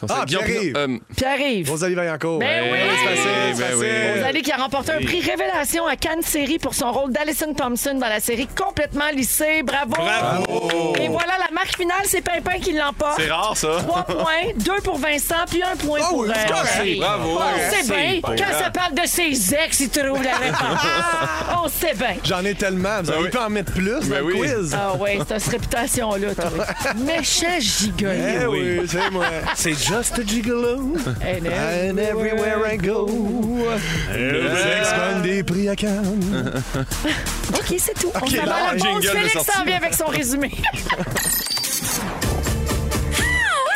Speaker 7: Donc, c'est
Speaker 6: Ah,
Speaker 7: Guillaume
Speaker 6: Pierre-Yves.
Speaker 7: Pinot, euh,
Speaker 5: Pierre-Yves.
Speaker 6: Rosalie Vaillancourt.
Speaker 5: Ben oui!
Speaker 6: c'est facile,
Speaker 7: Ben
Speaker 6: c'est
Speaker 7: oui.
Speaker 6: facile.
Speaker 5: Rosalie qui a remporté un prix Révélation à Cannes Série pour son rôle d'Alison Thompson dans la série Complètement lycée. Bravo!
Speaker 4: Bravo!
Speaker 5: Et voilà, la marque finale, c'est Pimpin qui l'emporte.
Speaker 7: c'est rare,
Speaker 4: Euh,
Speaker 7: ça.
Speaker 5: Trois points, deux pour Vincent, puis un point
Speaker 6: Ah
Speaker 5: pour...
Speaker 6: oui, c'est
Speaker 5: euh,
Speaker 6: correct.
Speaker 5: Pierre-Yves.
Speaker 7: Bravo. hein.
Speaker 5: On sait
Speaker 7: C'est
Speaker 5: bien,
Speaker 7: pas
Speaker 5: quand
Speaker 7: grave.
Speaker 5: ça parle de ses ex, il trouve la réponse. On sait bien.
Speaker 6: J'en ai tellement. Vous avez
Speaker 7: oui.
Speaker 6: pu en mettre plus dans
Speaker 7: Ben
Speaker 6: le
Speaker 7: oui.
Speaker 6: quiz.
Speaker 5: Ah ouais, c'est cette réputation-là, toi. Méchant
Speaker 6: Eh
Speaker 5: gigolo.
Speaker 6: oui, c'est moi.
Speaker 4: C'est juste a gigolo.
Speaker 5: And
Speaker 6: And everywhere I go. Les ex gagnent des prix à Cannes.
Speaker 5: OK, c'est tout. On s'en va à la
Speaker 7: bon,
Speaker 5: pause.
Speaker 7: jingle de
Speaker 5: Félix
Speaker 7: sortie.
Speaker 5: s'en vient avec son résumé.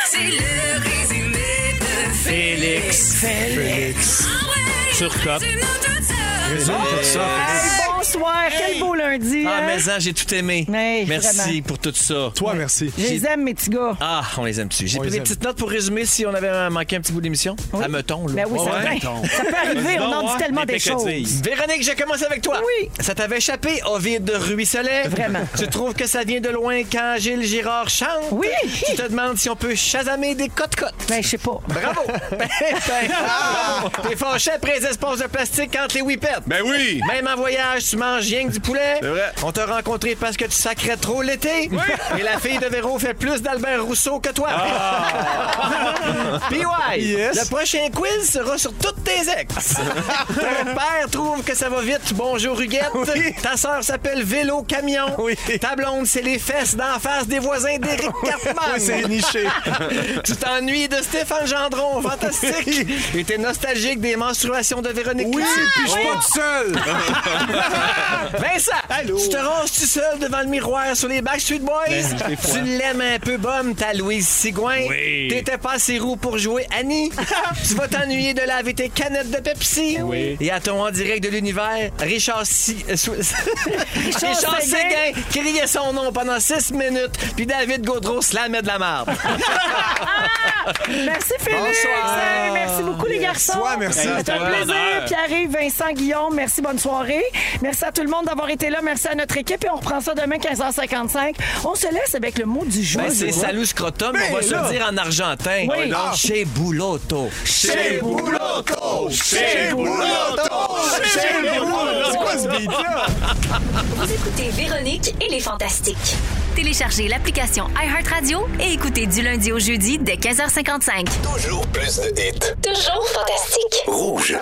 Speaker 9: C'est le résumé de Félix.
Speaker 4: Félix.
Speaker 9: Ah ouais,
Speaker 4: Sur Cop.
Speaker 9: tu nous donnes ça.
Speaker 5: Hey, bonsoir, quel beau lundi.
Speaker 13: Ah,
Speaker 5: hein?
Speaker 13: mais hein, j'ai tout aimé.
Speaker 5: Hey,
Speaker 13: Merci
Speaker 5: vraiment.
Speaker 13: pour tout ça.
Speaker 6: Toi, merci.
Speaker 5: Je les aime, mes petits gars.
Speaker 13: Ah, on les aime-tu? J'ai
Speaker 6: On
Speaker 13: pris
Speaker 6: les
Speaker 13: des
Speaker 6: aime.
Speaker 13: petites notes pour résumer si on avait manqué un petit bout d'émission. À meutons, là.
Speaker 5: Ben oui,
Speaker 13: Ouais,
Speaker 5: ça,
Speaker 13: ouais.
Speaker 5: peut-
Speaker 13: Meutons.
Speaker 5: ça peut arriver, on
Speaker 4: hein?
Speaker 5: en dit tellement des
Speaker 4: des
Speaker 5: choses.
Speaker 4: peccadilles.
Speaker 13: Véronique, je commence avec toi.
Speaker 5: Oui.
Speaker 13: Ça t'avait échappé, Ovid Ruisselet.
Speaker 5: Vraiment.
Speaker 13: Tu trouves que ça vient de loin quand Gilles Girard chante.
Speaker 5: Oui.
Speaker 13: Tu te demandes si on peut chasamer des cotes-cotes.
Speaker 5: Ben, je sais pas.
Speaker 13: Bravo! Ben, ben,
Speaker 7: Ah!
Speaker 13: bravo. T'es fâché après les esponges de plastique entre les whippets.
Speaker 7: Ben oui.
Speaker 13: Même en voyage, tu manges rien que du poulet.
Speaker 7: C'est vrai.
Speaker 13: On t'a rencontré parce que tu sacrais trop l'été. Et la fille de Véro fait plus d'Albert Rousseau que toi.
Speaker 7: Ah!
Speaker 13: PY,
Speaker 6: Yes.
Speaker 13: le prochain quiz sera sur toutes tes ex. Ton père trouve que ça va vite. Bonjour, Huguette. Ta sœur s'appelle Vélo Camion. Ta blonde, c'est les fesses d'en face des voisins d'Éric Cartman.
Speaker 6: Oui, c'est niché.
Speaker 13: Tu t'ennuies de Stéphane Gendron, fantastique. Et t'es nostalgique des menstruations de Véronique
Speaker 6: Oui,
Speaker 13: Cloutier.
Speaker 6: puis je suis pas tout seul.
Speaker 13: Vincent, tu te ranges tout seul devant le miroir sur les Backstreet Boys.
Speaker 6: Ben,
Speaker 13: tu l'aimes un peu bonne, ta Louise Sigouin.
Speaker 4: Oui.
Speaker 13: T'étais pas assez roux pour jouer Annie. tu vas t'ennuyer de laver tes canettes de
Speaker 5: Eh
Speaker 13: Pepsi. Et à ton en direct de l'univers, Richard, Si- euh, Sou- Richard,
Speaker 5: Richard
Speaker 13: Séguin criait son nom pendant six minutes, puis David Gaudreau se la met de la marde.
Speaker 5: Merci, Félix.
Speaker 13: Bonsoir.
Speaker 5: Hey, Merci beaucoup, les garçons.
Speaker 6: Toi, merci.
Speaker 5: C'est un plaisir. Pierre-Yves, Vincent, Guillaume, merci, bonne soirée. Merci à tout le monde d'avoir été là. Merci à notre équipe. Et on reprend ça demain, 15h55. On se laisse avec le mot du jour.
Speaker 13: Ben, c'est
Speaker 5: Véro.
Speaker 13: salut scrotum, mais on va
Speaker 6: Ben là.
Speaker 13: se le dire en argentin.
Speaker 5: Oui. Ah.
Speaker 13: Chez Boulotto.
Speaker 5: Chez
Speaker 6: Boulotto!
Speaker 5: Chez
Speaker 4: Oh,
Speaker 6: Boulotto! Chez Boulotto! C'est quoi ce beat-là?
Speaker 1: Vous écoutez Véronique et les Fantastiques. Téléchargez l'application iHeartRadio et écoutez du lundi au jeudi dès 15h55.
Speaker 3: Toujours plus de hits.
Speaker 1: Toujours fantastique.
Speaker 3: Rouge.